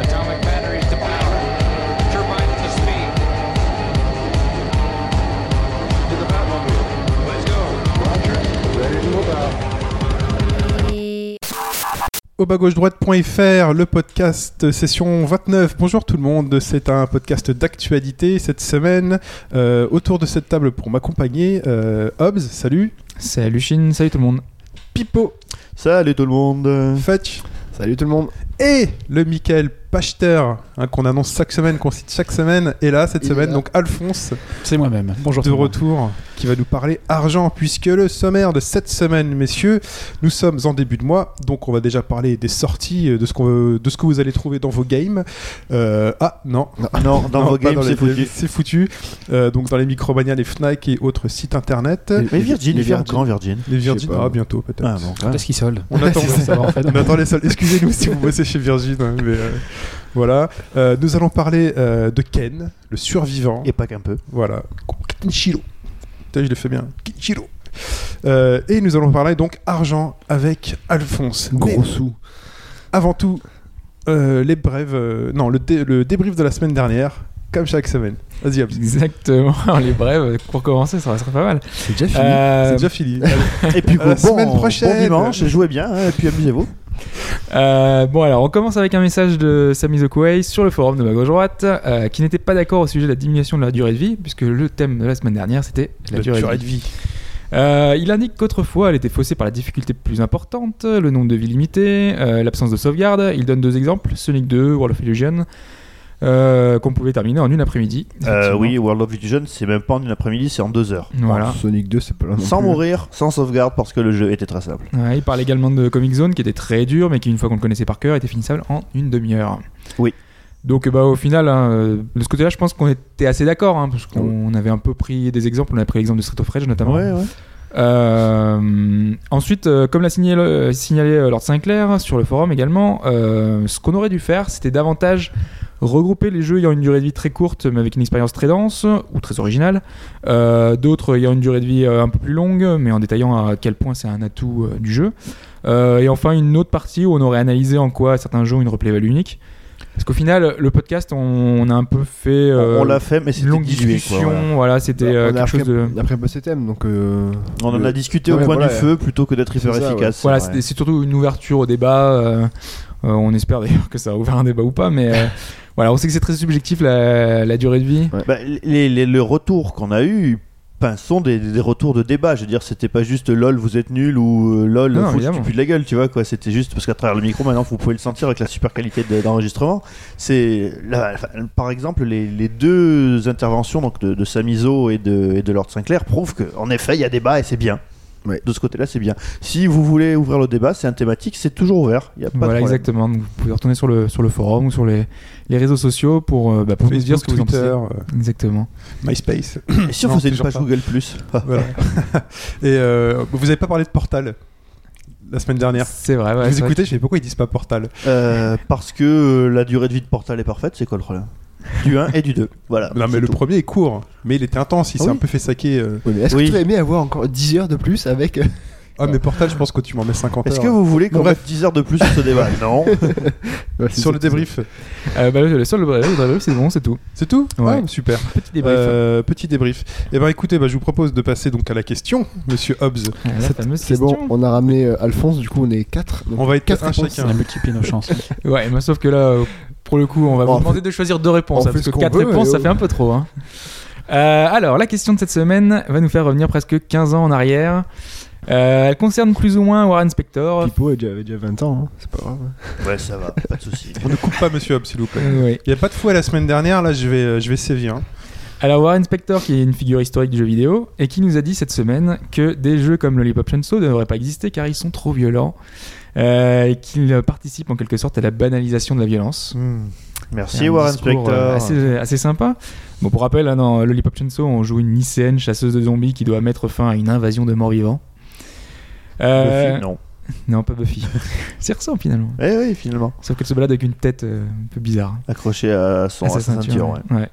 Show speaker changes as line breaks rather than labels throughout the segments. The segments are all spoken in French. Atomic batteries to power. Turbines to speed. To the Batmobile. Let's go.
Au bas gauche droite.fr, le podcast session 29. Bonjour tout le monde, c'est un podcast d'actualité cette semaine. euh, autour de cette table pour m'accompagner, euh, Hobbs, salut.
Salut Chine, salut tout le monde.
Pipo,
Salut tout le monde
Fetch
Salut tout le monde
et le Michael Pachter hein, qu'on annonce chaque semaine, qu'on cite chaque semaine. Et là, cette
Il est
semaine,
là.
donc Alphonse
C'est moi-même. Bonjour
de retour qui va nous parler argent puisque le sommaire de cette semaine messieurs nous sommes en début de mois donc on va déjà parler des sorties euh, de ce, qu'on veut- de ce que vous allez trouver dans vos games Euh, ah non
Non, dans
Non,
vos
pas
games,
dans
c'est
les games,
foutu.
C'est foutu. Euh, donc dans les Micromania, les Fnac et autres sites internet.
Mais Virgin, il vient quand Virgin
Les Virgin,
pas,
ah,
moi.
bientôt peut-être.
Ah bon, quand même.
Qu'est-ce qu'il solde
On attend,
C'est ça, en fait.
on attend les soldes. Excusez-nous si vous bossez chez Virgin. hein, mais, euh, voilà. Euh, nous allons parler euh, de Ken, le survivant.
Et pas qu'un peu.
Voilà. Kinshiro. Putain, je le fais bien. Kinshiro. Euh, et nous allons parler donc argent avec Alphonse. Mais
sous.
avant tout, euh, les brèves. euh, non, le, dé- le débrief de la semaine dernière, comme chaque semaine. Vas-y, Abs.
Exactement, les brèves, pour commencer, ça serait pas mal.
C'est déjà
Euh,
C'est déjà fini.
Et puis
à la
bon,
semaine
bon
prochaine.
dimanche, jouez bien, hein, et puis amusez-vous.
euh, bon, alors on commence avec un message de Sami Zokuei sur le forum de ma gauche droite euh, qui n'était pas d'accord au sujet de la diminution de la durée de vie, puisque le thème de la semaine dernière c'était la, durée, de vie. Euh, il indique qu'autrefois elle était faussée par la difficulté plus importante, le nombre de vies limitées, euh, l'absence de sauvegarde. Il donne deux exemples Sonic 2, World of Illusion, euh, qu'on pouvait terminer en une après-midi.
Euh, oui, World of Vision, c'est même pas en une après-midi, c'est en deux heures.
Voilà.
Sonic 2, c'est pas là. non
Sans
plus.
mourir, sans sauvegarde, parce que le jeu était très simple.
Ouais, il parle également de Comic Zone qui était très dur mais qui une fois qu'on le connaissait par cœur était finissable en une demi-heure.
Oui.
Donc euh, bah, au final, hein, euh, de ce côté-là, je pense qu'on était assez d'accord hein, parce qu'on avait un peu pris des exemples. On a pris l'exemple de Street of Rage notamment.
Ah ouais.
Euh, ensuite, euh, comme l'a signalé, euh, signalé euh, Lord Sinclair sur le forum également, euh, ce qu'on aurait dû faire, c'était davantage regrouper les jeux ayant une durée de vie très courte mais avec une expérience très dense ou très originale, euh, d'autres ayant une durée de vie euh, un peu plus longue mais en détaillant à quel point c'est un atout euh, du jeu, Euh, et enfin une autre partie où on aurait analysé en quoi certains jeux ont une replay value unique. Parce qu'au final, le podcast, on, on a un peu fait
On-
euh,
on l'a fait, mais
une
c'était
longue
dilué.
discussion,
Quoi, voilà.
voilà, c'était
Alors,
euh,
Bah, on a
quelque chose de...
Après, passé thème, donc. euh,
On en
le-
a discuté
Ouais,
au point
voilà.
du feu plutôt que d'être hyper
C'est ça, ouais.
efficace.
Voilà,
c'est
c'est c'est surtout une ouverture au débat. euh, euh, on espère d'ailleurs que ça a ouvert un débat ou pas, mais euh, voilà, on sait que c'est très subjectif la, la durée de vie.
Bah, les, les- le retour qu'on a eu enfin, sont des, des retours de débat. Je veux dire, c'était pas juste lol, vous êtes nul ou euh, lol,
Non, non,
vous
évidemment.
plus de la gueule, tu vois quoi. C'était juste parce qu'à travers le micro, maintenant, vous pouvez le sentir avec la super qualité de- d'enregistrement. C'est la- enfin, par exemple les, les deux interventions donc de, de Samizo et de, et de Lord Sinclair prouvent qu'en effet, il y a débat et c'est bien.
Ouais.
De ce côté-là, c'est bien. Si vous voulez ouvrir le débat, c'est un thématique, c'est toujours ouvert. Il y a pas
Voilà,
de problème.
exactement. Donc, vous pouvez retourner sur le, sur le forum ou sur les, les réseaux sociaux pour, euh, bah, pour nous dire ce que
Facebook, Twitter,
vous en pensez. Exactement.
euh, MySpace.
Et si on
Non,
faisait une
toujours
page
pas.
Google Plus ah,
Voilà. et euh, vous n'avez pas parlé de Portal la semaine dernière.
C'est vrai, ouais,
vous
c'est vrai.
écoutez, je sais pourquoi ils disent pas Portal.
Euh, parce que euh, la durée de vie de Portal est parfaite, c'est quoi le problème Du 1 et du 2. Voilà.
non, mais
Ah, c'est
le
tout.
premier est court, mais il était intense, il s'est
Ah
un
oui
peu fait saquer. euh.
Ouais, mais est-ce
Oui.
que tu aurais aimé avoir encore 10 heures de plus avec. euh,
Ah, mais Portal, je pense que tu m'en mets 50
Est-ce
heures.
que vous voulez
Bon,
qu'on
bref.
mette 10 heures de plus sur ce débat Non.
Sur le débrief,
Euh, bah, le, le seul le- le débrief, c'est bon, c'est tout.
c'est tout
Ouais.
Ah, Super.
Petit débrief.
hein.
Euh, petit débrief. Eh ben écoutez, bah, je vous propose de passer donc à la question, monsieur Hobbs.
Ah, la fameuse
C'est bon,
question.
on a ramené euh, Alphonse, du coup on est 4.
On va être
Quatre
un
réponses.
chacun.
Ouais, mais sauf que là, euh, pour le coup, on va
On
vous
fait-
demander de choisir deux réponses,
on
hein,
fait
parce
ce
que
qu'on
quatre
veut,
réponses,
et
ça
oh.
fait un peu trop. hein. Euh, alors, la question de cette semaine va nous faire revenir presque 15 ans en arrière. Euh, elle concerne plus ou moins Warren Spector.
Pipo avait déjà, avait déjà 20 ans, hein, c'est pas grave.
Ouais, ça va, pas de souci.
On ne coupe pas monsieur Hobbs, s'il vous plaît.
Euh, oui.
Il n'y a pas de fouet la semaine dernière, là je vais, euh, je vais sévir. hein.
Alors Warren Spector, qui est une figure historique du jeu vidéo, et qui nous a dit cette semaine que des jeux comme Lollipop Chainsaw ne devraient pas exister car ils sont trop violents, euh, et qu'ils participent en quelque sorte à la banalisation de la violence.
Merci
Un
Warren
discours,
Spector.
euh, assez, assez sympa. Bon, pour rappel, hein, dans Lollipop Chainsaw, on joue une lycéenne chasseuse de zombies qui doit mettre fin à une invasion de morts-vivants. Euh,
Buffy, non.
non, pas Buffy. C'est ressemble finalement.
Eh oui, finalement.
Sauf qu'elle se balade avec une tête euh, un peu bizarre.
Accroché à son
À sa
à sa ceinture. ouais.
ouais. Ouais.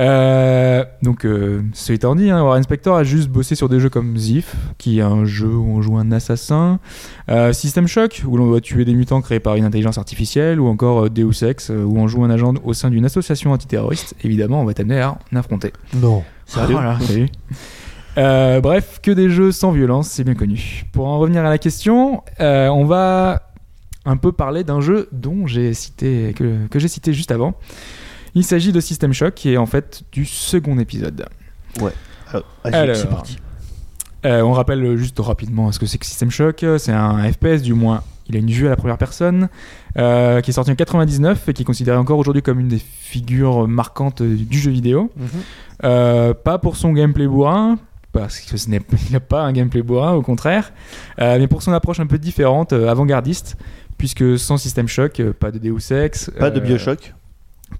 Euh, donc, euh, c'est étant dit, hein, Warren Spector a juste bossé sur des jeux comme Zif, qui est un jeu où on joue un assassin, euh, System Shock, où l'on doit tuer des mutants créés par une intelligence artificielle, ou encore euh, Deus Ex, euh, où on joue un agent au sein d'une association antiterroriste. Évidemment, on va t'amener à en affronter.
Non.
Sérieux
Voilà, t'as vu Euh, bref, que des jeux sans violence, c'est bien connu. Pour en revenir à la question, euh, on va un peu parler d'un jeu dont j'ai cité que, que j'ai cité juste avant. Il s'agit de System Shock, qui est en fait du second épisode.
Alors, allez, Ah, c'est
Alors,
parti.
euh, on rappelle juste rapidement ce que c'est que System Shock. C'est un FPS, du moins, il a une vue à la première personne, euh, qui est sorti en 99 et qui est considéré encore aujourd'hui comme une des figures marquantes du jeu vidéo.
Mhm.
Euh, pas pour son gameplay bourrin, parce que ce n'est il n'a pas un gameplay bourrin, au contraire, euh, mais pour son approche un peu différente, euh, avant-gardiste, puisque sans System Shock, euh, pas de Deus Ex,
Pas de
euh,
Bioshock.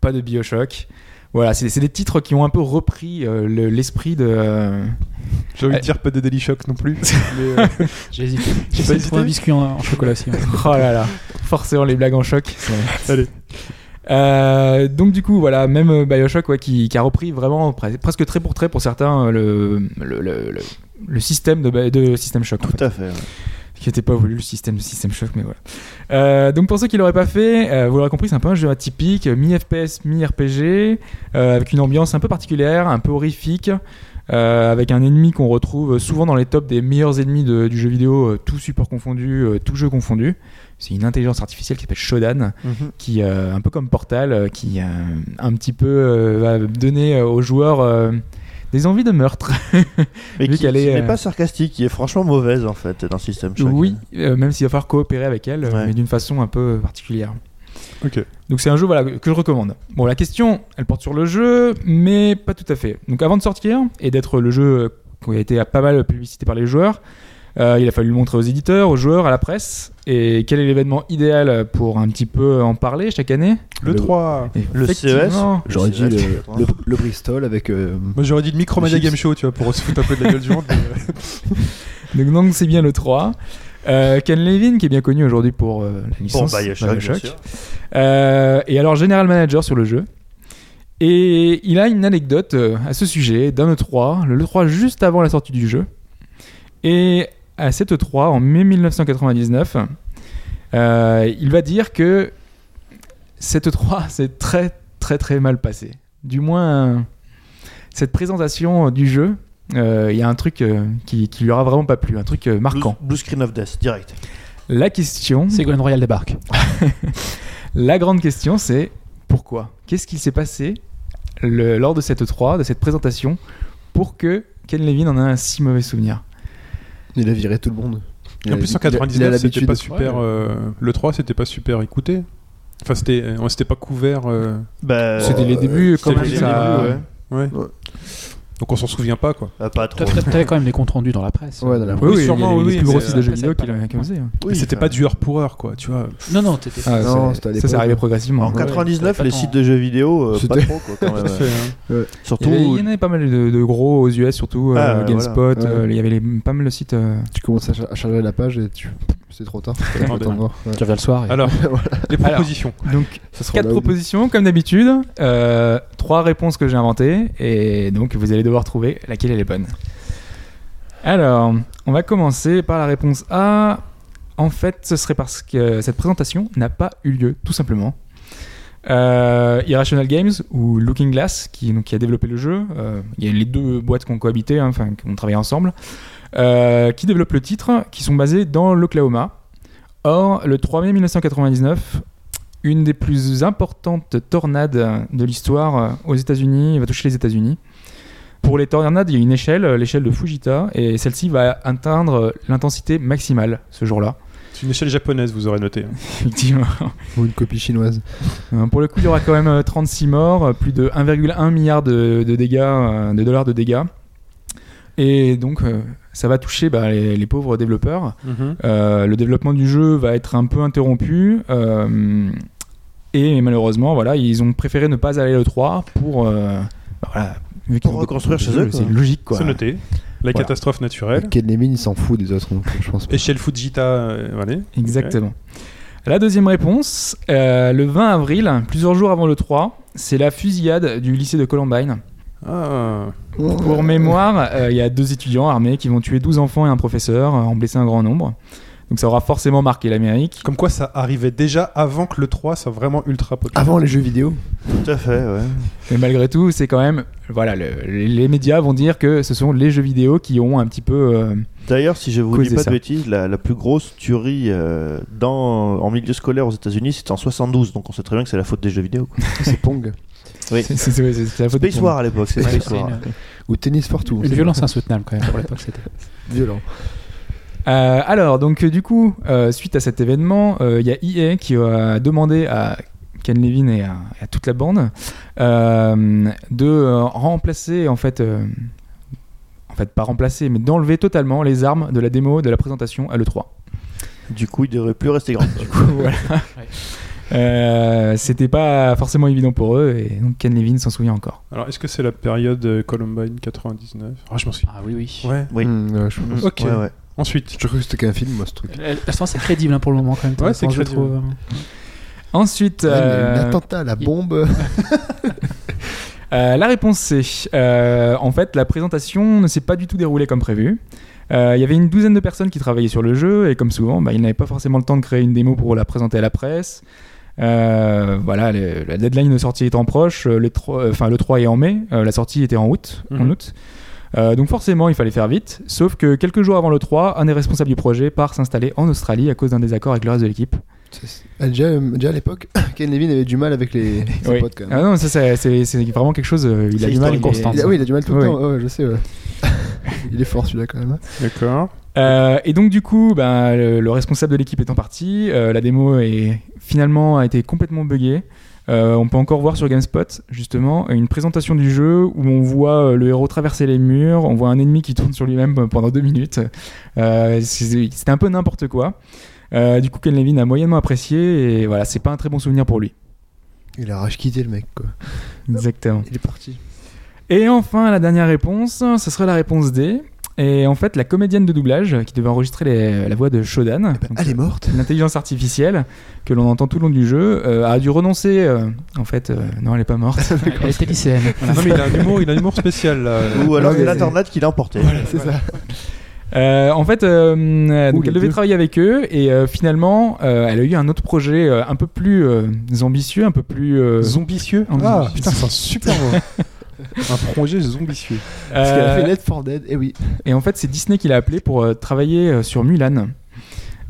pas de Bioshock. Voilà, c'est c'est des titres qui ont un peu repris euh, le- l'esprit de. euh,
J'ai envie
Eh.
Euh,
de dire pas de Daily Shock non plus.
J'ai hésité. J'essaie de
hésité
trouver un biscuit en, en chocolat aussi. ouais.
Oh là là, forcément les blagues en choc.
Allez.
Euh, donc du coup voilà même euh, Bioshock ouais, qui, qui a repris vraiment pre- presque trait pour trait pour certains euh, le, le, le, le- le système de, Bi- de System Shock en fait.
Tout à fait. ouais.
qui n'était pas voulu le système de System Shock mais voilà Euh, donc pour ceux qui l'auraient pas fait euh, vous l'aurez compris c'est un peu un jeu atypique euh, mi FPS mi RPG euh, avec une ambiance un peu particulière un peu horrifique euh, avec un ennemi qu'on retrouve souvent dans les tops des meilleurs ennemis de- du jeu vidéo euh, tout support confondu euh, tout jeu confondu c'est une intelligence artificielle qui s'appelle Shodan qui euh, un peu comme Portal, euh, qui euh, un petit peu euh, va donner euh, aux joueurs euh, des envies de meurtre.
Mais
Vu
qui,
qu'elle
qui
est,
n'est
euh,
pas sarcastique, qui est franchement mauvaise en fait dans System Shock.
oui, euh, même s'il va falloir coopérer avec elle, euh,
Ouais.
mais d'une façon un peu particulière.
Ok.
Donc c'est un jeu voilà, que je recommande. Bon, la question, elle porte sur le jeu, mais pas tout à fait. Donc avant de sortir et d'être le jeu euh, qui a été pas mal publicité par les joueurs, euh, il a fallu le montrer aux éditeurs, aux joueurs, à la presse. Et quel est l'événement idéal pour un petit peu en parler chaque année
Le
Le-
3.
Le E CES
Effectivement.
J'aurais dit
C'est
le,
vrai.
le, le Bristol avec. euh,
Moi j'aurais dit le Micromania
Le chips.
Game Show, tu vois, pour se foutre un peu de la gueule du monde. mais- euh,
Donc, donc, c'est bien le 3. Euh, Ken Levin, qui est bien connu aujourd'hui pour euh, la
Pour
licence
Bioshock, bien
Bioshock.
sûr.
Euh, et alors, General Manager sur le jeu. Et il a une anecdote euh, à ce sujet d'un E3, le E3 juste avant la sortie du jeu. Et à cet E3, en mai 1999, euh, il va dire que cette E3 s'est très très très mal passée. Du moins, euh, cette présentation euh, du jeu, euh, il y a un truc euh, qui, qui lui aura vraiment pas plu, un truc euh,
Blue,
marquant.
Blue Screen of Death, direct.
La question,
Ségolène Royal débarque.
la grande question, c'est pourquoi Qu'est-ce qui s'est passé le- lors de cette E3, de cette présentation, pour que Ken Levin en a un si mauvais souvenir
Il a viré tout le monde. Il
En
a-
plus, en
il a- il a
99, c'était
l'habitude.
pas super. euh, le 3, c'était pas super écouté. Enfin, c'était, on s'était pas couvert. euh,
Bah,
C'était les
euh,
débuts, quand
c'était
même,
les
ça-
débuts, ouais.
ouais.
Ouais.
Donc on s'en souvient pas, quoi.
Ah, pas trop.
T'as- t'as- T'avais quand même des comptes rendus dans la presse.
euh, Ouais, dans la-
Oui, sûrement,
il y a les-
oui,
les
oui,
plus
mais
gros
c'est-
sites de jeux
ça,
vidéo
c'est
qu'il a
pas-
qu'il faisait, hein.
Mais c'était
enfin,
pas du heure pour heure, quoi, tu vois.
Non, non, t'étais.
Ah,
Non,
c'est-
c'était à
ça, c'est
l'époque.
arrivé progressivement.
En
Ouais.
99,
ouais,
les
pas
sites
tant.
de jeux vidéo, euh, pas
C'était-
trop quoi quand même.
euh,
ouais.
Il y, avait- il
Surtout,
y en avait pas mal de, de gros aux US, surtout euh,
Ah, voilà.
GameSpot.
Ouais.
euh, il y avait les- pas mal de sites. euh,
Tu commences à, cha- à charger la page et tu. C'est trop tard. T'as pas le temps de voir. Ouais.
Tu reviens le soir. et-
Alors,
Voilà.
les
Alors.
propositions.
Donc,
Ça sera
Quatre
là où-
propositions, comme d'habitude. Euh, trois réponses que j'ai inventées. Et donc, vous allez devoir trouver laquelle elle est bonne. Alors, on va commencer par la réponse A. En fait, ce serait parce que cette présentation n'a pas eu lieu, tout simplement. Euh, Irrational Games ou Looking Glass, qui, donc, qui a développé le jeu, euh, il y a les deux boîtes qui ont cohabité, hein, enfin, qui ont travaillé ensemble, euh, qui développent le titre, qui sont basés dans l'Oklahoma. Or, le 3 mai 1999, une des plus importantes tornades de l'histoire euh, aux États-Unis, va toucher les États-Unis. Pour les tornades, il y a une échelle, euh, l'échelle de Fujita, et celle-ci va atteindre euh, l'intensité maximale ce jour-là.
C'est une échelle japonaise, vous aurez noté.
Effectivement.
Ou une copie chinoise.
Euh, Pour le coup, il y aura quand même euh, 36 morts, euh, plus de 1,1 milliard de, de dégâts, euh, de dollars de dégâts. Et donc, euh, ça va toucher bah, les- les pauvres développeurs.
Mhm.
Euh, le développement du jeu va être un peu interrompu. euh, et malheureusement, voilà, ils ont préféré ne pas aller le 3 pour. euh, bah voilà, vu qu'ils
Pour
ont
reconstruire
découpé
chez
le
eux,
jeu,
quoi.
C'est logique, quoi.
C'est noté. La
Voilà.
catastrophe naturelle.
Ken Levine, il s'en fout des autres, donc, je pense. pas.
Échelle Fujita, euh, allez.
Exactement. La deuxième réponse, euh, le 20 avril, plusieurs jours avant le 3, c'est la fusillade du lycée de Columbine.
Ah.
Pour mémoire, euh, il y a deux étudiants armés qui vont tuer 12 enfants et un professeur, euh, en blesser un grand nombre. Donc ça aura forcément marqué l'Amérique.
Comme quoi, ça arrivait déjà avant que le 3 soit vraiment ultra populaire.
Avant les jeux vidéo.
Tout à fait, ouais.
Mais malgré tout, c'est quand même. Voilà, le- les médias vont dire que ce sont les jeux vidéo qui ont un petit peu. euh,
D'ailleurs, si je vous
Causez
dis pas
ça.
de bêtises, la, la plus grosse tuerie euh, dans, en milieu scolaire aux États-Unis, c'était en 72, donc on sait très bien que c'est la faute des jeux vidéo. quoi.
C'est Pong.
Oui.
c'est- c'est- c'est- c'est la faute de
Space
tout le monde.
War à l'époque, c'est
Ouais,
Space
c'est
War.
une,
Ou tennis partout.
une violence insoutenable quand même pour l'époque c'était.
Violent.
Euh, alors, donc euh, du coup, euh, suite à cet événement, euh, il y a EA qui a demandé à Ken Levin et à, et à toute la bande euh, de euh, remplacer, en fait, euh, en fait, pas remplacer, mais d'enlever totalement les armes de la démo de la présentation à l'E3.
Du coup, il devrait plus rester grand.
voilà. Euh, C'était pas forcément évident pour eux et donc Ken Levin s'en souvient encore.
Alors, est-ce que c'est la période euh, Columbine 99 Ah, je m'en suis.
Ah oui, oui.
Ouais.
Oui.
Hmm, ouais, je pense.
Ok.
Ouais, ouais.
Ensuite,
Je crois que c'était qu'un film, moi, ce truc.
Euh, L'instant, c'est crédible hein, pour le moment quand même.
Ouais, c'est
Enfin, je
crédible.
trouve, hein.
Ensuite,
Ouais, mais
euh,
L'attentat à la bombe.
euh, la réponse c'est euh, en fait la présentation ne s'est pas du tout déroulée comme prévu. Euh, Il y avait une douzaine de personnes qui travaillaient sur le jeu et comme souvent, bah, ils n'avaient pas forcément le temps de créer une démo pour la présenter à la presse. Euh, voilà, le- la deadline de sortie étant proche, euh, le, 3, enfin, le 3 est en mai, euh, la sortie était en août. en
Mhm.
août. Euh, donc forcément, il fallait faire vite, sauf que quelques jours avant le 3, un des responsables du projet part s'installer en Australie à cause d'un désaccord avec le reste de l'équipe.
C'est- ah, Déjà, euh, déjà à l'époque, Ken Levin avait du mal avec les ses
Oui.
potes quand même.
Ah non, ça, c'est- c'est c'est vraiment quelque chose, euh, il a
C'est
du
historique.
mal. il est-
Constant.
Il a- oui, il a du mal tout le
Oui.
temps. Ouais, ouais, je sais. ouais. il est fort celui-là quand même. hein.
d'accord.
Euh, et donc du coup, ben, le, le responsable de l'équipe étant parti, euh, la démo est finalement a été complètement buggée. Euh, on peut encore voir sur GameSpot justement une présentation du jeu où on voit euh, le héros traverser les murs, on voit un ennemi qui tourne sur lui-même pendant deux minutes. Euh, c'est- C'était un peu n'importe quoi. Euh, du coup, Ken Levin a moyennement apprécié et voilà, c'est pas un très bon souvenir pour lui.
Il a rage quitté le mec quoi.
Exactement.
Il est parti.
Et enfin, la dernière réponse, ce serait la réponse D. Et en fait, la comédienne de doublage qui devait enregistrer les- la voix de Shodan,
Bah,
donc, euh,
elle est morte.
l'intelligence artificielle que l'on entend tout le long du jeu, euh, a dû renoncer. euh, en fait, euh, non, elle est pas morte.
Elle était lycéenne. Voilà.
Non, mais il a un humour, il a un humour spécial là.
Ou alors
Ouais,
c'est
mais-
l'internat qui l'a emporté.
C'est ça.
Euh, en fait, euh, euh, donc
les
elle devait
deux.
travailler avec eux et euh, finalement, euh, elle a eu un autre projet euh, un peu plus euh, ambitieux, un peu plus. euh,
Zombicieux Ah,
Zombicieux.
putain, c'est un super mot. un projet zombicieux.
Parce qu'elle a
euh,
fait Left 4 Dead. Et oui.
et en fait, c'est Disney qui l'a appelé pour euh, travailler euh, sur Mulan.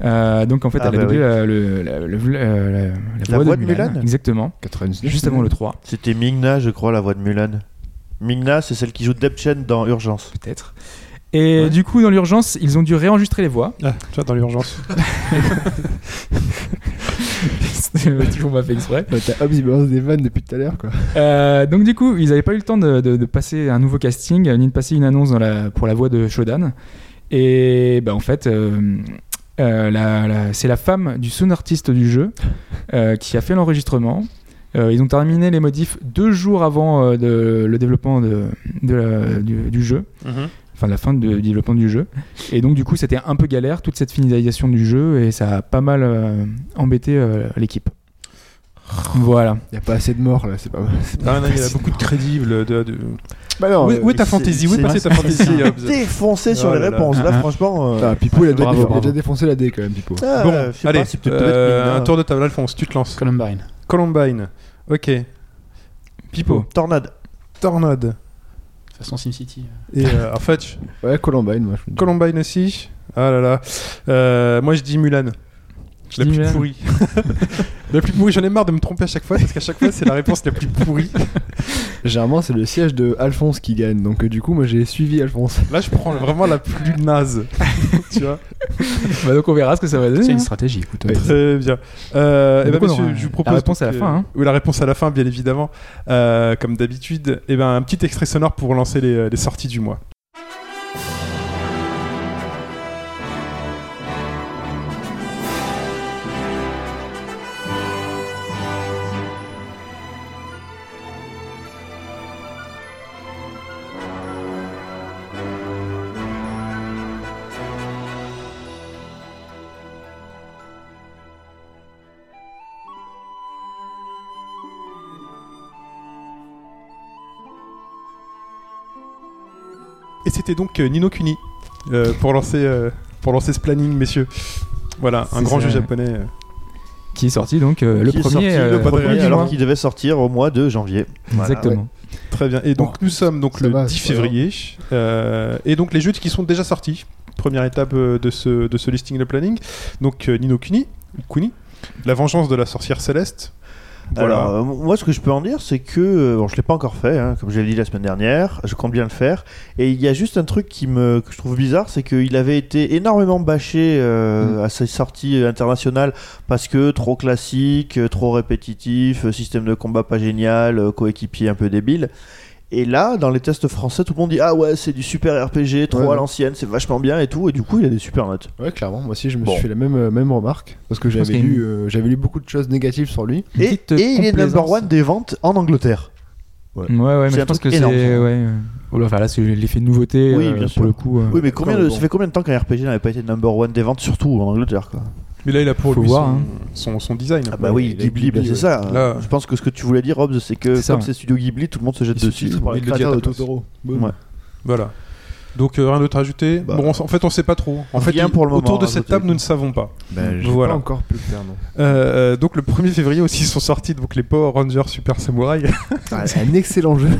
Euh, donc en fait,
Ah,
elle a
bah
doublé
oui.
la, le- la- le- la- la- la
voix de Mulan
exactement,
99.
juste avant le 3
C'était Mingna, je crois, la voix de Mulan. Mingna, c'est celle qui joue Debchen dans Urgence.
peut-être. Et
Ouais.
du coup, dans l'urgence, ils ont dû réenregistrer les voix.
Ah, tu vois, dans l'urgence.
C'était toujours pas fait exprès.
Ouais, T'as Hobbs, il balance des vannes depuis tout à l'heure quoi.
Euh, donc du coup, ils n'avaient pas eu le temps de, de- de passer un nouveau casting, euh, ni de passer une annonce dans la- pour la voix de Shodan. Et bah, en fait, euh, euh, la- la- c'est la femme du son artiste du jeu euh, qui a fait l'enregistrement. Euh, ils ont terminé les modifs deux jours avant euh, de- le développement de, de la- du, du jeu, enfin la fin de- du développement du jeu. Et donc du coup, c'était un peu galère toute cette finalisation du jeu et ça a pas mal euh, embêté euh, l'équipe. Voilà.
Y a pas assez de morts là. C'est pas. c'est pas-
Ah non, il y a beaucoup de crédibles. De, de...
Bah non.
Où,
euh,
où est ta
c'est-
fantaisie Où est
c'est-
passée ta fantaisie Hobbs
Défoncé sur
Oh
les
là là.
réponses. Là,
Ah.
franchement. euh,
Putain, Pipo il a, déjà
Bravo,
déf- il a
bravo.
déjà défoncé la D quand même Pipo.
ah,
Bon,
je sais
allez,
pas, c'est peut-être
euh,
Mingna.
un tour de table, Alphonse, tu te lances.
Columbine.
Columbine, ok. Pipo,
Tornade.
Tornade.
De toute façon, SimCity.
Et euh, en fait, je-
Ouais Columbine moi. je me dis.
Columbine aussi. Ah là là. Euh, moi, je dis Mulan.
Tu
La
dis
plus
Mulan
pourrie. la plus pourrie, j'en ai marre de me tromper à chaque fois parce qu'à chaque fois, c'est la réponse la plus pourrie.
Généralement c'est le siège de Alphonse qui gagne donc euh, du coup moi j'ai suivi Alphonse.
Là, je prends vraiment la plus naze. tu vois
Bah donc on verra ce que ça va donner.
C'est
hein.
une stratégie, écoute.
Ouais.
Très bien. Euh, eh ben,
Donc, on
messieurs,
aura
je vous propose
la réponse à la
donc,
fin,
euh,
hein.
Oui, la réponse à la fin, bien évidemment. Euh, comme d'habitude, eh ben, un petit extrait sonore pour lancer les, les sorties du mois. Et c'était donc euh, Nino Kuni euh, pour, lancer, euh, pour lancer ce planning, messieurs. Voilà, un
C'est
grand
ça.
jeu japonais. euh.
qui est sorti donc euh, le
Qui est
premier,
sorti
euh,
le premier,
premier du
alors
mois.
qu'il devait sortir au mois de janvier. Voilà.
Exactement.
Très bien. Et donc,
Bon,
nous sommes donc
ça
le
va,
10
c'est pas grave.
février. euh, et donc, les jeux qui sont déjà sortis. Première étape euh, de ce, de ce listing de planning. Donc, euh, Nino Kuni, Kuni, La vengeance de la sorcière céleste. Voilà.
Alors, euh, moi, ce que je peux en dire, c'est que euh, bon, je l'ai pas encore fait, hein, comme je l'ai dit la semaine dernière. Je compte bien le faire. Et il y a juste un truc qui me que je trouve bizarre, c'est qu'il avait été énormément bâché euh, à sa sortie internationale parce que trop classique, euh, trop répétitif, euh, système de combat pas génial, euh, coéquipier un peu débile. Et là, dans les tests français, tout le monde dit ah ouais, c'est du super RPG, trop
Ouais,
à
ouais.
l'ancienne, c'est vachement bien et tout. Et du coup, il a des super notes.
Ouais, clairement. Moi aussi, je me
Bon.
suis fait la même, euh, même remarque parce que
pense
j'avais
qu'il y a
lu, euh, j'avais lu beaucoup de choses négatives sur lui.
Une
Et,
petite euh,
et il est number
complaisance.
one des ventes en Angleterre.
Ouais, ouais,
C'est
mais je
un
pense que
truc
c'est.
énorme.
Ouais. Oh là, enfin, là, c'est l'effet de nouveauté
Oui,
euh,
bien sûr.
pour le coup. euh,
Oui, mais combien
Quand-
de-
bon.
ça fait combien de temps qu'un RPG n'avait pas été number one des ventes, surtout en Angleterre quoi
Mais là, il a pour
Faut
lui
voir,
son,
hein.
son, son design.
Ah bah oui,
les
Ghibli,
Ghibli,
bah, c'est
ouais.
ça.
Là-
Je pense que ce que tu voulais dire, Robs, c'est que
C'est ça,
comme
ouais.
c'est Studio Ghibli, tout le monde se jette
Il
dessus.
suffit,
par
il le
les
dit à
créateurs
ta
de
place.
Totoro.
Boum.
Ouais.
Voilà. Donc, euh, rien d'autre à ajouter.
Bah.
bon, on s- en fait, on sait pas trop. En
Rien
fait,
pour le
autour
moment, hein,
de
à
cette
ajouter.
table, nous ne savons pas.
Bah,
Ben, j'ai
Voilà.
pas encore pu le faire, non.
Euh, euh, donc, le 1er février aussi sont sortis donc, les Power Rangers Super Samurai.
c'est un excellent jeu.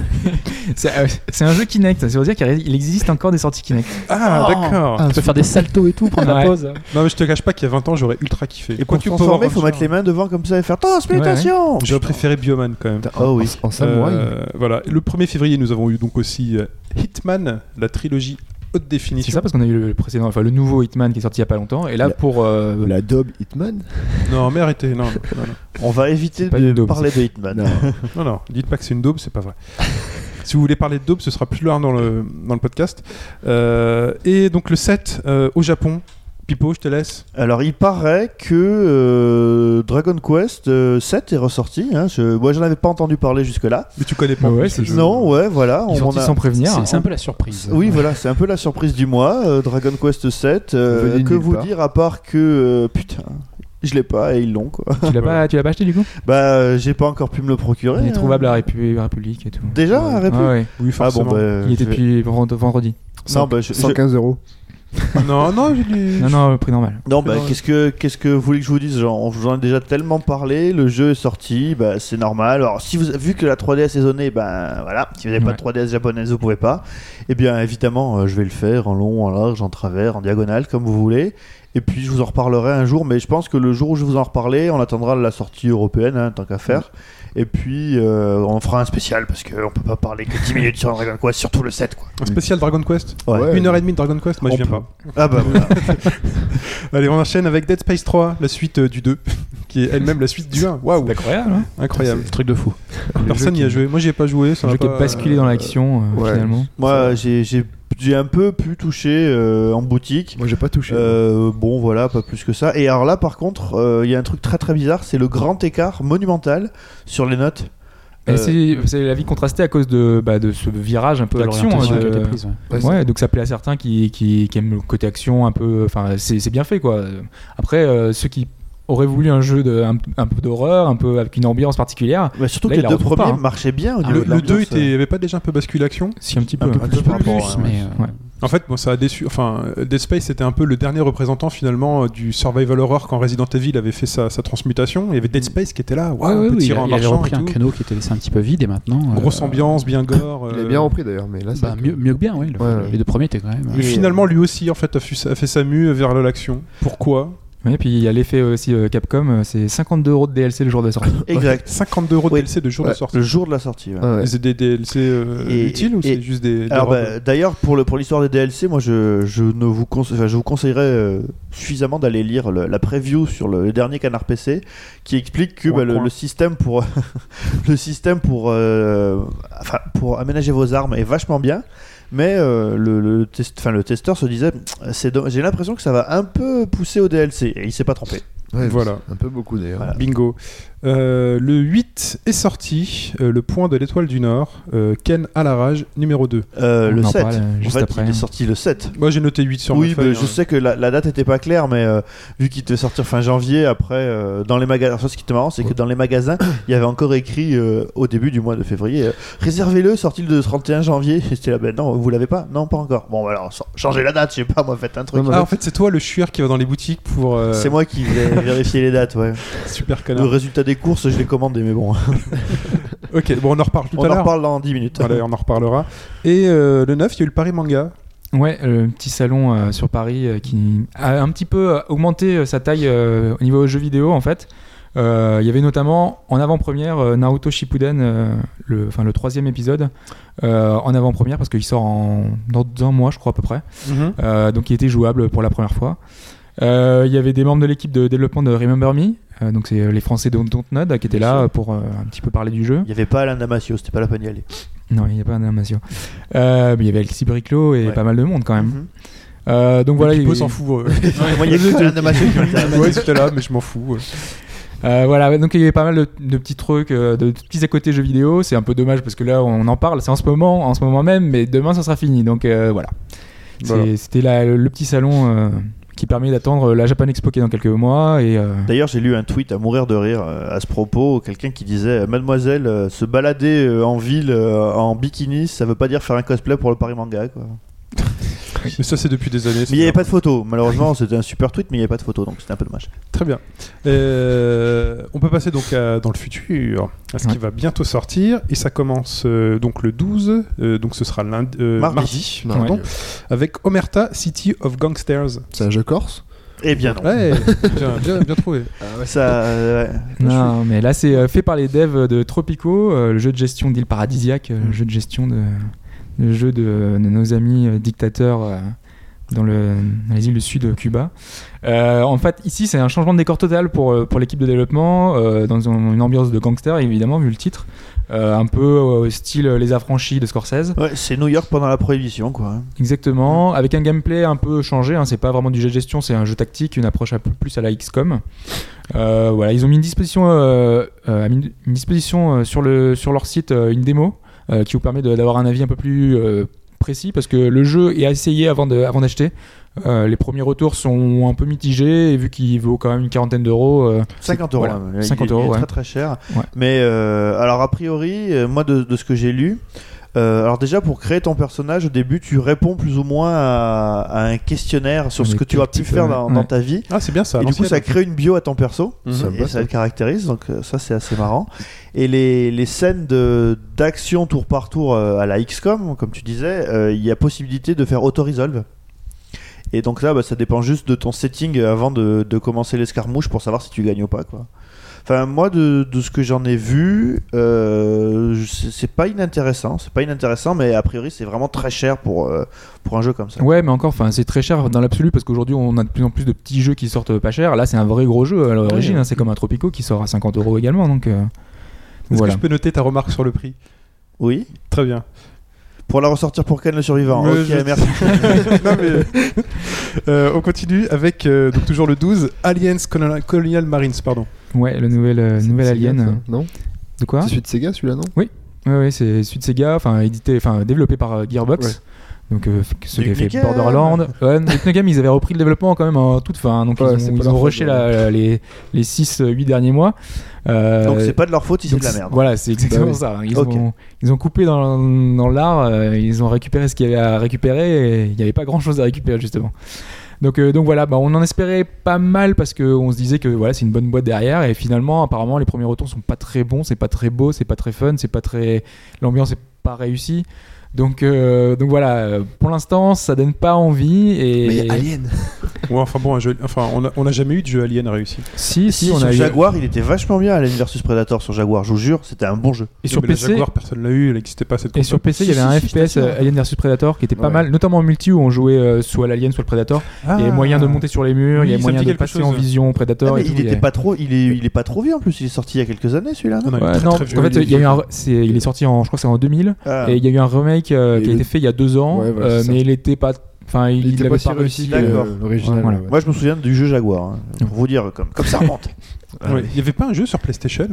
C'est euh, c'est un jeu Kinect, ça veut dire qu'il existe encore des sorties Kinect.
ah,
Oh.
d'accord.
Ah, on peut faire des saltos et tout, prendre la
Ouais.
pause.
Non, mais je te cache pas qu'il y a 20 ans, j'aurais ultra kiffé.
Et pour
Quoique
se
Power
transformer, il faut
Rangers-
mettre les mains devant comme ça et faire Transmutation
J'aurais préféré Bioman quand même.
Oh oui.
En samouraï.
Euh, voilà. Le 1er février, nous avons eu donc aussi euh, Hitman, la trilogie haute
C'est
définition.
ça parce qu'on a eu le précédent, enfin le nouveau Hitman qui est sorti il y a pas longtemps, et là
La-
pour. euh,
La Dob Hitman
Non, mais arrêtez. Non, non, non, non.
On va éviter
Pas
de
une daube,
parler de Hitman.
Non.
Non, non, dites pas que c'est une daube, c'est pas vrai. si vous voulez parler de daube, ce sera plus loin dans le, dans le podcast. Euh, et donc le 7 euh, au Japon. Pipo, je te laisse.
Alors, il paraît que euh, Dragon Quest euh, 7 est ressorti. hein. Je- Moi, j'en avais pas entendu parler jusque-là.
Mais tu connais pas.
Ah ouais,
en plus,
c'est
le jeu.
Non, ouais, voilà.
ils sont
on
sortis
en a-
sans prévenir.
C'est c'est un peu la surprise.
Oui, voilà, c'est un peu la surprise du mois, euh, Dragon Quest 7.
On valide
que
nulle
vous
part.
dire à part que euh, putain, je l'ai pas et ils l'ont quoi.
Tu l'as pas, tu l'as pas acheté du coup
Bah, euh, j'ai pas encore pu me le procurer.
Il est
hein.
trouvable à la Répu- République et tout.
Déjà, à République
Ah ouais.
Oui,
Ah
forcément.
bon, bah,
Il était
je vais-
depuis vend- vendredi.
Non, bah, je- je-
115 euros.
Non, non, j'ai du-
Non, non, le prix normal.
non, bah, qu'est-ce que qu'est-ce que vous voulez que je vous dise Genre, on- J'en ai déjà tellement parlé. Le jeu est sorti, bah, c'est normal. Alors, si vous vu que la 3DS est zonée, bah, voilà. Si vous n'avez
Ouais.
pas de 3DS japonaise, vous pouvez pas. Eh bien, évidemment, euh, je vais le faire en long, en large, en travers, en diagonale, comme vous voulez. Et puis, je vous en reparlerai un jour. Mais je pense que le jour où je vais vous en reparlerai, on attendra la sortie européenne, hein, tant qu'à faire. Et puis, euh, on fera un spécial parce qu'on peut pas parler que 10 minutes sur Dragon Quest, surtout le 7 quoi.
Un spécial Dragon Quest.
Ouais.
Une heure et demie de Dragon Quest, moi je
On
viens
peut.
pas.
Ah bah voilà.
Allez, on enchaîne avec Dead Space 3, la suite euh, du 2, qui est elle-même la suite du 1. Waouh,
C'est incroyable. hein.
incroyable.
Truc de fou.
Personne n'y a joué. Moi, j'y ai pas joué. Ça
Un
m'a
jeu qui
pas-
est basculé dans l'action euh,
ouais.
finalement.
Moi, j'ai j'ai- j'ai un peu pu toucher euh, en boutique.
Moi, j'ai pas touché.
Euh, bon, voilà, pas plus que ça. Et alors là, par contre, euh, il y a un truc très très bizarre, c'est le grand écart monumental sur les notes.
Et
Euh,
c'est- C'est la vie contrastée à cause de, bah, de ce virage un peu
De
action.
l'orientation
hein,
qui a
de-
été prise, ouais.
Ouais,
Ouais, donc ça plaît à certains qui, qui, qui aiment le côté action un peu. Enfin, c'est c'est bien fait quoi. Après, euh, ceux qui auraient voulu un jeu de, un, un peu d'horreur, un peu avec une ambiance particulière,
Mais surtout
Là,
que les
il la
deux
retrouve
premiers
pas, hein.
marchaient bien au niveau
Le,
de l'ambiance. euh,
2 était, avait pas déjà un peu basculé action
si un petit peu.
Un peu
hein.
plus par rapport,
Plus,
ouais.
mais, euh,
Ouais.
En fait, bon, ça a déçu. Enfin, euh, Dead Space était un peu le dernier représentant finalement euh, du survival horror quand Resident Evil avait fait sa, sa transmutation. Il y avait Dead Space qui était là,
Mm. Ouais,
waouh,
ouais,
un peu
oui, il,
tiré en
il avait
marchant
repris
et
un
tout.
créneau qui était laissé un petit peu vide et maintenant. euh,
Grosse ambiance, bien gore.
Il
euh,
a bien repris d'ailleurs, mais là, c'est.
bah, mieux, mieux que bien, oui. le-
Ouais, ouais.
Les deux premiers étaient quand même.
et
euh,
finalement, lui aussi, en fait, a, fu- a fait sa mue vers l'action. Pourquoi
Ouais, et puis il y a l'effet aussi euh, Capcom, euh, c'est 52 euros de DLC le jour de la sortie.
Exact.
52 euros de
Oui.
DLC de jour de
Ouais.
sortie.
Le jour de la sortie. ouais.
Ah Ouais, ouais.
C'est des DLC euh,
Et-
utiles ou
et-
c'est juste des. des
Alors
robes
bah, d'ailleurs pour le pour l'histoire des DLC, moi je, je ne vous conseille, enfin, je vous conseillerais euh, suffisamment d'aller lire le- la preview sur le, le dernier canard PC qui explique que
Coin,
bah, le,
coin.
le système pour le système pour euh, enfin, pour aménager vos armes est vachement bien. Mais euh, le, le test, enfin, le testeur se disait, c'est domm- j'ai l'impression que ça va un peu pousser au DLC. Et il s'est pas trompé.
Ouais,
Voilà.
bah,
c'est Un peu beaucoup d'ailleurs.
Voilà.
Bingo. Euh, le 8 est sorti, euh, le point de l'étoile du Nord, euh, Ken à la rage, numéro 2.
Euh,
On
le
en
7.
parle, euh,
en
juste
fait,
après.
il est sorti le 7.
Moi j'ai noté 8 sur
oui,
ma
bah,
feuille,
je
hein.
sais que la, la date était pas claire, mais euh, vu qu'il devait sortir fin janvier, après, euh, dans les magasins, enfin, ce qui était marrant, c'est que dans les magasins, il y avait encore écrit euh, au début du mois de février, euh, réservez-le, sorti le 31 janvier. Et C'était là, ben non, vous l'avez pas Non, pas encore. Bon, bah, alors, so- changez la date, je sais pas, moi, faites un truc.
Non, mais-
Ah, en fait, c'est toi le chieur qui va dans les boutiques pour. euh,
C'est moi qui vais vérifier les dates, ouais.
Super
Le
connard.
résultat des courses, je l'ai commandé, mais bon,
Ok, bon, on en reparle tout
on
à
en
l'heure.
reparle dans 10 minutes.
Voilà, on en reparlera. Et euh, le 9, il y a eu le Paris Manga.
Ouais, le petit salon euh, sur Paris euh, qui a un petit peu euh, augmenté euh, sa taille euh, au niveau jeux vidéo en fait. Euh, Il y avait notamment en avant-première euh, Naruto Shippuden, euh, le, enfin, le troisième épisode, euh, en avant-première parce qu'il sort en, dans un mois je crois à peu près.
Mhm.
Euh, donc il était jouable pour la première fois. Euh, il y avait des membres de l'équipe de développement de Remember Me, euh, donc c'est euh, les Français de Dontnod qui étaient
Bien
là
sûr.
euh, pour euh, un petit peu parler du jeu.
Il n'y avait pas Alain Damasio, c'était pas la peine d'y aller.
Non, il n'y a pas d'animation. Euh, mais il y avait Alexis Briclot et
Ouais.
pas mal de monde quand même.
Mhm.
Euh, donc voilà, il y
peut
avait-
s'en fout.
Moi, il y a que Alain Damasio qui m'intéresse.
ouais, c'était là, mais je m'en fous. ouais.
Euh, voilà, ouais, donc il y avait pas mal de, de petits trucs, euh, de, de petits à côté jeux vidéo. C'est un peu dommage parce que là, on en parle, c'est en ce moment, en ce moment même, mais demain, ça sera fini. Donc euh, voilà. C'est-
Voilà.
C'était la- le petit salon euh, qui permet d'attendre la Japan Expo qui est dans quelques mois. Et euh,
D'ailleurs, j'ai lu un tweet à mourir de rire euh, à ce propos, quelqu'un qui disait "Mademoiselle, euh, se balader euh, en ville euh, en bikini, ça veut pas dire faire un cosplay pour le Paris Manga." Quoi.
Mais ça, c'est depuis des années.
Mais il n'y avait pas de photo. Malheureusement, c'était un super tweet, mais il n'y avait pas de photo, donc c'était un peu dommage.
Très bien. Euh, on peut passer donc à- dans le futur, à ce qui
Ouais.
va bientôt sortir. Et ça commence euh, donc le 12, euh, donc ce sera lundi, euh,
Mardi.
mardi.
Non,
pardon,
mais-
avec Omerta City of Gangsters.
C'est un jeu corse
Eh bien non.
Ouais, bien, bien- bien trouvé.
Ah
Ça, euh, ouais.
non, mais là, c'est euh, fait par les devs de Tropico, euh, le jeu de gestion d'île paradisiaque, euh, le jeu de gestion de, le jeu de, de nos amis euh, dictateurs euh, dans, le, dans les îles du sud, euh, Cuba. Euh, en fait, ici, c'est un changement de décor total pour, euh, pour l'équipe de développement, euh, dans une une ambiance de gangster, évidemment, vu le titre. Euh, un peu euh, style euh, Les Affranchis de Scorsese.
Ouais, c'est New York pendant la prohibition, quoi.
Exactement, avec un gameplay un peu changé, hein, c'est pas vraiment du jeu de gestion, c'est un jeu tactique, une approche un peu plus à la XCOM. Euh, voilà, ils ont mis une disposition, euh, euh, une une disposition euh, sur, le, sur leur site, euh, une démo, euh, qui vous permet de- d'avoir un avis un peu plus euh, précis, parce que le jeu est à essayer avant de- avant d'acheter. Euh, les premiers retours sont un peu mitigés, et vu qu'il vaut quand même une quarantaine d'euros, euh,
50 euros.
voilà,
hein. Il-
50
il est
euros, ouais.
Très très cher.
Ouais.
Mais euh, alors a priori, euh, moi de, de ce que j'ai lu, euh, alors déjà pour créer ton personnage au début, tu réponds plus ou moins à, à un questionnaire sur
Avec
ce que tu
quel
as pu
type,
faire
euh,
dans, dans
ouais.
ta vie.
Ah, c'est bien ça.
Et du coup, ça
l'ancienne.
crée une bio à ton perso.
Mhm.
Ça me
Et
va,
ça le caractérise, donc euh, ça c'est assez marrant. Et les, les scènes de- d'action tour par tour euh, à la XCOM, comme tu disais, euh, il y a possibilité de faire auto-resolve. Et donc là, bah, ça dépend juste de ton setting euh, avant de, de commencer l'escarmouche pour savoir si tu gagnes ou pas. Quoi. Enfin, moi, de, de ce que j'en ai vu, euh, je- c'est c'est pas inintéressant. C'est pas inintéressant, mais a priori, c'est vraiment très cher pour, euh, pour un jeu comme ça.
Ouais, mais encore, enfin, c'est très cher dans l'absolu parce qu'aujourd'hui on a de plus en plus de petits jeux qui sortent pas cher. Là, c'est un vrai gros jeu à l'origine.
Oui.
hein, c'est comme un Tropico qui sort à 50 euros également. Donc euh,
Est-ce
voilà.
que je peux noter ta remarque sur le prix
Oui.
Très bien.
Pour la ressortir pour Ken le survivant.
Mais
ok,
je-
merci.
Non, mais- Euh, on continue avec euh, donc toujours le 12, Aliens Colonial, Colonial Marines, pardon.
Ouais, le nouvel, euh, nouvel
C'est Sega,
Alien.
ça, Non
De quoi
C'est celui de Sega celui-là, non
Ouais, ouais, c'est issu de Sega, enfin édité, enfin développé par euh, Gearbox. Donc euh, f- ceux qui
Duke
avaient fait
Nukem.
Borderlands, ouais, Duke Nukem, ils avaient repris le développement quand même en toute fin, hein, donc
Ouais,
ils
c'est
ont,
pas
ils
leur
ont
faute,
rushé
ouais.
la- la- les, les 6-8 derniers mois. Euh,
Donc c'est pas de leur faute si c'est
Donc,
de la
c'est-
merde. hein.
Voilà, c'est exactement
Bah oui.
ça. Ils,
Ok.
ont, ils ont coupé dans, dans l'art, euh, ils ont récupéré ce qu'il y avait à récupérer et il n'y avait pas grand chose à récupérer justement. Donc, euh, donc voilà, bah, on en espérait pas mal parce qu'on se disait que voilà, c'est une bonne boîte derrière et finalement, apparemment, les premiers retours sont pas très bons, c'est pas très beau, c'est pas très fun, c'est pas très. L'ambiance est pas réussie. Donc, euh, donc voilà, euh, pour l'instant, ça donne pas envie. Et
Alien
Ouais, enfin bon, un jeu- enfin, on n'a on a jamais eu de jeu Alien réussi.
si, si,
Si,
on
sur
a eu-
Jaguar, il était vachement bien Alien vs Predator sur Jaguar, je vous jure, c'était un bon jeu.
Et
Oui,
sur
mais la
PC,
Jaguar, personne l'a eu, elle n'existait pas cette
Et sur
console.
PC, il y avait un FPS euh, Alien vs Predator qui était pas
Ouais.
mal, notamment en multi où on jouait euh, soit l'Alien, soit le Predator. Il y avait
Ah.
moyen de monter sur les murs,
Oui,
il y
ça
avait
me
moyen
dit
de
quelque
passer
chose.
en vision au
Ah,
Predator.
mais
et tout,
il
y
était
avait-
pas trop, il est, il est pas trop vieux en plus, il est sorti il y a quelques années celui-là.
Non,
non
non, il est
Ouais,
euh, très,
non,
très vieux.
en fait, il y a eu un re- c'est- il est sorti en, je crois, que c'est en 2000,
Ah.
et il y a eu un remake euh,
Et
qui a
le-
été fait il y a deux ans,
Ouais, voilà,
euh,
c'est ça.
mais il était pas, Enfin, il,
Il
il
était
avait
pas si
pas réussi.
réussi
réussi,
euh,
d'accord.
euh, l'original.
Voilà.
ouais.
Moi, je me souviens du jeu Jaguar. hein. Pour vous dire, comme, comme ça remonte.
Ouais. Il n'y avait pas un jeu sur PlayStation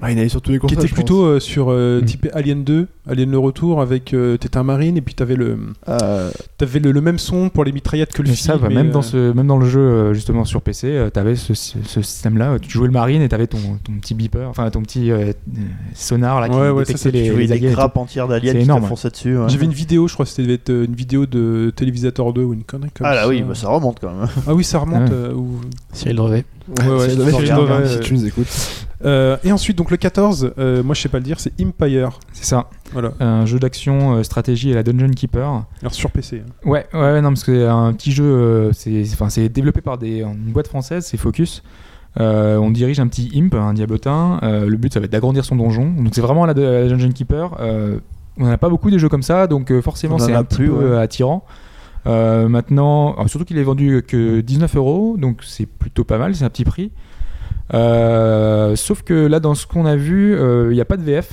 Ah, il allait sur tous les
qui
consoles.
était
je pense.
plutôt euh, sur euh,
Mm.
typé Alien 2, Alien le retour avec euh, t'étais un marine et puis t'avais le
Euh,
t'avais le, le même son pour les mitraillettes que le
mais
film.
ça, bah,
mais,
même,
euh,
dans ce, même dans le jeu, euh, justement, sur PC, euh, t'avais ce, ce- ce système-là. euh, Tu jouais le marine et t'avais ton, ton petit beeper, enfin ton petit euh, euh, sonar là, qui
Ouais, ouais,
détectait
ça, ça, tu
tu
les,
vois,
les
il y a
aguets
des
et tout.
grappes entières d'aliens
C'est
qui
énorme,
t'enfonçaient dessus. hein. ouais.
J'avais une vidéo, je crois que c'était être euh, une vidéo de Télévisateur 2 ou une connerie comme
Ah
ça.
là, oui, bah, ça remonte quand même.
Ah oui, ça remonte.
Ah ouais.
euh, ou-
Cyril Drevet.
Ouais, ouais, je
Si- si-
te
si-
hein,
regarde,
si
euh,
tu nous écoutes.
Euh, et ensuite, donc le 14, euh, moi je sais pas le dire, c'est Empire.
C'est ça.
Voilà.
Un jeu d'action, euh, stratégie et la Dungeon Keeper.
Alors sur PC. hein.
Ouais, ouais, ouais, non, parce que c'est un petit jeu, euh, c'est enfin, c'est développé par des, une boîte française, c'est Focus. Euh, on dirige un petit imp, un diablotin. Euh, le but, ça va être d'agrandir son donjon. Donc, c'est vraiment à la, de- à la Dungeon Keeper. Euh, on n'en a pas beaucoup des jeux comme ça, donc euh,
On
forcément,
en
c'est
a
un petit
plus,
peu
ouais.
euh, attirant. Euh, maintenant, alors, surtout qu'il est vendu que 19 euros, donc c'est plutôt pas mal, c'est un petit prix. Euh, sauf que là, dans ce qu'on a vu, euh, il n'y a pas de VF.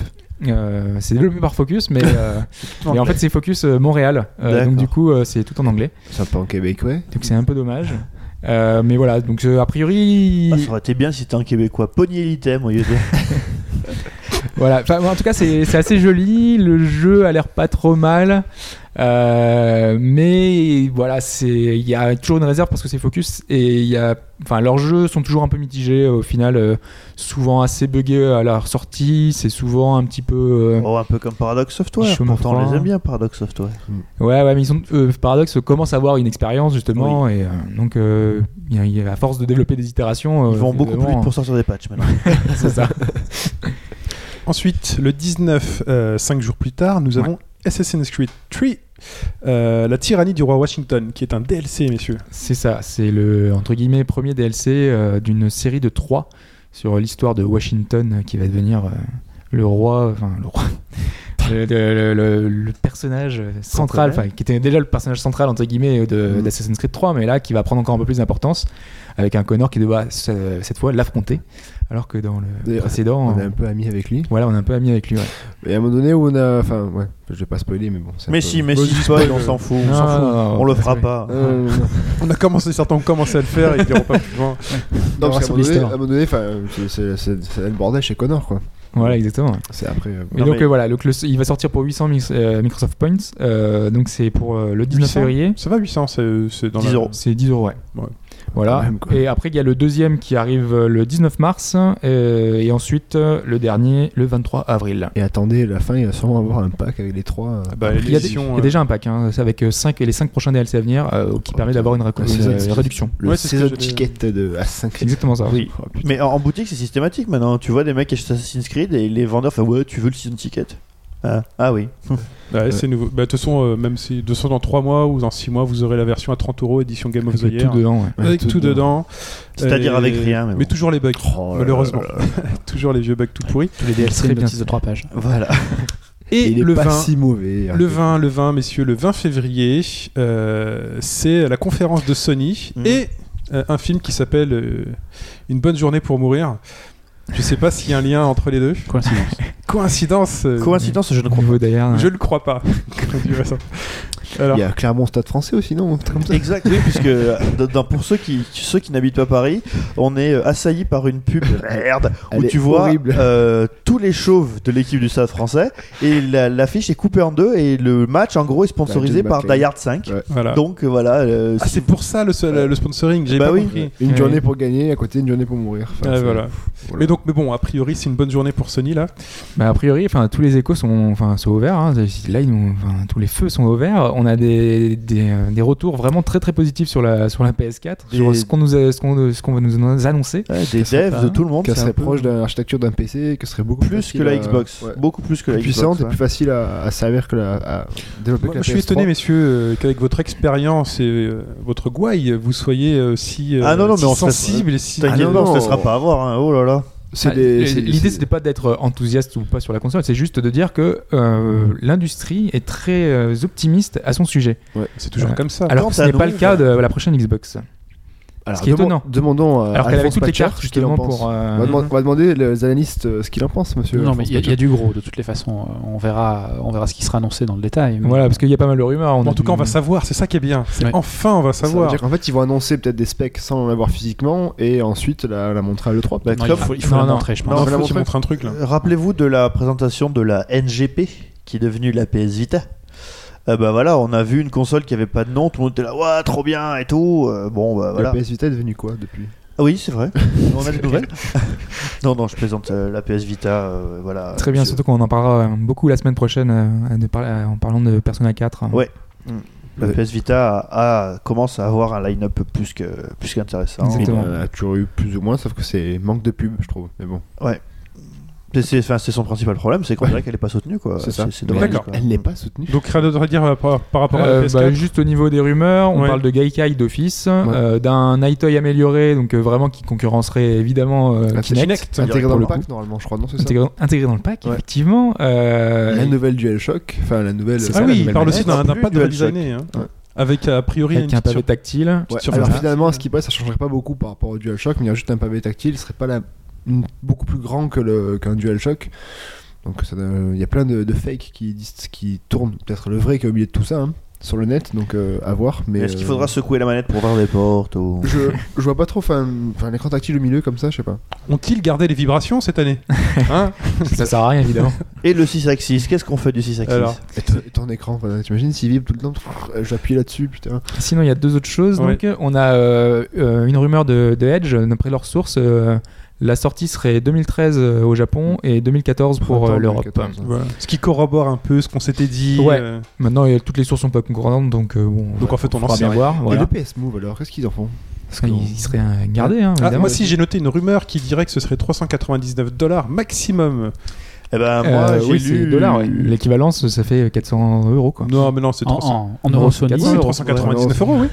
Euh, c'est développé par Focus, mais, euh, mais en fait, c'est Focus euh, Montréal. Euh,
D'accord.
donc, du coup, euh, c'est tout en anglais.
Sympa en Québec, ouais.
Donc c'est un peu dommage. Euh, mais voilà, donc euh, a priori,
Ah, ça aurait été bien si t'étais un Québécois. Pogné l'item au lieu de.
voilà. Enfin, en tout cas, c'est c'est assez joli. Le jeu a l'air pas trop mal, Euh, mais voilà, c'est il y a toujours une réserve parce que c'est Focus et il y a, enfin, leurs jeux sont toujours un peu mitigés euh, au final, euh, souvent assez buggés à leur sortie. C'est souvent un petit peu euh,
Oh, un peu comme Paradox Software.
Chaud
Pourtant, on
froid.
les aime bien, Paradox Software.
Ouais, ouais, mais ils sont, euh, Paradox commence à avoir une expérience justement, et euh, donc euh, il y a- il y a- à force de développer des itérations,
Ils
euh,
vont beaucoup plus
évidemment,
vite pour sortir des patchs maintenant.
c'est ça.
Ensuite, le 19, 5 jours plus tard, nous
Ouais.
avons Assassin's Creed 3, euh, La tyrannie du roi Washington, qui est un DLC, messieurs.
C'est ça, c'est le entre guillemets premier DLC euh, d'une série de trois sur l'histoire de Washington euh, qui va devenir euh, le roi, enfin le roi, le, le- le- le personnage central, enfin qui était déjà le personnage central entre guillemets de-
Mhm.
d'Assassin's Creed 3, mais là qui va prendre encore un peu plus d'importance avec un Connor qui doit ce- cette fois l'affronter, alors que dans le
Et
précédent,
On est
euh,
un peu amis avec lui.
voilà, on est un peu ami avec lui. ouais.
Et à un moment donné où on a. Enfin, ouais, je vais pas spoiler, mais bon. c'est un
Mais
peu-
si, mais
Bon,
si,
je
spoil,
spoil,
on
euh,
s'en fout. On
Non,
s'en fout.
non, non,
On le
ouais,
fera
oui.
pas.
Euh, non,
On a commencé, certains ont commencé à le faire, et ils iront pas plus loin.
Non, parce
Aura
qu'à
son
un moment donné-
blister.
à un moment donné, enfin, c'est- c'est c'est- c'est le bordel chez Connor, quoi.
Voilà, exactement.
C'est après. euh,
Et
Non,
donc
mais-
euh, voilà, donc le- il va sortir pour 800 mi- euh, Microsoft Points, euh, donc c'est pour euh, le 19
800.
février.
Ça va, 800, c'est c'est dans
10
la-
euros.
C'est 10 euros, ouais.
Ouais.
Voilà.
Quand même, quoi.
et après, il y a le deuxième qui arrive euh, le 19 mars. euh, et ensuite, euh, le dernier, le 23 avril.
Et attendez, à la fin, il va sûrement avoir un pack avec les trois. euh,
Ah bah,
Il y, a des-
l'édition,
il y a déjà un pack hein, c'est avec 5 et les 5 prochains DLC à venir euh, qui permet d'avoir une, raco-
Ah, c'est
une,
ça,
euh,
c'est-
réduction.
Le
Ouais, c'est ce que
saison
j'allais-
ticket de A5.
C'est exactement ça.
Oui.
Oh, putain.
Mais en, en boutique, c'est systématique maintenant. Tu vois des mecs qui achètent Assassin's Creed et les vendeurs font Ouais, tu veux le season ticket ah, ah oui.
euh, ouais, c'est nouveau. Bah, De toute façon, euh, même si de toute façon, dans 3 mois ou dans 6 mois, vous aurez la version à 30 euros, édition Game of
Avec
the Year.
tout dedans. ouais.
Avec tout, dedans.
C'est-à-dire
Et-
avec rien, mais bon.
toujours les bugs.
Oh là
Malheureusement. toujours les vieux bugs tout pourris.
Tous les DLC
Très
de
bien.
notice de 3 pages.
Voilà.
Et
il est
le
pas
20.
si mauvais. hein.
Le 20, le 20, messieurs, le 20 février, euh, c'est la conférence de Sony
Mhm.
et euh, un film qui s'appelle euh, Une bonne journée pour mourir. Je sais pas s'il y a un lien entre les deux.
Coïncidence.
Coïncidence euh,
Coïncidence, je ne
Au
crois
niveau hein. d'ailleurs.
Je le crois pas. Quand tu vois ça. Alors,
Il y a clairement Stade français aussi, non un truc comme
pas.
ça.
Exact, oui, puisque euh, dans- dans- pour ceux qui, ceux qui n'habitent pas Paris, on est euh, assailli par une pub de merde où
Elle est
tu vois
horrible.
euh, tous les chauves de l'équipe du Stade français et la- l'affiche est coupée en deux et le match en gros est sponsorisé
Bah, Jim
par
McLean.
Die Hard 5.
Ouais.
voilà.
Donc euh, voilà, euh,
Ah, c'est pour ça le, seul- le sponsoring, j'ai
Bah
pas
oui.
compris.
Une
Ouais.
journée pour gagner, à côté une journée pour mourir. Enfin,
Ah,
c'est-
voilà. Mais donc, mais bon, a priori, c'est une bonne journée pour Sony là.
Bah, a priori, enfin, tous les échos sont, enfin, sont ouverts. hein. Là, ils nous- enfin, tous les feux sont ouverts. On a des, des, euh, des retours vraiment très très positifs sur la, sur la PS4,
Des-
sur ce qu'on nous a- ce qu'on ce qu'on va nous annoncer.
ouais, des
serait
devs
pas-
de tout le monde.
Qui
c'est hein. un
serait
peu-
proche de l'architecture d'un PC, qui serait beaucoup
plus que la Xbox. Beaucoup plus que la
Plus puissante et
Xbox.
plus facile à, à servir que la, à développer
Moi,
que la
je suis
PS3.
étonné, messieurs, euh, qu'avec votre expérience et euh, votre gouaille, vous soyez euh, si, euh,
Ah non, non,
si
mais on se laisse-
sensible et si.
ouais. T'inquiète
Ah non,
pas, on se
non.
laissera pas avoir. hein. Oh là là.
C'est
Ah,
des- c'est-
L'idée,
c'est-
c'était pas d'être enthousiaste ou pas sur la console, c'est juste de dire que euh, l'industrie est très euh, optimiste à son sujet.
C'est toujours
Ouais.
comme Ah, ça.
Alors
quand
que ce n'est
ça
pas le
arrive,
cas de la prochaine Xbox.
Alors,
Ce qui est
deman-
étonnant.
Demandons à
Alors qu'elle avait
Alphonse
toutes les
Patcher
cartes
ce qu'il
justement
en pense.
pour. euh,
On va, demand- on va demander aux analystes euh, ce qu'il en pense, monsieur.
Non, mais
Alphonse
il y, a- il y
Patcher.
a du gros, de toutes les façons. euh, On verra, on verra ce qui sera annoncé dans le détail. mais-
Voilà, parce qu'il y a pas mal de rumeurs.
En tout cas, on va
savoir.
savoir, c'est ça qui est bien. C'est
Ouais.
Enfin, on va
Ça veut
savoir.
dire qu'en fait, ils vont annoncer peut-être des specs sans l'avoir physiquement et ensuite la, la montrer à l'E3.
Bah,
Non, il
Club,
faut,
faut-
il faut
non,
la
non.
montrer, je
Non,
pense.
faut
faut
la
qu'il
montrer.
montre un truc là.
Euh, Rappelez-vous de la présentation de la NGP qui est devenue la PS Vita. Euh, bah voilà, on a vu une console qui avait pas de nom, tout le monde était là, ouah, trop bien et tout. Euh, bon, bah voilà.
La PS Vita est devenue quoi depuis
Ah oui, c'est vrai. on a des nouvelles. non, non, je présente la PS Vita, euh, voilà.
Très bien,
Je-
surtout qu'on en parlera euh, beaucoup la semaine prochaine euh, de parler- en parlant de Persona 4. hein.
Ouais. La PS Vita a- a- commence à avoir un line-up plus que plus qu'intéressant.
Exactement.
Il en a toujours eu plus ou moins, sauf que c'est manque de pub, je trouve. Mais bon,
C'est- C'est enfin, c'est son principal problème, c'est qu'on dirait qu'elle est pas soutenue quoi.
c'est ça.
C'est
Mais
dommage.
elle-
quoi.
Elle n'est pas soutenue.
Donc rien d'autre à dire euh, par, par rapport à
Euh,
la PS4.
bah, juste au niveau des rumeurs, on
Ouais.
parle de Gaikai d'office, euh, d'un Aitoy amélioré, donc euh, vraiment qui concurrencerait évidemment euh,
La
Kinect,
Ah, Kinect.
Intégrée
pour
dans le
le
pack normalement, je crois. Non, c'est ça.
intégré, intégré dans le pack,
Ouais.
effectivement. euh,
La nouvelle DualShock, enfin la nouvelle.
C'est
Ah
ça, la
oui, il
nouvelle
parle aussi
manette.
d'un d'un
Plus
pad
DualShock.
designé. hein.
Ouais.
Avec a priori une
avec un
petite
pavé tactile.
Ouais,
Sur
alors
Vita.
finalement, à ce qui passe, ça changerait pas beaucoup par rapport au DualShock, mais il y a juste un pavé tactile, ce serait pas la... une- beaucoup plus grand que le... qu'un DualShock. Donc ça, euh, il y a plein de, de fakes qui, disent- qui tournent, peut-être le vrai qui est au milieu de tout ça, hein, sur le net, donc euh, à voir. Mais
Est-ce qu'il
euh,
faudra secouer la manette pour ouvrir des portes ou...
je, je vois pas trop, enfin, enfin, l'écran tactile au milieu comme ça, je sais pas.
Ont-ils gardé les vibrations cette année Hein
Ça sert à rien évidemment.
Et le 6 axis, qu'est-ce qu'on fait du 6 axis
Alors,
Et ton- et ton écran, voilà, t'imagines s'il vibre tout le temps, pff, j'appuie là-dessus, putain.
Sinon, il y a deux autres choses.
Ouais.
Donc, on a euh, euh, une rumeur de, de Edge, euh, d'après leurs sources. euh, la sortie serait 2013 euh, au Japon
Mm.
et 2014 pour euh,
Printemps
l'Europe.
2014, hein.
voilà. Ce qui corrobore un peu ce qu'on s'était dit.
Ouais.
euh,
Maintenant, il y a- toutes les sources sont pas concordantes, donc euh, bon.
Donc en fait, on en
faudra
sait
bien
rien.
voir.
Et
voilà.
le PS Move alors, qu'est-ce qu'ils en font
Parce qu'il il serait euh, gardé. hein,
Ah,
évidemment.
moi si j'ai noté une rumeur qui dirait que ce serait 399 dollars maximum.
Eh ben
Euh,
moi j'ai
oui, c'est
lu
dollars, ouais. L'équivalence, ça fait 400 euros, quoi.
Non mais non c'est
En,
300.
en, en
Non,
euros
c'est
Sony,
400,
euros.
399 euros, oui.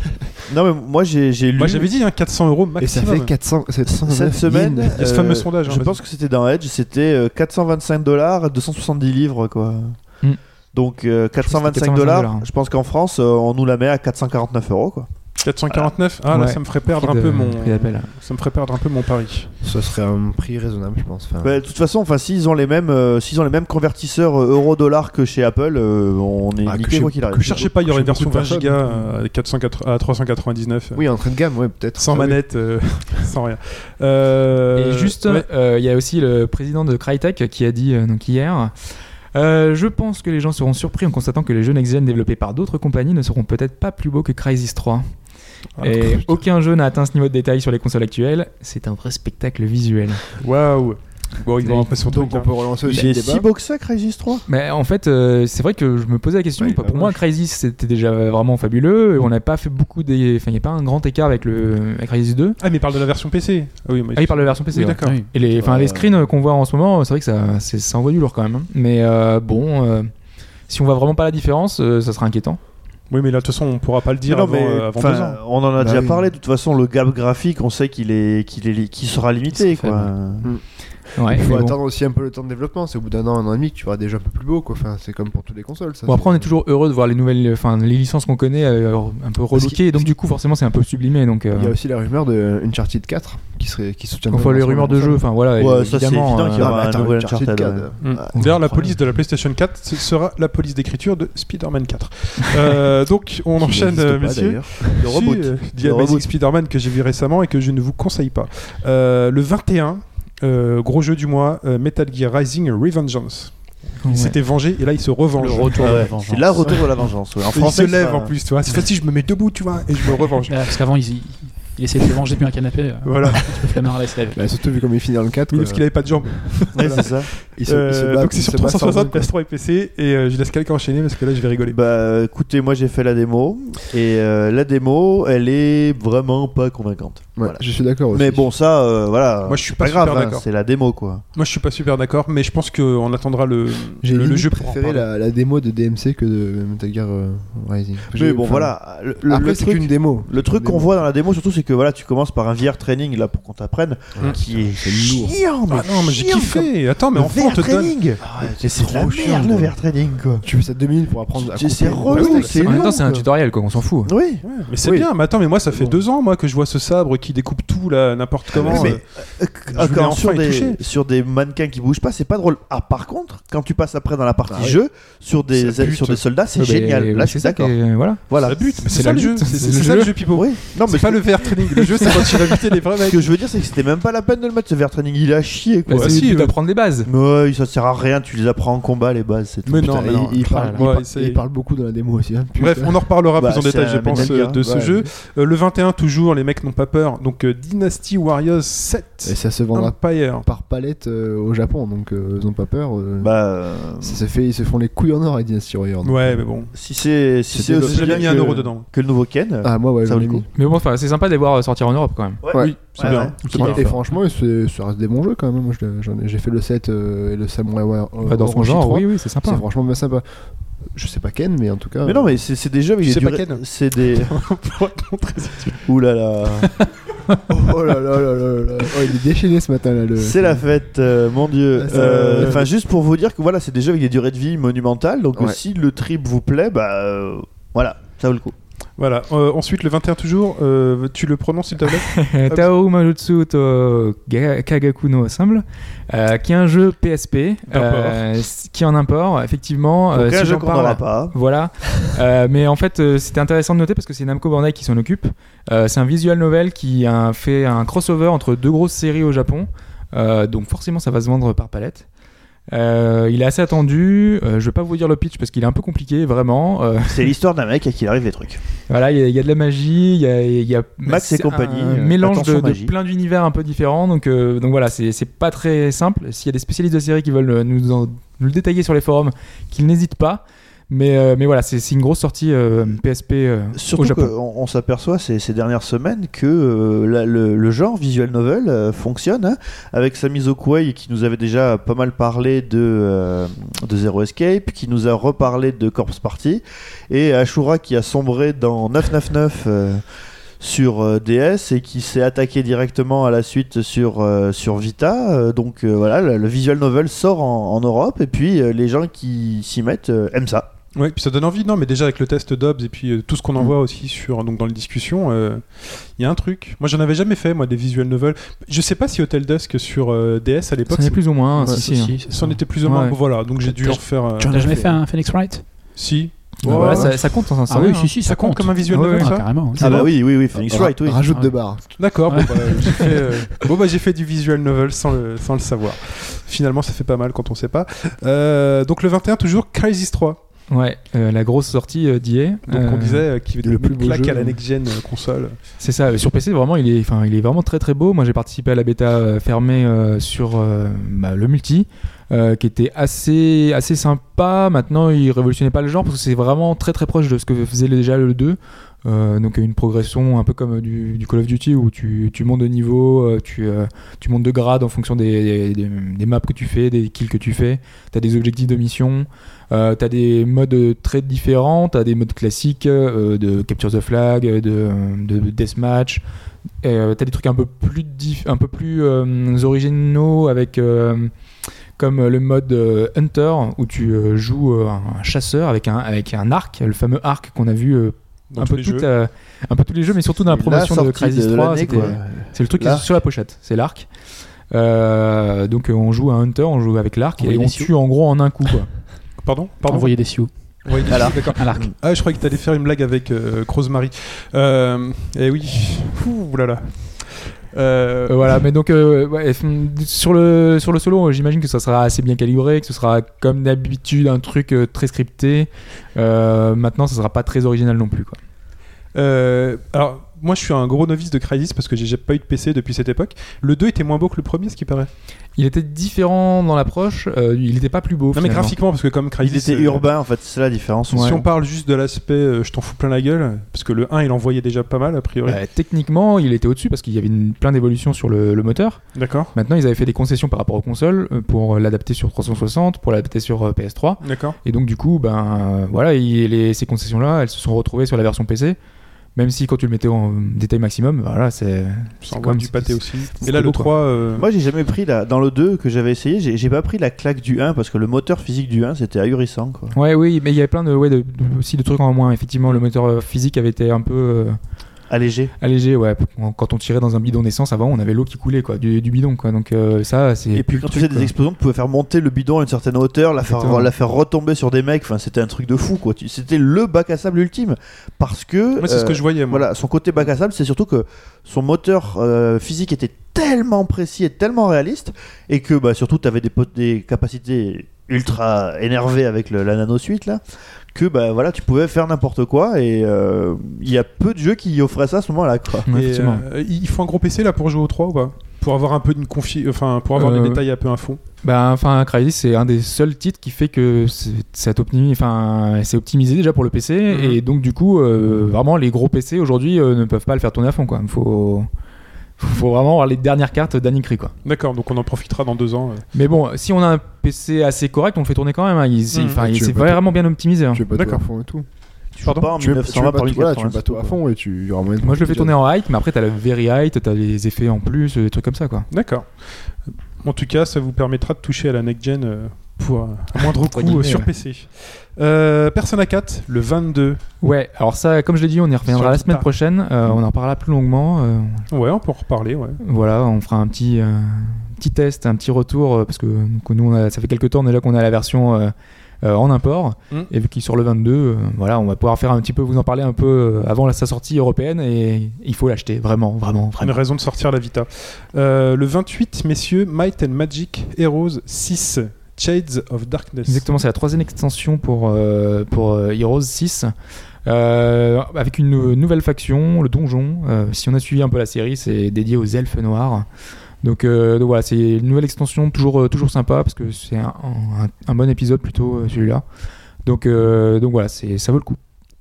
Non mais moi j'ai j'ai lu
Moi j'avais dit hein, 400 euros
Et ça
maximum.
fait 400, c'est 309
cette semaine euh,
yens.
Il y a ce fameux sondage, hein,
je
vas-y.
pense que c'était dans Edge, c'était euh, 425 dollars 270 livres quoi.
Hmm.
Donc euh,
que
425
c'était
dollars,
425.
je pense qu'en France euh, on nous la met à 449 euros quoi.
449. Ah là
Ouais.
ça me ferait perdre
Prix
un
de-
peu mon
prix d'appel.
ça me ferait perdre un peu mon pari.
Ce serait un prix raisonnable, je pense. Enfin,
Ouais, de toute façon, enfin s'ils ont les mêmes euh, s'ils ont les mêmes convertisseurs euh, euro-dollar que chez Apple, euh, on est
Ah, que
niqué
chez-
quoi qu'il arrive.
Que cherchez pas, il y aurait une
Chez beaucoup
version
de
20 Go
personnes.
à 404 à 399 euh,
Oui, en train de gamme, ouais, peut-être.
sans
Ah oui.
manette euh, sans rien. Euh,
Et juste, euh,
ouais.
il y a aussi le président de Crytek qui a dit euh, donc hier. euh, je pense que les gens seront surpris en constatant que les jeux next-gen développés par d'autres compagnies ne seront peut-être pas plus beaux que Crysis 3.
Ah,
Et aucun jeu n'a atteint ce niveau de détail sur les consoles actuelles. C'est un vrai spectacle visuel.
waouh. Bon, ils vont un peu sur hein.
Donc on peut
hein.
relancer aussi
Il
le
est
débat.
si beau que ça Crysis 3
Mais en fait, euh, c'est vrai que je me posais la question.
Oui,
pour
bah
moi, Crysis, c'était déjà vraiment fabuleux. On n'a pas fait beaucoup des. Enfin, il n'y a pas un grand écart avec le avec Crysis 2.
Ah mais il parle de la version PC. Ah oui, mais-
Ah, il parle de la version PC.
Oui,
ouais.
d'accord.
Oui.
Et les, enfin,
Euh,
les screens qu'on voit en ce moment, c'est vrai que ça, c'est- ça envoie du lourd quand même. hein. Mais euh, bon, euh, si on voit vraiment pas la différence, euh, ça sera inquiétant.
Oui, mais là de toute façon, on pourra pas le dire
Mais non,
avant,
mais,
euh, avant
enfin,
deux ans.
On en a
Bah
déjà
oui.
parlé. De toute façon, le gap graphique, on sait qu'il est, qu'il est, li- qu'il sera limité.
Il sera
quoi.
Ouais,
Il
mais
faut
bon.
attendre aussi un peu le temps de développement. C'est au bout d'un an, un an et demi que tu verras déjà un peu plus beau. Quoi. Enfin, c'est comme pour toutes les consoles. Ça,
Bon, après,
c'est-
on est toujours heureux de voir les nouvelles, enfin, les licences qu'on connaît euh, un peu
Parce qu'il-
relookées. Donc, du coup, forcément, c'est un peu sublimé. Donc, euh,
Il y a aussi la rumeur de Uncharted 4 qui, serait... qui soutient.
on voit les rumeurs de jeu. Enfin, voilà,
Ouais,
et
ça, c'est
évidemment.
évident qu'il y
euh,
aura-
bah,
un nouvel Uncharted, euh. ouais.
Mm.
Ah,
D'ailleurs, la
incroyable.
police de la PlayStation 4 ce sera la police d'écriture de Spider-Man 4. Euh, donc, on
Qui
enchaîne,
n'existe
euh,
pas,
messieurs.
d'ailleurs.
Le
reboot.
The
Le
Amazing
reboot.
Spider-Man que j'ai vu récemment et que je ne vous conseille pas. Euh, le 21, euh, gros jeu du mois, euh, Metal Gear Rising Revengeance.
ouais.
Il s'était vengé et là, il se revenge.
Le retour
Ah
de la
ouais,
vengeance.
C'est là retour de la vengeance. ouais. En
Et il se
français,
lève
ça-
en plus, tu vois. Cette fois-ci, je me mets debout, tu vois, et je me revenge.
Ah, parce qu'avant, il, il essayait de se venger depuis un canapé. euh,
voilà.
Un peu flemmard, là, il se lève.
Bah, surtout vu comme il finit dans le 4.
Oui,
quoi.
parce qu'il avait pas de jambes.
Ouais, c'est ça.
Il se- il se
Euh,
bat-
donc, c'est
il
sur
se bat sans
360,
doute, quoi.
PS3 et PC. Et euh, je laisse quelqu'un enchaîner parce que là, je vais rigoler.
Bah, écoutez, moi j'ai fait la démo et euh, la démo, elle est vraiment pas convaincante.
Ouais,
Voilà.
Je suis d'accord aussi.
Mais bon, ça, euh, voilà.
Moi, je suis
C'est
pas super
grave. hein,
d'accord.
c'est la démo, quoi.
Moi, je suis pas super d'accord, mais je pense qu'on attendra le,
j'ai
le, le
limite
jeu pour en
préféré
parler.
la, la démo de DMC que de Metal Gear euh, Rising.
Mais
J'ai-
bon,
enfin,
voilà. Le, le-
Après,
le
c'est
truc-
qu'une démo.
Le truc qu'on
Démo.
voit dans la démo, surtout, c'est que voilà, tu commences par un VR training là pour qu'on t'apprenne,
Ouais.
qui est
C'est lourd.
chiant, mais
Ah non, mais j'ai
chiant comme-
kiffé. Attends, mais
Le
enfin, on
VR
te donne. Ah
training. C'est
trop chiant,
le
quoi.
VR training, quoi.
Tu fais ça deux minutes pour apprendre à
C'est- c'est
couper.
relou,
Ouais,
c'est
en même
long,
temps, c'est un
quoi.
tutoriel, quoi. On s'en fout.
Oui.
Ouais, mais c'est
Oui.
bien, mais attends, mais moi ça fait deux ans moi que je vois ce sabre qui découpe tout là n'importe comment.
mais,
euh,
euh,
je voulais
quand
enfin
sur,
y
des,
toucher.
sur des mannequins qui bougent pas, c'est pas drôle. Ah, par contre, quand tu passes après dans la partie
Ah ouais.
jeu, sur des,
Ça bute.
sur des soldats, c'est
Ah, ben,
génial.
oui,
Là, je
c'est
suis
ça qui
d'accord.
est- Voilà.
Voilà.
ça bute, mais
c'est
c'est
la
ça le jeu,
lutte,
c'est
c'est
c'est
le
ça le
jeu.
jeu Pipo.
Oui. Non, mais
C'est pas
ce
le
que-
VR training, le jeu c'est quand tu vas buter les vrais
Ce
mecs.
que je veux dire, c'est que c'était même pas la peine de le mettre ce VR training. Il a chié quoi.
Bah,
Ouais,
c'est
si,
de
euh,
t'apprendre les bases.
Mais ouais, ça sert à rien. Tu les apprends en combat les bases. C'est tout.
Mais
Putain,
non, mais
il-
non.
il, il parle,
Ah là là.
il
Ouais,
par-
c'est-
il parle beaucoup dans la démo aussi. hein.
Bref,
Putain.
on en reparlera
Bah,
plus en
c'est
détail, je
un
pense,
Metal Gear,
euh, de ce
ouais.
jeu. Euh, le 21, toujours, les mecs n'ont pas peur. Donc, euh, Dynasty Warriors 7
Et ça se vendra
Empire.
par palette euh, au Japon, donc euh, ils ont pas peur. euh,
Bah, euh,
ça se fait, ils se font les couilles en or avec Dynasty Warrior. donc.
Ouais, mais bon.
si c'est si
C'est
c'est
développé.
aussi
J'ai
bien
jamais mis un
que-
euro dedans.
que le nouveau Ken.
Ah moi ouais,
Ça
j'en
vaut
ai
le
mis.
Mais bon, enfin, c'est sympa de les voir sortir en Europe quand même.
Ouais.
Ouais.
C'est
Ouais,
bien.
ouais.
C'est pas
Et
grave.
franchement, c'est- ça reste des bons jeux quand même. Moi, je l'ai- j'en ai- j'ai fait le 7 euh, et le Samurai War. euh,
Bah, dans son
Orochi
genre,
3.
oui, oui, c'est
C'est
sympa.
franchement bien sympa. Je sais pas Ken, mais en tout cas.
Mais non, mais c'est c'est des jeux avec
Tu
des
sais pas
durées-
Ken
C'est des. Ouh là là.
Oh là là là là là. Oh, il est déchaîné ce matin là. Le...
C'est la fête, euh, mon dieu.
Ah, ça-
Euh, Enfin, juste pour vous dire que voilà, c'est des jeux avec des durées de vie monumentales. Donc, euh,
Ouais.
si le trip vous plaît, bah euh, voilà, ça vaut le coup.
Voilà. Euh, ensuite, le 21, toujours, euh, tu le prononces, s'il te plaît
Euh, Tao Marutsu to Ga- Kagaku no Ensemble, euh, qui est un jeu PSP, euh, qui est en import, effectivement. euh,
Donc, un
si
jeu
j'en
qu'on
parle-
n'aura pas.
Voilà. Euh, mais en fait, euh, c'était intéressant de noter parce que c'est Namco Bandai qui s'en occupe. Euh, c'est un visual novel qui a fait un crossover entre deux grosses séries au Japon. Euh, donc forcément, ça va se vendre par palette. Euh, il est assez attendu. Euh, je vais pas vous dire le pitch parce qu'il est un peu compliqué, vraiment. Euh,
C'est l'histoire d'un mec à qui il arrive des trucs.
voilà, il y, a- il y a de la magie, il y a, il y a-
Max et
c'est
compagnie,
un
euh,
mélange
attention
de, de
magie.
plein d'univers un peu différents. Donc, euh, donc voilà, c'est c'est pas très simple. S'il y a des spécialistes de série qui veulent euh, nous, en- nous le détailler sur les forums, qu'ils n'hésitent pas. Mais, euh, mais voilà, c'est c'est une grosse sortie euh, PSP euh, au
Surtout
Japon.
qu'on on s'aperçoit ces, ces dernières semaines que euh, la- le, le genre visual novel euh, fonctionne. hein. avec Samizo Kuei qui nous avait déjà pas mal parlé de, euh, de Zero Escape, qui nous a reparlé de Corpse Party, et Ashura qui a sombré dans 999 euh, sur euh, DS et qui s'est attaqué directement à la suite sur, euh, sur Vita. Euh, donc euh, voilà, le, le visual novel sort en, en Europe, et puis euh, les gens qui s'y mettent euh, aiment ça.
Ouais, puis ça donne envie, non, mais déjà avec le test d'Obs et puis euh, tout ce qu'on envoie aussi sur, donc dans les discussions, euh, il y a un truc. Moi, j'en avais jamais fait, moi, des visual novels. Je sais pas si Hotel Dusk sur euh, DS à l'époque,
C'en est plus ou moins, hein,
Ouais,
si, si, hein.
si,
c'en était plus ou moins.
Ouais.
Bon, Voilà, donc j'ai dû
T'as-
en faire.
Tu en as jamais fait
hein.
un Phoenix Wright
Si.
Bah
Ouais,
voilà,
ouais.
ça, ça compte, ça, ça
Ah oui,
va,
si,
hein.
si, ça
compte
compte.
comme un visual
Ouais,
novel,
ouais.
ça
Ah, carrément. oui.
Ah bah oui, oui, oui, Phoenix Wright, oui.
Rajoute
Ah
de
ouais.
barres.
D'accord, bon,
Ouais.
bah, j'ai fait, euh, bon, bah, j'ai fait du visual novel sans le, sans le savoir. Finalement, ça fait pas mal quand on sait pas. Euh, donc le 21, toujours Crisis 3.
Ouais, euh, la grosse sortie euh, d'IA.
Donc on
Euh,
disait euh, qu'il y avait
le
des
plus beau
claques
jeu,
à la
hein.
next-gen euh, console.
C'est ça, euh, sur PC vraiment il est, enfin, il est vraiment très très beau. Moi j'ai participé à la bêta euh, fermée euh, sur euh, bah, le multi euh, qui était assez, assez sympa. Maintenant il révolutionnait pas le genre parce que c'est vraiment très très proche de ce que faisait déjà le 2. Euh, donc une progression un peu comme du, du Call of Duty où tu, tu montes de niveau, euh, tu, euh, tu montes de grade en fonction des, des, des maps que tu fais, des kills que tu fais, tu as des objectifs de mission, euh, t'as des modes très différents, t'as des modes classiques euh, de capture the flag, euh, de, de deathmatch, et, euh, t'as des trucs un peu plus, dif- un peu plus euh, originaux avec euh, comme le mode euh, hunter où tu euh, joues euh, un chasseur avec un, avec un arc, le fameux arc qu'on a vu euh,
Dans
un
tous
peu,
les
tout,
jeux.
euh, un peu tous les jeux, mais surtout dans la promotion de
sortie
Crisis 3.
l'année,
c'était- euh,
quoi.
C'est le truc qui est
L'arc.
sur la pochette, c'est l'arc. Euh, donc euh, on joue à Hunter, on joue avec l'arc et
Envoyer
on
des sioux.
tue en gros en un coup. Quoi.
Pardon Pardon
Envoyer des sioux
Ouais,
Alors.
d'accord.
à l'arc.
Ah, je croyais que t'allais faire une blague avec euh, Rosemary. Euh, eh oui. Ouh là là. Euh,
Euh, voilà, mais donc euh, ouais, f- sur le sur le solo, euh, j'imagine que ça sera assez bien calibré, que ce sera comme d'habitude un truc euh, très scripté. Euh, maintenant, ça sera pas très original non plus. Quoi.
Euh, alors, moi, je suis un gros novice de Crysis parce que j'ai j'ai pas eu de PC depuis cette époque. Le 2 était moins beau que le premier, ce qui paraît.
Il était différent dans l'approche, euh, il était pas plus beau.
Non, mais
finalement.
graphiquement, parce que comme Crysis.
Il était
euh,
urbain en fait, c'est la différence.
Si
Ouais.
on parle juste de l'aspect euh, je t'en fous plein la gueule, parce que le 1 il envoyait déjà pas mal a priori.
Euh, techniquement, il était au-dessus parce qu'il y avait une- plein d'évolutions sur le- le moteur.
D'accord
Maintenant, ils avaient fait des concessions par rapport aux consoles euh, pour l'adapter sur 360, pour l'adapter sur euh, PS3.
D'accord.
Et donc, du coup, ben euh, voilà, il- les- ces concessions-là, elles se sont retrouvées sur la version PC. Même si quand tu le mettais en détail maximum, ben, voilà, c'est.
Ça
c'est
envoie
comme-
du pâté aussi.
c'est
Et là le
beau, quoi.
3. euh,
Moi j'ai jamais pris la... dans le 2 que j'avais essayé, j'ai- j'ai pas pris la claque du 1 parce que le moteur physique du 1 c'était ahurissant quoi.
Ouais, oui, mais il y avait plein de, ouais, de- de- aussi de trucs en moins. Effectivement, le moteur euh, physique avait été un peu euh,
allégé.
allégé ouais Quand- quand on tirait dans un bidon d'essence avant on avait l'eau qui coulait quoi du, du bidon quoi donc euh, ça c'est
Et puis
plus
quand
le
tu faisais
truc,
des explosions, tu pouvais faire monter le bidon à une certaine hauteur, la faire,
Exactement.
la faire retomber sur des mecs. Enfin, c'était un truc de fou, quoi. Tu- C'était le bac à sable ultime. Parce que.
Moi, c'est ce
euh,
que je voyais, moi.
Voilà, son côté bac à sable, c'est surtout que son moteur euh, physique était tellement précis et tellement réaliste, et que bah, surtout tu avais des, pot- des capacités ultra énervées avec le- la nano suite là, que bah voilà, tu pouvais faire n'importe quoi, et euh, il y a peu de jeux qui offraient ça à ce moment-là, quoi.
quoi. Ouais,
Et,
effectivement.
euh, il faut un gros PC là pour jouer au 3 ou pas Pour avoir un peu une confi... enfin pour avoir
Euh,
des détails un peu à fond.
Bah, enfin, Crysis, c'est un des seuls titres qui fait que c'est c'est optimi- enfin, c'est optimisé déjà pour le PC.
Mhm.
Et donc, du coup, euh, vraiment, les gros PC aujourd'hui euh, ne peuvent pas le faire tourner à fond. Quoi. Faut, faut vraiment avoir les dernières cartes dernier cri. Quoi.
D'accord, donc on en profitera dans deux ans. euh.
Mais bon, si on a un PC assez correct, on le fait tourner quand même. hein. Il- c'est-
Mhm.
enfin, il-
Tu veux
c'est
pas
vraiment bien optimisé. hein.
Tu veux pas tout
D'accord.
à fond et tout.
Tu
Pardon
joues pas en
Tu veux, tu veux
1920
pas,
par
tout, voilà, tu veux pas
1080,
tout à fond et tu il y aura moyen de-
Moi, je le fais tourner en height, mais après, t'as la very height, t'as les effets en plus, euh, des trucs comme ça. Quoi.
D'accord. En tout cas, ça vous permettra de toucher à la next-gen euh, pour un un moindre coût euh,
guillemets,
sur
ouais.
PC. Euh, Persona 4, le 22.
Ouais, alors ça, comme je l'ai dit, on y
Sur
reviendra
le
la semaine
tas.
prochaine. Euh, on en parlera plus longuement. euh,
Ouais, on peut en reparler, ouais.
Voilà, on fera un petit, euh, petit test, un petit retour, euh, parce que donc, nous, on a- ça fait quelques temps déjà qu'on a la version euh, euh, en import,
Mm.
et vu qu'il sort le 22, euh, voilà, on va pouvoir faire un petit peu, vous en parler un peu euh, avant la- sa sortie européenne, et il faut l'acheter, vraiment, vraiment,
Une
vraiment.
raison de sortir la Vita. Euh, le 28, messieurs, Might and Magic Heroes 6, Shades of Darkness.
Exactement, c'est la troisième extension pour, euh, pour euh, Heroes 6. euh, avec une nou- nouvelle faction, le donjon. Euh, si on a suivi un peu la série, c'est dédié aux elfes noirs. Donc, euh, donc voilà, c'est une nouvelle extension, toujours, euh, toujours sympa, parce que c'est un, un- un bon épisode plutôt euh, celui-là. Donc, euh, donc voilà, c'est- ça vaut le coup.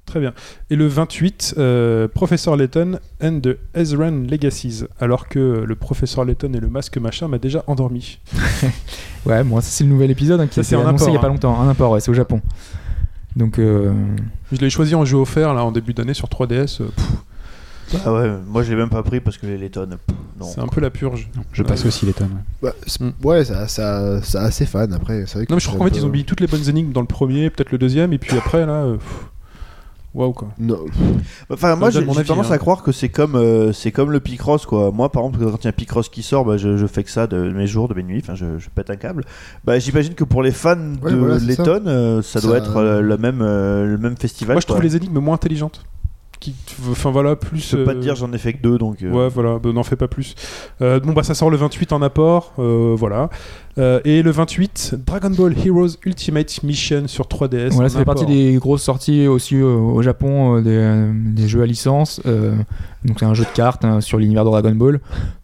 Très bien. Et le 28, euh, Professor Layton and the Ezran Legacies. Alors que le Professeur Layton et le masque machin m'a déjà endormi.
Ouais, bon, ça c'est le nouvel épisode hein, qui
Ça,
a
c'est
été
en
annoncé il n'y a
import,
pas longtemps. Un import, ouais, c'est au Japon. Donc, euh,
Je l'ai choisi en jeu offert là en début d'année sur 3DS. euh, pff,
quoi. Ah ouais, moi je l'ai même pas pris parce que les, les tonnes. pff, Non.
c'est un peu la purge.
Je passe aussi les tonnes.
Bah, c'est-
Mm.
Ouais, ça, ça, ça a ses fans après. c'est Vrai que
Non, mais je crois
c'est
qu'en
un
fait, ils
peu-
ont oublié toutes les bonnes énigmes dans le premier, peut-être le deuxième, et puis après, là. euh, pff, Waouh, quoi.
Non,
Enfin, moi,
Ça
j'ai
donne mon
j'ai
avis,
tendance
hein.
à croire que c'est comme, euh, c'est comme le Picross, quoi. Moi, par exemple, quand il y a un Picross qui sort, bah, je, je fais que ça de mes jours, de mes nuits, enfin, je, je pète un câble. Bah, J'imagine que pour les fans
Ouais,
de
voilà, c'est ça.
Letton, euh, ça,
Ça-
doit être euh, le, même, euh, le même festival.
Moi, je
quoi.
trouve les énigmes moins intelligentes. Qui, enfin, voilà, plus.
Je peux pas
euh,
te dire, j'en ai fait que deux, donc. euh,
Ouais, voilà, bah, n'en fais pas plus. Euh, bon, bah ça sort le 28 en apport, euh, voilà. Euh, et le 28, Dragon Ball Heroes Ultimate Mission sur 3DS.
voilà,
en
ça fait partie
apport.
des grosses sorties aussi euh, au Japon, euh, des, euh, des jeux à licence. euh, donc c'est un jeu de cartes hein, sur l'univers de Dragon Ball.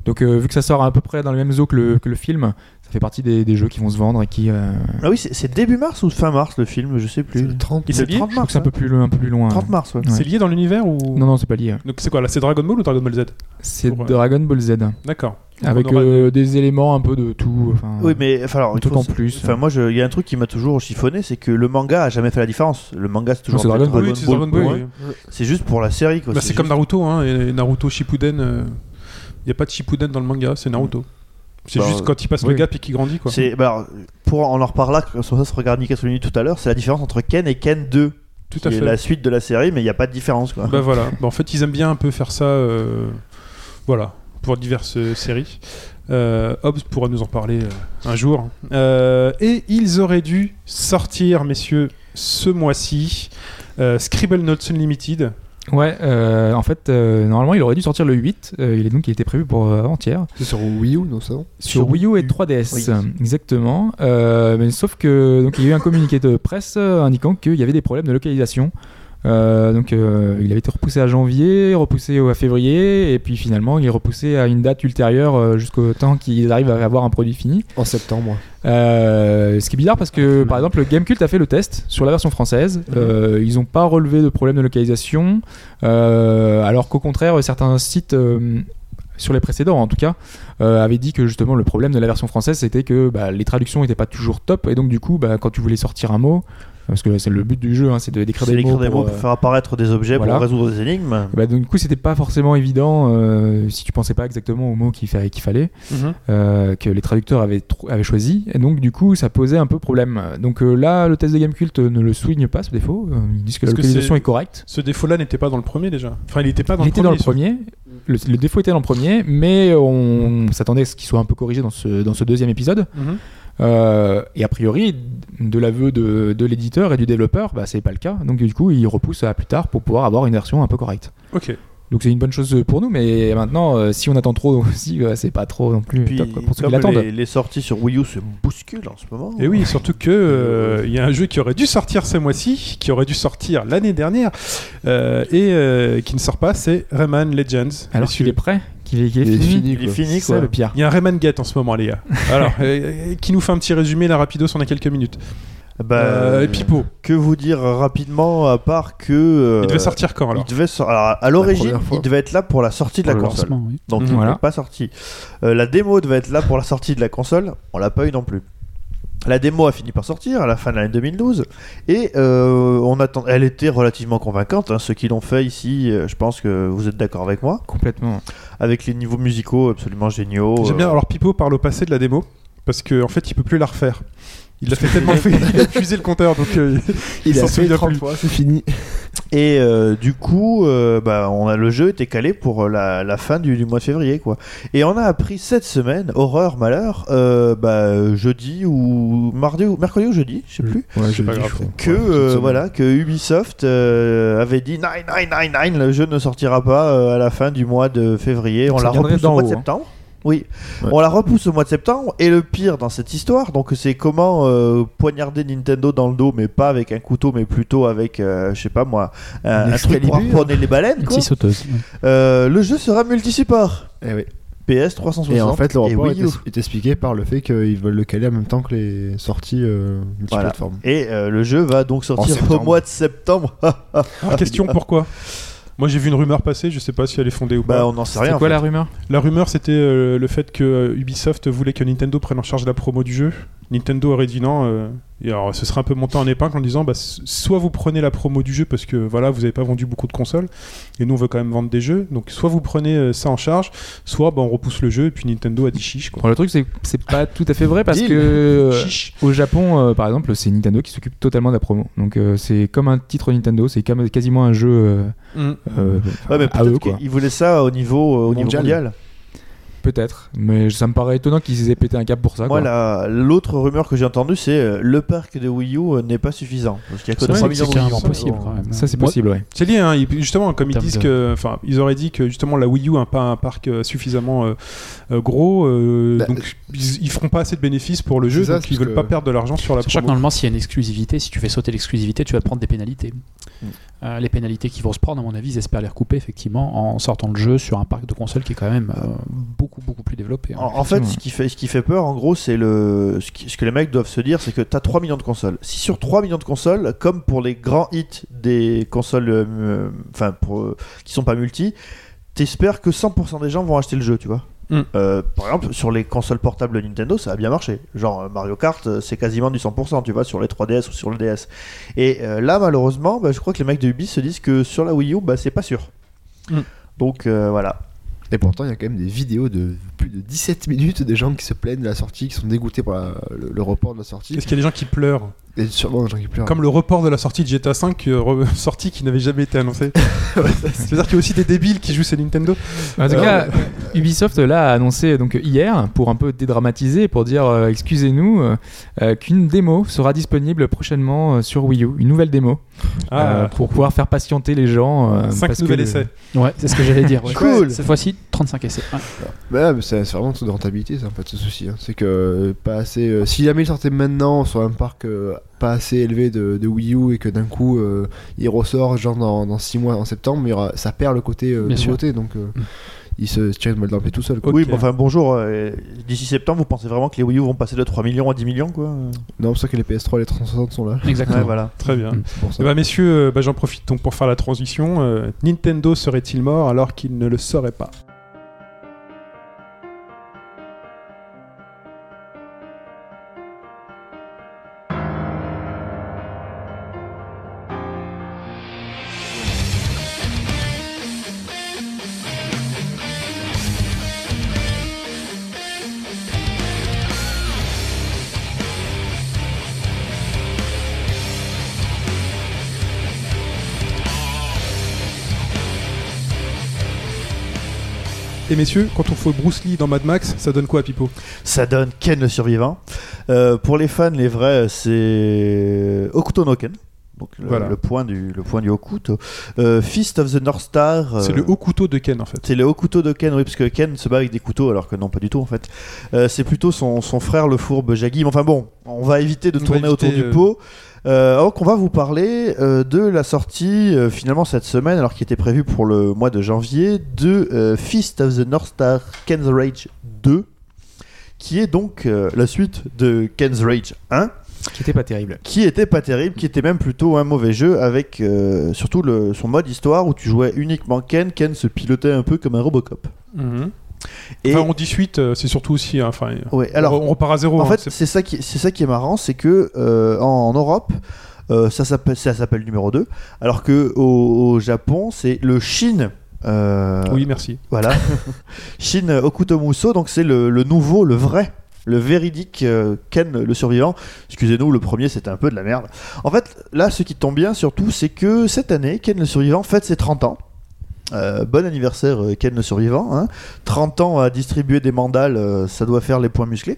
Donc euh, vu que ça sort à peu près dans le même zoo que le, que le film, ça fait partie des, des jeux qui vont se vendre et qui... euh,
Ah oui, c'est c'est début mars ou fin mars le film, je sais
c'est
plus.
le 30.
Il
C'est
s'est
le
lié
30
je crois que
mars.
c'est un
hein.
peu plus, un peu plus loin.
30 mars, ouais.
Ouais.
C'est lié dans l'univers ou.
Non, non, c'est pas lié.
Donc c'est quoi là C'est Dragon Ball ou Dragon Ball Z
C'est
Pour, euh,
Dragon Ball Z.
D'accord. Donc,
Avec
on aura-
euh, des éléments un peu de tout. enfin,
Oui, mais enfin, alors, il
Un
faut-
truc en plus.
Enfin, moi, je- il y a un truc qui m'a toujours chiffonné, c'est que le manga a jamais fait la différence. Le manga, c'est toujours
c'est Dragon Ball,
Oui, Ah, c'est Dragon Ball.
pour
oui.
eux. Bah, C'est juste pour la série, quoi.
Bah, c'est
juste-
comme Naruto, hein, et Naruto Shippuden. Il n'y a pas de Shippuden dans le manga, c'est Naruto. C'est
Bah,
juste quand il passe
oui.
le gap et qu'il grandit, quoi.
C'est, bah, alors, pour on en reparlera, comme ça se regarde Nick Solini tout à l'heure, c'est la différence entre Ken et Ken 2,
Tout
qui
à
est
fait.
la suite de la série, mais il n'y a pas de différence quoi.
Bah voilà, Bah, en fait ils aiment bien un peu faire ça, euh, voilà, pour diverses euh, séries. Euh, Hobbs pourra nous en parler euh, un jour. Euh, et ils auraient dû sortir, messieurs, ce mois-ci, euh, Scribble Notes Unlimited.
Ouais, euh, en fait, euh, normalement, il aurait dû sortir le 8. euh, il est donc il était prévu pour euh, avant-hier.
C'est sur Wii U, non, ça non
Sur, Wii U et 3DS,
Oui.
exactement. Euh, mais sauf que donc il y a eu un communiqué de presse euh, indiquant qu'il y avait des problèmes de localisation. Euh, donc euh, il avait été repoussé à janvier, repoussé au- à février, et puis finalement il est repoussé à une date ultérieure euh, jusqu'au temps qu'ils arrivent à avoir un produit fini.
En septembre.
Euh, ce qui est bizarre parce que par exemple Gamecult a fait le test sur la version française.
Mhm.
Euh, ils n'ont pas relevé de problème de localisation, euh, alors qu'au contraire certains sites euh, sur les précédents en tout cas, euh, avait dit que justement le problème de la version française c'était que bah, les traductions n'étaient pas toujours top et donc du coup bah, quand tu voulais sortir un mot, parce que c'est le but du jeu, hein, c'est de d'écrire
C'est
des,
l'écrire
mots
des
pour,
mots pour
euh,
faire apparaître des objets
voilà.
pour résoudre des énigmes.
bah, donc, du coup, c'était pas forcément évident euh, si tu pensais pas exactement aux mots qu'il fa- qu'il fallait,
Mhm.
euh, que les traducteurs avaient, trou- avaient choisi. Et donc, du coup, ça posait un peu problème. Donc euh, là, le test de Game Cult ne le souligne pas, ce défaut. Euh, Ils disent que la
Parce que
localisation
c'est-
est correcte.
Ce défaut-là n'était pas dans le premier déjà. Enfin, il n'était pas dans
Il
le
était
premier.
dans le premier. Le, le défaut était dans le premier, mais on s'attendait à ce qu'il soit un peu corrigé dans ce, dans ce deuxième épisode.
Mhm.
Euh, et a priori, de l'aveu de, de l'éditeur et du développeur, bah, c'est pas le cas. Donc du coup, ils repoussent à plus tard pour pouvoir avoir une version un peu correcte.
Ok.
Donc c'est une bonne chose pour nous, mais maintenant, euh, si on attend trop aussi, euh, c'est pas trop non plus
Puis,
top, quoi, pour ceux qui
comme
l'attendent.
les, les sorties sur Wii U se bousculent en ce moment.
Et Eh oui, surtout que euh, il y a un jeu qui aurait dû sortir ce mois-ci, qui aurait dû sortir l'année dernière, euh, et euh, qui ne sort pas, c'est Rayman Legends.
Alors
messieurs.
qu'il est prêt, qu'il est, qu'il est
Il est
fini,
fini,
il est
quoi.
fini
c'est ça
quoi.
le pire.
Il y a un Rayman Gate en ce moment, les gars. Alors, euh, euh, qui nous fait un petit résumé là rapidos on a quelques minutes.
Bah,
Euh, et Pipo,
que vous dire rapidement à part que euh,
il devait sortir quand alors
il devait sor- alors, à l'origine,
première fois.
il devait être là pour la sortie de la
Pour le
console.
lancement, oui.
Donc
Mhm.
il
Voilà.
n'est pas sorti. Euh, la démo devait être là pour la sortie de la console, on l'a pas eu non plus. La démo a fini par sortir à la fin de l'année 2012 et euh, on attend... elle était relativement convaincante. hein. Ceux qui l'ont fait ici, euh, je pense que vous êtes d'accord avec moi,
Complètement.
avec les niveaux musicaux absolument géniaux.
J'aime
euh,
bien. Alors Pipo parle au passé de la démo parce qu'en en fait, il peut plus la refaire. Il l'a fait tellement fait, il a épuisé le compteur, donc euh,
Il
s'en
a fait
souvient
30
plus.
fois, c'est fini.
Et euh, du coup, euh, bah, on a, le jeu était calé pour euh, la, la fin du, du mois de février. quoi. Et on a appris cette semaine, horreur, malheur, euh, bah, jeudi ou mardi ou mercredi ou jeudi, je sais plus,
Ouais, je
pas
dis,
grave.
je crois.
que,
Ouais, cette
euh,
semaine.
voilà, que Ubisoft euh, avait dit 9999, le jeu ne sortira pas euh, à la fin du mois de février. On
Ça
l'a
viendrait
repoussé
d'en
au mois de
haut, hein.
septembre. Oui,
Ouais.
on la repousse au mois de septembre. Et le pire dans cette histoire, donc c'est comment euh, poignarder Nintendo dans le dos, mais pas avec un couteau, mais plutôt avec, euh, je sais pas moi, un,
Une
un truc pour
Excalibur.
harponner les baleines.
Une
quoi.
scie sauteuse. oui.
Euh, le jeu sera multisupport.
Eh oui.
PS 360.
Et en fait, le rapport
Wii
est,
U.
est expliqué par le fait qu'ils veulent le caler en même temps que les sorties euh, multiplateformes.
Et euh, le jeu va donc sortir au
septembre.
mois de septembre.
question pourquoi Moi, j'ai vu une rumeur passer, je sais pas si elle est fondée ou pas.
bah, on n'en sait rien.
C'est
en
quoi
fait.
la rumeur
La rumeur, c'était euh, le fait que euh, Ubisoft voulait que Nintendo prenne en charge la promo du jeu. Nintendo aurait dit non. euh, et alors, ce serait un peu monté en épingle en disant bah, s- soit vous prenez la promo du jeu parce que voilà, vous n'avez pas vendu beaucoup de consoles et nous on veut quand même vendre des jeux. Donc, soit vous prenez euh, ça en charge, soit bah, on repousse le jeu et puis Nintendo a dit chiche. Quoi.
Bon, Le truc, c'est que c'est pas tout à fait vrai parce
Deal.
que euh,
Chiche.
au Japon, euh, par exemple, c'est Nintendo qui s'occupe totalement de la promo. Donc euh, c'est comme un titre Nintendo, c'est comme- quasiment un jeu. euh,
Mm.
euh,
Ouais, mais
à eux,
peut-être
quoi.
qu'ils voulaient ça au niveau, euh, au niveau
Mondial.
mondial.
Peut-être, mais ça me paraît étonnant qu'ils aient pété un cap pour ça.
Moi,
quoi.
la- l'autre rumeur que j'ai entendue, c'est euh, le parc de Wii U euh, n'est pas suffisant. Parce qu'il y a que
Ça,
3
c'est
millions de
carrément
Wii U.
possible quand même.
Ça, c'est
Moi,
possible, ouais.
C'est lié, hein, ils- justement, comme ils
termes
disent
de-
que. Enfin, ils auraient dit que justement la Wii U n'a pas un parc euh, suffisamment euh, euh, gros, euh,
Bah,
donc ils, ils feront pas assez de bénéfices pour le jeu,
ça,
donc
c'est
ils
parce
veulent
que-
pas perdre de l'argent sur la
Sachant que
promo.
normalement, s'il y a une exclusivité, si tu fais sauter l'exclusivité, tu vas prendre des pénalités.
Mm.
Euh, les pénalités qu'ils vont se prendre, à mon avis, ils espèrent les recouper effectivement en sortant le jeu sur un parc de consoles qui est quand même euh, beaucoup beaucoup plus développé. hein.
En, en fait,
Effectivement.
ce qui, fait, ce qui fait peur, en gros, c'est le ce, qui- ce que les mecs doivent se dire, c'est que t'as 3 millions de consoles. Si sur 3 millions de consoles, comme pour les grands hits des consoles, euh, euh, enfin, pour, euh, qui sont pas multi, t'espères que 100% des gens vont acheter le jeu, tu vois.
Mm.
Euh, par exemple, sur les consoles portables Nintendo, ça a bien marché. Genre euh, Mario Kart, euh, c'est quasiment du 100%, tu vois, sur les 3DS ou sur le DS. Et euh, là, malheureusement, bah, je crois que les mecs de Ubi se disent que sur la Wii U, bah, c'est pas sûr.
Mm.
Donc euh, voilà.
Et pourtant, il y a quand même des vidéos de plus de 17 minutes des gens qui se plaignent de la sortie, qui sont dégoûtés par la- le, le report de la sortie.
Est-ce qu'il y a des gens qui pleurent
Et sûrement des gens qui pleurent.
Comme le report de la sortie de GTA V, euh, re- sortie qui n'avait jamais été annoncée. C'est-à-dire qu'il y a aussi des débiles qui jouent ces Nintendo.
En tout
Euh,
cas, Ubisoft l'a annoncé donc hier pour un peu dédramatiser, pour dire euh, excusez-nous, euh, euh, qu'une démo sera disponible prochainement euh, sur Wii U, une nouvelle démo euh,
Ah,
pour pouvoir faire patienter les gens. euh,
5
parce
nouvelles
que-
essais.
Ouais, c'est ce que j'allais dire. ouais.
Oh. Cool.
Cette fois-ci, 35 essais. Ouais.
Bah, mais c'est c'est vraiment tout de rentabilité, ça, en fait, ce souci. hein. C'est que euh, pas assez. euh, si jamais il sortait maintenant sur un parc euh, pas assez élevé de, de Wii U et que d'un coup euh, il ressort, genre dans 6 mois, en septembre, il y aura- ça perd le côté euh,
Bien sûr. Mm.
nouveauté. Donc euh, il se tire une balle dans le pied tout seul. quoi.
Ok.
Oui, mais enfin bonjour. euh, D'ici septembre, vous pensez vraiment que les Wii U vont passer de 3 millions à 10 millions quoi
Non, c'est pour ça que les PS3 et les 360 sont là.
Ah
Exactement.
Ouais, voilà.
Très bien.
Mm.
c'est Pour ça.
Eh ben, messieurs, euh, bah, j'en profite donc pour faire la transition. Euh, Nintendo serait-il mort alors qu'il ne le saurait pas Et messieurs, quand on fait Bruce Lee dans Mad Max, ça donne quoi à Pipo
Ça donne Ken le survivant. Euh, pour les fans, les vrais, c'est Okuto no Ken. Donc le,
Voilà.
le point du le point du Okuto. Euh, Fist of the North Star. euh,
C'est le haut couteau de Ken en fait.
C'est le haut couteau de Ken, oui, parce que Ken se bat avec des couteaux, alors que non, pas du tout en fait. Euh, c'est plutôt son, son frère, le fourbe Jaggy. Mais Enfin bon, on va éviter de
On va
tourner autour
éviter,
du
euh,
pot. Euh, donc on va vous parler euh, de la sortie euh, finalement cette semaine, alors qui était prévue pour le mois de janvier, de euh, Fist of the North Star Ken's Rage 2, qui est donc euh, la suite de Ken's Rage 1
qui était pas terrible.
qui était pas terrible, qui était même plutôt un mauvais jeu avec euh, surtout le, son mode histoire où tu jouais uniquement Ken, Ken se pilotait un peu comme un Robocop. Et
Enfin, on dit suite, euh, c'est surtout aussi. hein, Enfin,
ouais,
alors,
alors
on repart à zéro. hein,
en fait
c'est-
c'est ça qui c'est ça qui est marrant, c'est que euh, en, en Europe euh, ça s'appelle ça s'appelle numéro 2 alors que au, au Japon c'est le Shin euh,
oui, merci.
voilà Shin Okutomuso donc c'est le, le nouveau le vrai le véridique euh, Ken le survivant. Excusez-nous, le premier c'était un peu de la merde. En fait, là, ce qui tombe bien surtout, c'est que cette année, Ken le survivant fête ses 30 ans. Euh, bon anniversaire euh, Ken le survivant. hein. 30 ans à distribuer des mandales, euh, ça doit faire les points musclés.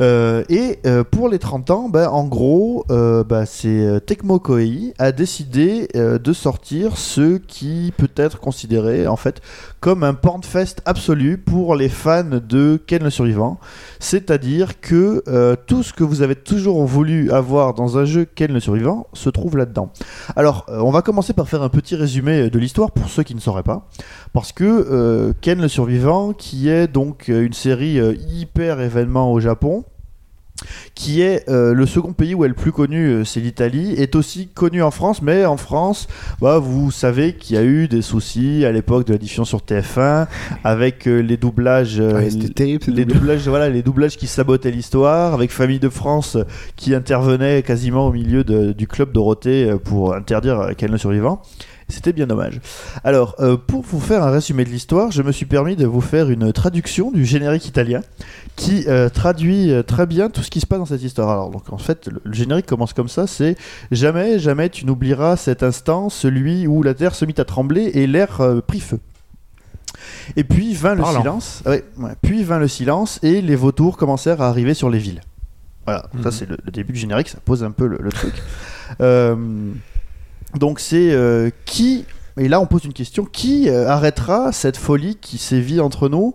Euh, et euh, pour les 30 ans, ben, en gros, euh, ben, c'est euh, Tecmo Koei a décidé euh, de sortir ce qui peut être considéré en fait comme un pornfest absolu pour les fans de Ken le survivant. C'est-à-dire que euh, tout ce que vous avez toujours voulu avoir dans un jeu Ken le survivant se trouve là-dedans. Alors, euh, on va commencer par faire un petit résumé euh, de l'histoire pour ceux qui ne sauraient pas. Parce que euh, Ken le survivant, qui est donc euh, une série euh, hyper événement au Japon, qui est euh, le second pays où elle est le plus connue, euh, c'est l'Italie, est aussi connue en France, mais en France, bah, vous savez qu'il y a eu des soucis à l'époque de la diffusion sur TF1 avec euh, les doublages. euh,
Ouais, Ah, C'était terrible. cette
les
doublure.
doublages, voilà, les doublages qui sabotaient l'histoire, avec Famille de France euh, qui intervenait quasiment au milieu de- du club Dorothée euh, pour interdire euh, qu'elle ne survivant. C'était bien dommage. Alors, euh, pour vous faire un résumé de l'histoire, je me suis permis de vous faire une traduction du générique italien qui euh, traduit euh, très bien tout ce qui se passe dans cette histoire. Alors, donc, en fait, le, le générique commence comme ça, c'est « Jamais, jamais tu n'oublieras cet instant, celui où la terre se mit à trembler et l'air euh, prit feu. » Et puis vint le
Parlant.
silence. ah Ouais, ouais. Puis vint le silence et les vautours commencèrent à arriver sur les villes. Voilà, ça c'est le, le début du générique, ça pose un peu le, le truc. Euh, donc c'est euh, qui et là on pose une question qui euh, arrêtera cette folie qui sévit entre nous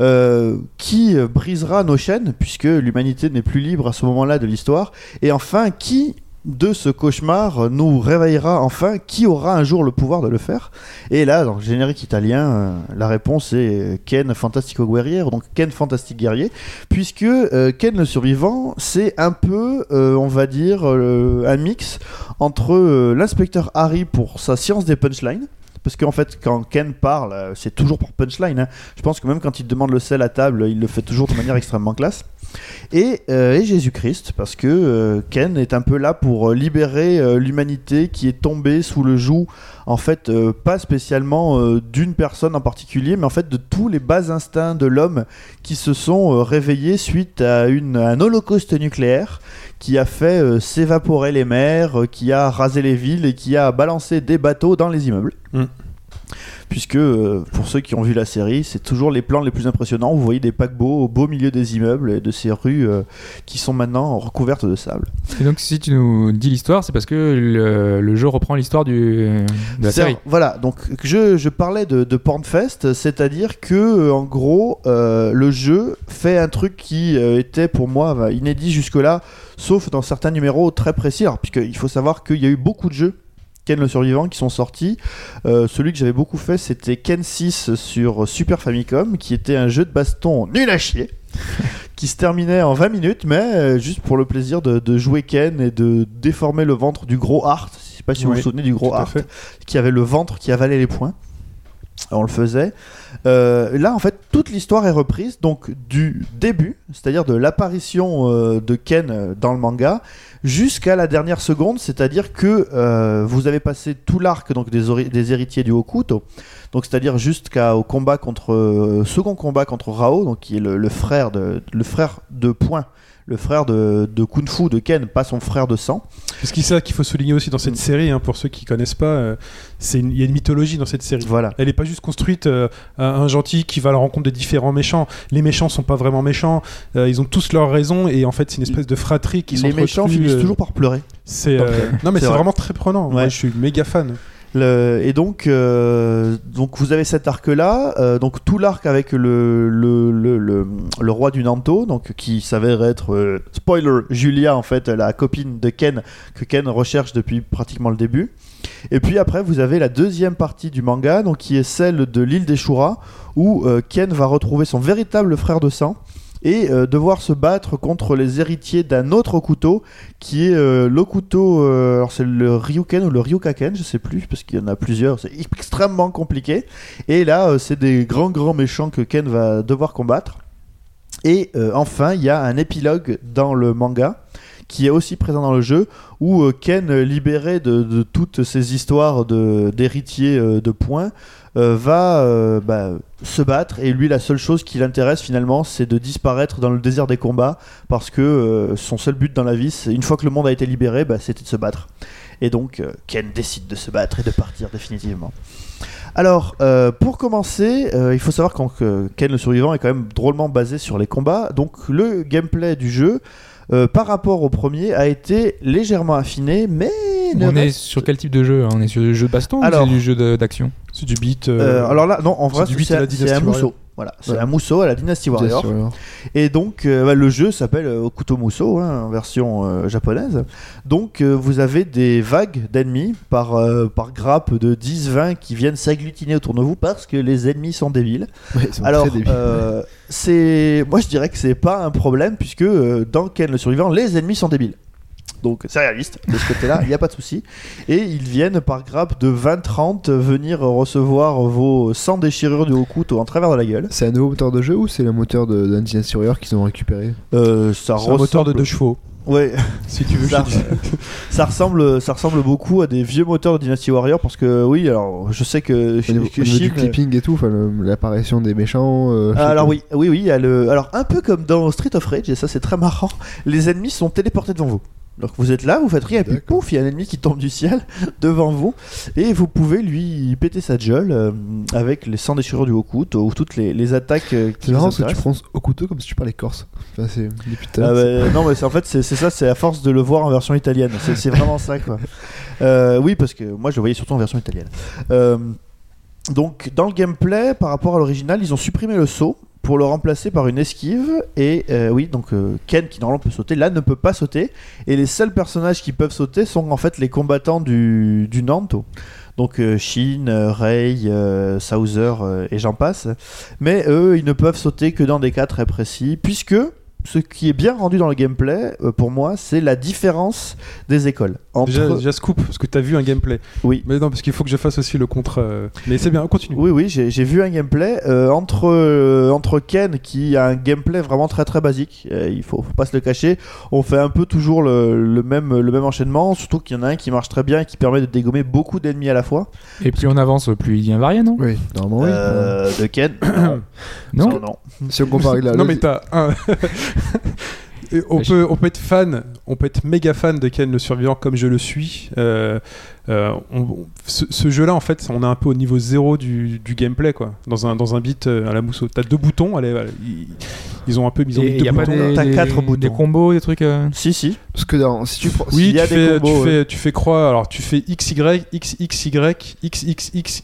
Euh, qui euh, brisera nos chaînes puisque l'humanité n'est plus libre à ce moment-là de l'histoire et enfin qui de ce cauchemar euh, nous réveillera enfin qui aura un jour le pouvoir de le faire et là dans le générique italien euh, la réponse est euh, Ken Fantastico Guerriero donc Ken Fantastique Guerrier puisque euh, Ken le survivant c'est un peu euh, on va dire euh, un mix entre euh, l'inspecteur Harry pour sa science des punchlines. Parce qu'en fait, quand Ken parle, euh, c'est toujours pour punchline. hein. Je pense que même quand il demande le sel à table, il le fait toujours de manière extrêmement classe. Et, euh, et Jésus-Christ, parce que euh, Ken est un peu là pour euh, libérer euh, l'humanité qui est tombée sous le joug, en fait, euh, pas spécialement euh, d'une personne en particulier, mais en fait de tous les bas instincts de l'homme qui se sont euh, réveillés suite à, une, à un holocauste nucléaire qui a fait euh, s'évaporer les mers, euh, qui a rasé les villes et qui a balancé des bateaux dans les immeubles.
Mm.
Puisque, euh, pour ceux qui ont vu la série, c'est toujours les plans les plus impressionnants. Vous voyez des paquebots au beau milieu des immeubles et de ces rues euh, qui sont maintenant recouvertes de sable.
Et donc, si tu nous dis l'histoire, c'est parce que le, le jeu reprend l'histoire du, de la
C'est-
série.
Voilà, donc je, je parlais de, de Pornfest, c'est-à-dire que euh, en gros, euh, le jeu fait un truc qui euh, était pour moi bah, inédit jusque-là, sauf dans certains numéros très précis, alors, puisqu'il faut savoir qu'il y a eu beaucoup de jeux. Ken le survivant qui sont sortis. Euh, celui que j'avais beaucoup fait, c'était Ken 6 sur Super Famicom, qui était un jeu de baston nul à chier, qui se terminait en 20 minutes, mais euh, juste pour le plaisir de, de jouer Ken et de déformer le ventre du gros Hart. Je sais pas si vous vous
Oui,
souvenez du gros
tout à
Hart
fait.
qui avait le ventre qui avalait les points. On le faisait. Euh, là, en fait, toute l'histoire est reprise donc du début, c'est-à-dire de l'apparition euh, de Ken euh, dans le manga, jusqu'à la dernière seconde, c'est-à-dire que euh, vous avez passé tout l'arc donc des, ori- des héritiers du Hokuto, donc c'est-à-dire jusqu'au combat contre euh, second combat contre Rao, donc qui est le, le frère de le frère de Point, le frère de, de Kung Fu, de Ken, pas son frère de sang.
Parce que c'est ça qu'il faut souligner aussi dans cette série, hein, pour ceux qui connaissent pas, euh, c'est une- il y a une mythologie dans cette série.
Voilà.
Elle n'est pas juste construite euh, à un gentil qui va à la rencontre des différents méchants. Les méchants sont pas vraiment méchants. euh, ils ont tous leurs raisons et en fait c'est une espèce de fratrie qui
les méchants
s'entretuent,
finissent
euh,
toujours par pleurer.
C'est
Donc,
euh, non mais
c'est
c'est
vrai.
vraiment très prenant. Moi
Ouais.
je suis méga fan.
Le- et donc, euh, donc vous avez cet arc-là, euh, donc tout l'arc avec le, le, le, le- le roi du Nanto, donc qui s'avère être euh, spoiler Julia en fait, la copine de Ken que Ken recherche depuis pratiquement le début. Et puis après, vous avez la deuxième partie du manga, donc qui est celle de l'île des Shura, où euh, Ken va retrouver son véritable frère de sang et euh, devoir se battre contre les héritiers d'un autre couteau qui est euh, le couteau, euh, alors c'est le Ryuken ou le Ryukaken, je sais plus, parce qu'il y en a plusieurs, c'est extrêmement compliqué. Et là, euh, c'est des grands, grands méchants que Ken va devoir combattre. Et euh, enfin, il y a un épilogue dans le manga qui est aussi présent dans le jeu, où euh, Ken, euh, libéré de, de toutes ces histoires de- d'héritiers euh, de points, euh, va euh, bah, se battre et lui la seule chose qui l'intéresse finalement c'est de disparaître dans le désert des combats parce que euh, son seul but dans la vie, c'est une fois que le monde a été libéré, bah, c'était de se battre. Et donc euh, Ken décide de se battre et de partir définitivement. Alors, euh, pour commencer, euh, il faut savoir qu'en- que Ken le survivant est quand même drôlement basé sur les combats. Donc le gameplay du jeu, euh, par rapport au premier, a été légèrement affiné, mais... ne
On est
reste-
sur quel type de jeu hein On est sur du jeu de baston
Alors-
ou c'est du jeu de- d'action
C'est du beat.
Euh, alors là, non, en
c'est
vrai,
du huit
c'est
à la
un- c'est
Dynasty
un
Warrior.
mousseau. Voilà, c'est
Ouais.
un mousseau à la Dynasty Warrior. Et donc, euh, bah, le jeu s'appelle euh, Okutomuso, hein, en version euh, japonaise. Donc, euh, vous avez des vagues d'ennemis par, euh, par grappe de 10-20 qui viennent s'agglutiner autour de vous parce que les ennemis sont débiles. Alors, euh, c'est, moi je dirais que c'est pas un problème puisque euh, dans Ken le survivant, les ennemis sont débiles. Donc c'est réaliste, de ce côté-là, il n'y a pas de souci. Et ils viennent par grappe de 20-30 venir recevoir vos 100 déchirures du haut couteau en travers de la gueule.
C'est un nouveau moteur de jeu ou c'est le moteur de d'un Dynasty Warrior qu'ils ont récupéré
Euh, ça
C'est un moteur de
ressemble-
deux chevaux.
Ouais,
Si tu veux.
ça,
je te dis.
ça ressemble, ça ressemble beaucoup à des vieux moteurs de Dynasty Warrior parce que oui, alors je sais que,
Au niveau,
que
au niveau
Shin-
du clipping et tout, enfin, le- l'apparition des méchants. euh, je sais
Ah, Alors
pas.
oui, oui, oui. il y a le- Alors un peu comme dans Street of Rage, et ça c'est très marrant, les ennemis sont téléportés devant vous. Donc vous êtes là, vous faites rien, et puis
D'accord.
pouf, il y a un ennemi qui tombe du ciel devant vous, et vous pouvez lui péter sa gueule euh, avec les 100 déchirures du haut couteau ou toutes les, les attaques euh, qui
C'est marrant
vous
parce que tu
intéressent.
prononces au couteau comme si tu parlais corse. Enfin, c'est depuis tout à
Ah
l'heure,
bah, non mais c'est- en fait c'est c'est ça c'est à force de le voir en version italienne c'est c'est vraiment ça quoi Euh, oui parce que moi je le voyais surtout en version italienne Euh, donc dans le gameplay par rapport à l'original ils ont supprimé le saut pour le remplacer par une esquive et euh, oui donc euh, Ken qui normalement peut sauter là ne peut pas sauter et les seuls personnages qui peuvent sauter sont en fait les combattants du, du Nanto donc euh, Shin, euh, Rei, euh, Sauser euh, et j'en passe mais eux ils ne peuvent sauter que dans des cas très précis puisque ce qui est bien rendu dans le gameplay, euh, pour moi, c'est la différence des écoles. Entre...
Déjà, déjà scoop parce que t'as vu un gameplay.
Oui.
Mais non parce qu'il faut que je fasse aussi le contre. euh, Mais c'est bien. Continue.
Oui, oui, j'ai j'ai vu un gameplay euh, entre, euh, entre Ken qui a un gameplay vraiment très très basique, euh, il faut, faut pas se le cacher. On fait un peu toujours le, le même, le même enchaînement, surtout qu'il y en a un qui marche très bien et qui permet de dégommer beaucoup d'ennemis à la fois.
Et plus on avance, plus il y a un variant, non
Oui, normalement oui.
Euh, de Ken
Non
Non, non.
Si on compare avec la.
non mais t'as un. Et on,
Ouais,
peut, on peut être fan, on peut être méga fan de Ken le survivant comme je le suis. Euh, euh, on- on- ce ce jeu-là, en fait, on est un peu au niveau zéro du, du gameplay, quoi. Dans un, dans un beat euh, à la mousseau. T'as deux boutons, allez, voilà, ils, ils ont un peu mis en
Et
deux
il y a pas
boutons.
des,
T'as
des-
quatre
des
boutons.
combos, des trucs. euh,
Si, si.
Parce que dans- si tu prends.
Oui,
S'il y a
tu,
des
fais,
combos,
tu, fais, tu fais croix, alors tu fais XY, XXY, XXXY,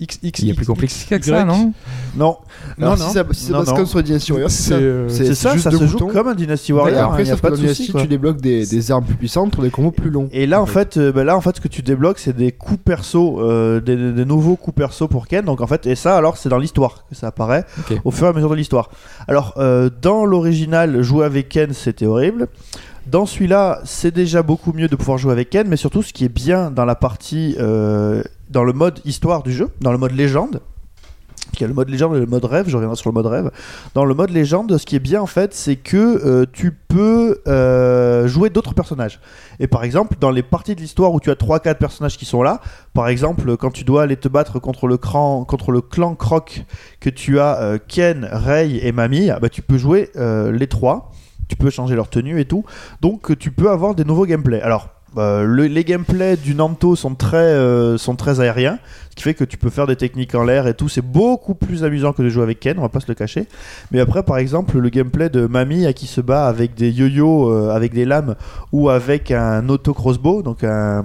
XXX.
Il y a plus compliqué que ça, non
Non,
Non,
Alors,
non.
euh, Si ça, si ça
Non,
passe
non.
comme sur Dynasty Warrior,
C'est,
c'est
euh,
ça.
c'est ça,
juste
ça
deux
se joue
boutons.
comme un Dynasty
D'accord,
Warrior.
Après,
il y a
sauf
pas
que
de
dans
souci.
Dynasty,
quoi.
tu débloques des, des armes plus puissantes pour des combos plus longs.
Et là, en fait, euh, bah là, en fait, ce que tu débloques, c'est des coups perso, euh, des, des- des nouveaux coups perso pour Ken. Donc en fait, et ça, alors, c'est dans l'histoire que ça apparaît,
Ok.
au fur et à mesure de l'histoire. Alors, euh, dans l'original, jouer avec Ken, c'était horrible. Dans celui-là, c'est déjà beaucoup mieux de pouvoir jouer avec Ken, mais surtout, ce qui est bien dans la partie, euh, dans le mode histoire du jeu, dans le mode légende. Il y a le mode légende et le mode rêve, je reviendrai sur le mode rêve. Dans le mode légende, ce qui est bien en fait, c'est que euh, tu peux euh, jouer d'autres personnages. Et par exemple, dans les parties de l'histoire où tu as 3-4 personnages qui sont là, par exemple, quand tu dois aller te battre contre le, cran, contre le clan Croc, que tu as euh, Ken, Rei et Mamie, ah bah, tu peux jouer euh, les trois. tu peux changer leur tenue et tout. Donc tu peux avoir des nouveaux gameplays. Alors. euh, le- les gameplays du Namto sont très, euh, sont très aériens, ce qui fait que tu peux faire des techniques en l'air et tout. C'est beaucoup plus amusant que de jouer avec Ken, on va pas se le cacher. Mais après, par exemple, le gameplay de Mamie à qui se bat avec des yo-yo, euh, avec des lames ou avec un auto-crossbow, donc un. euh,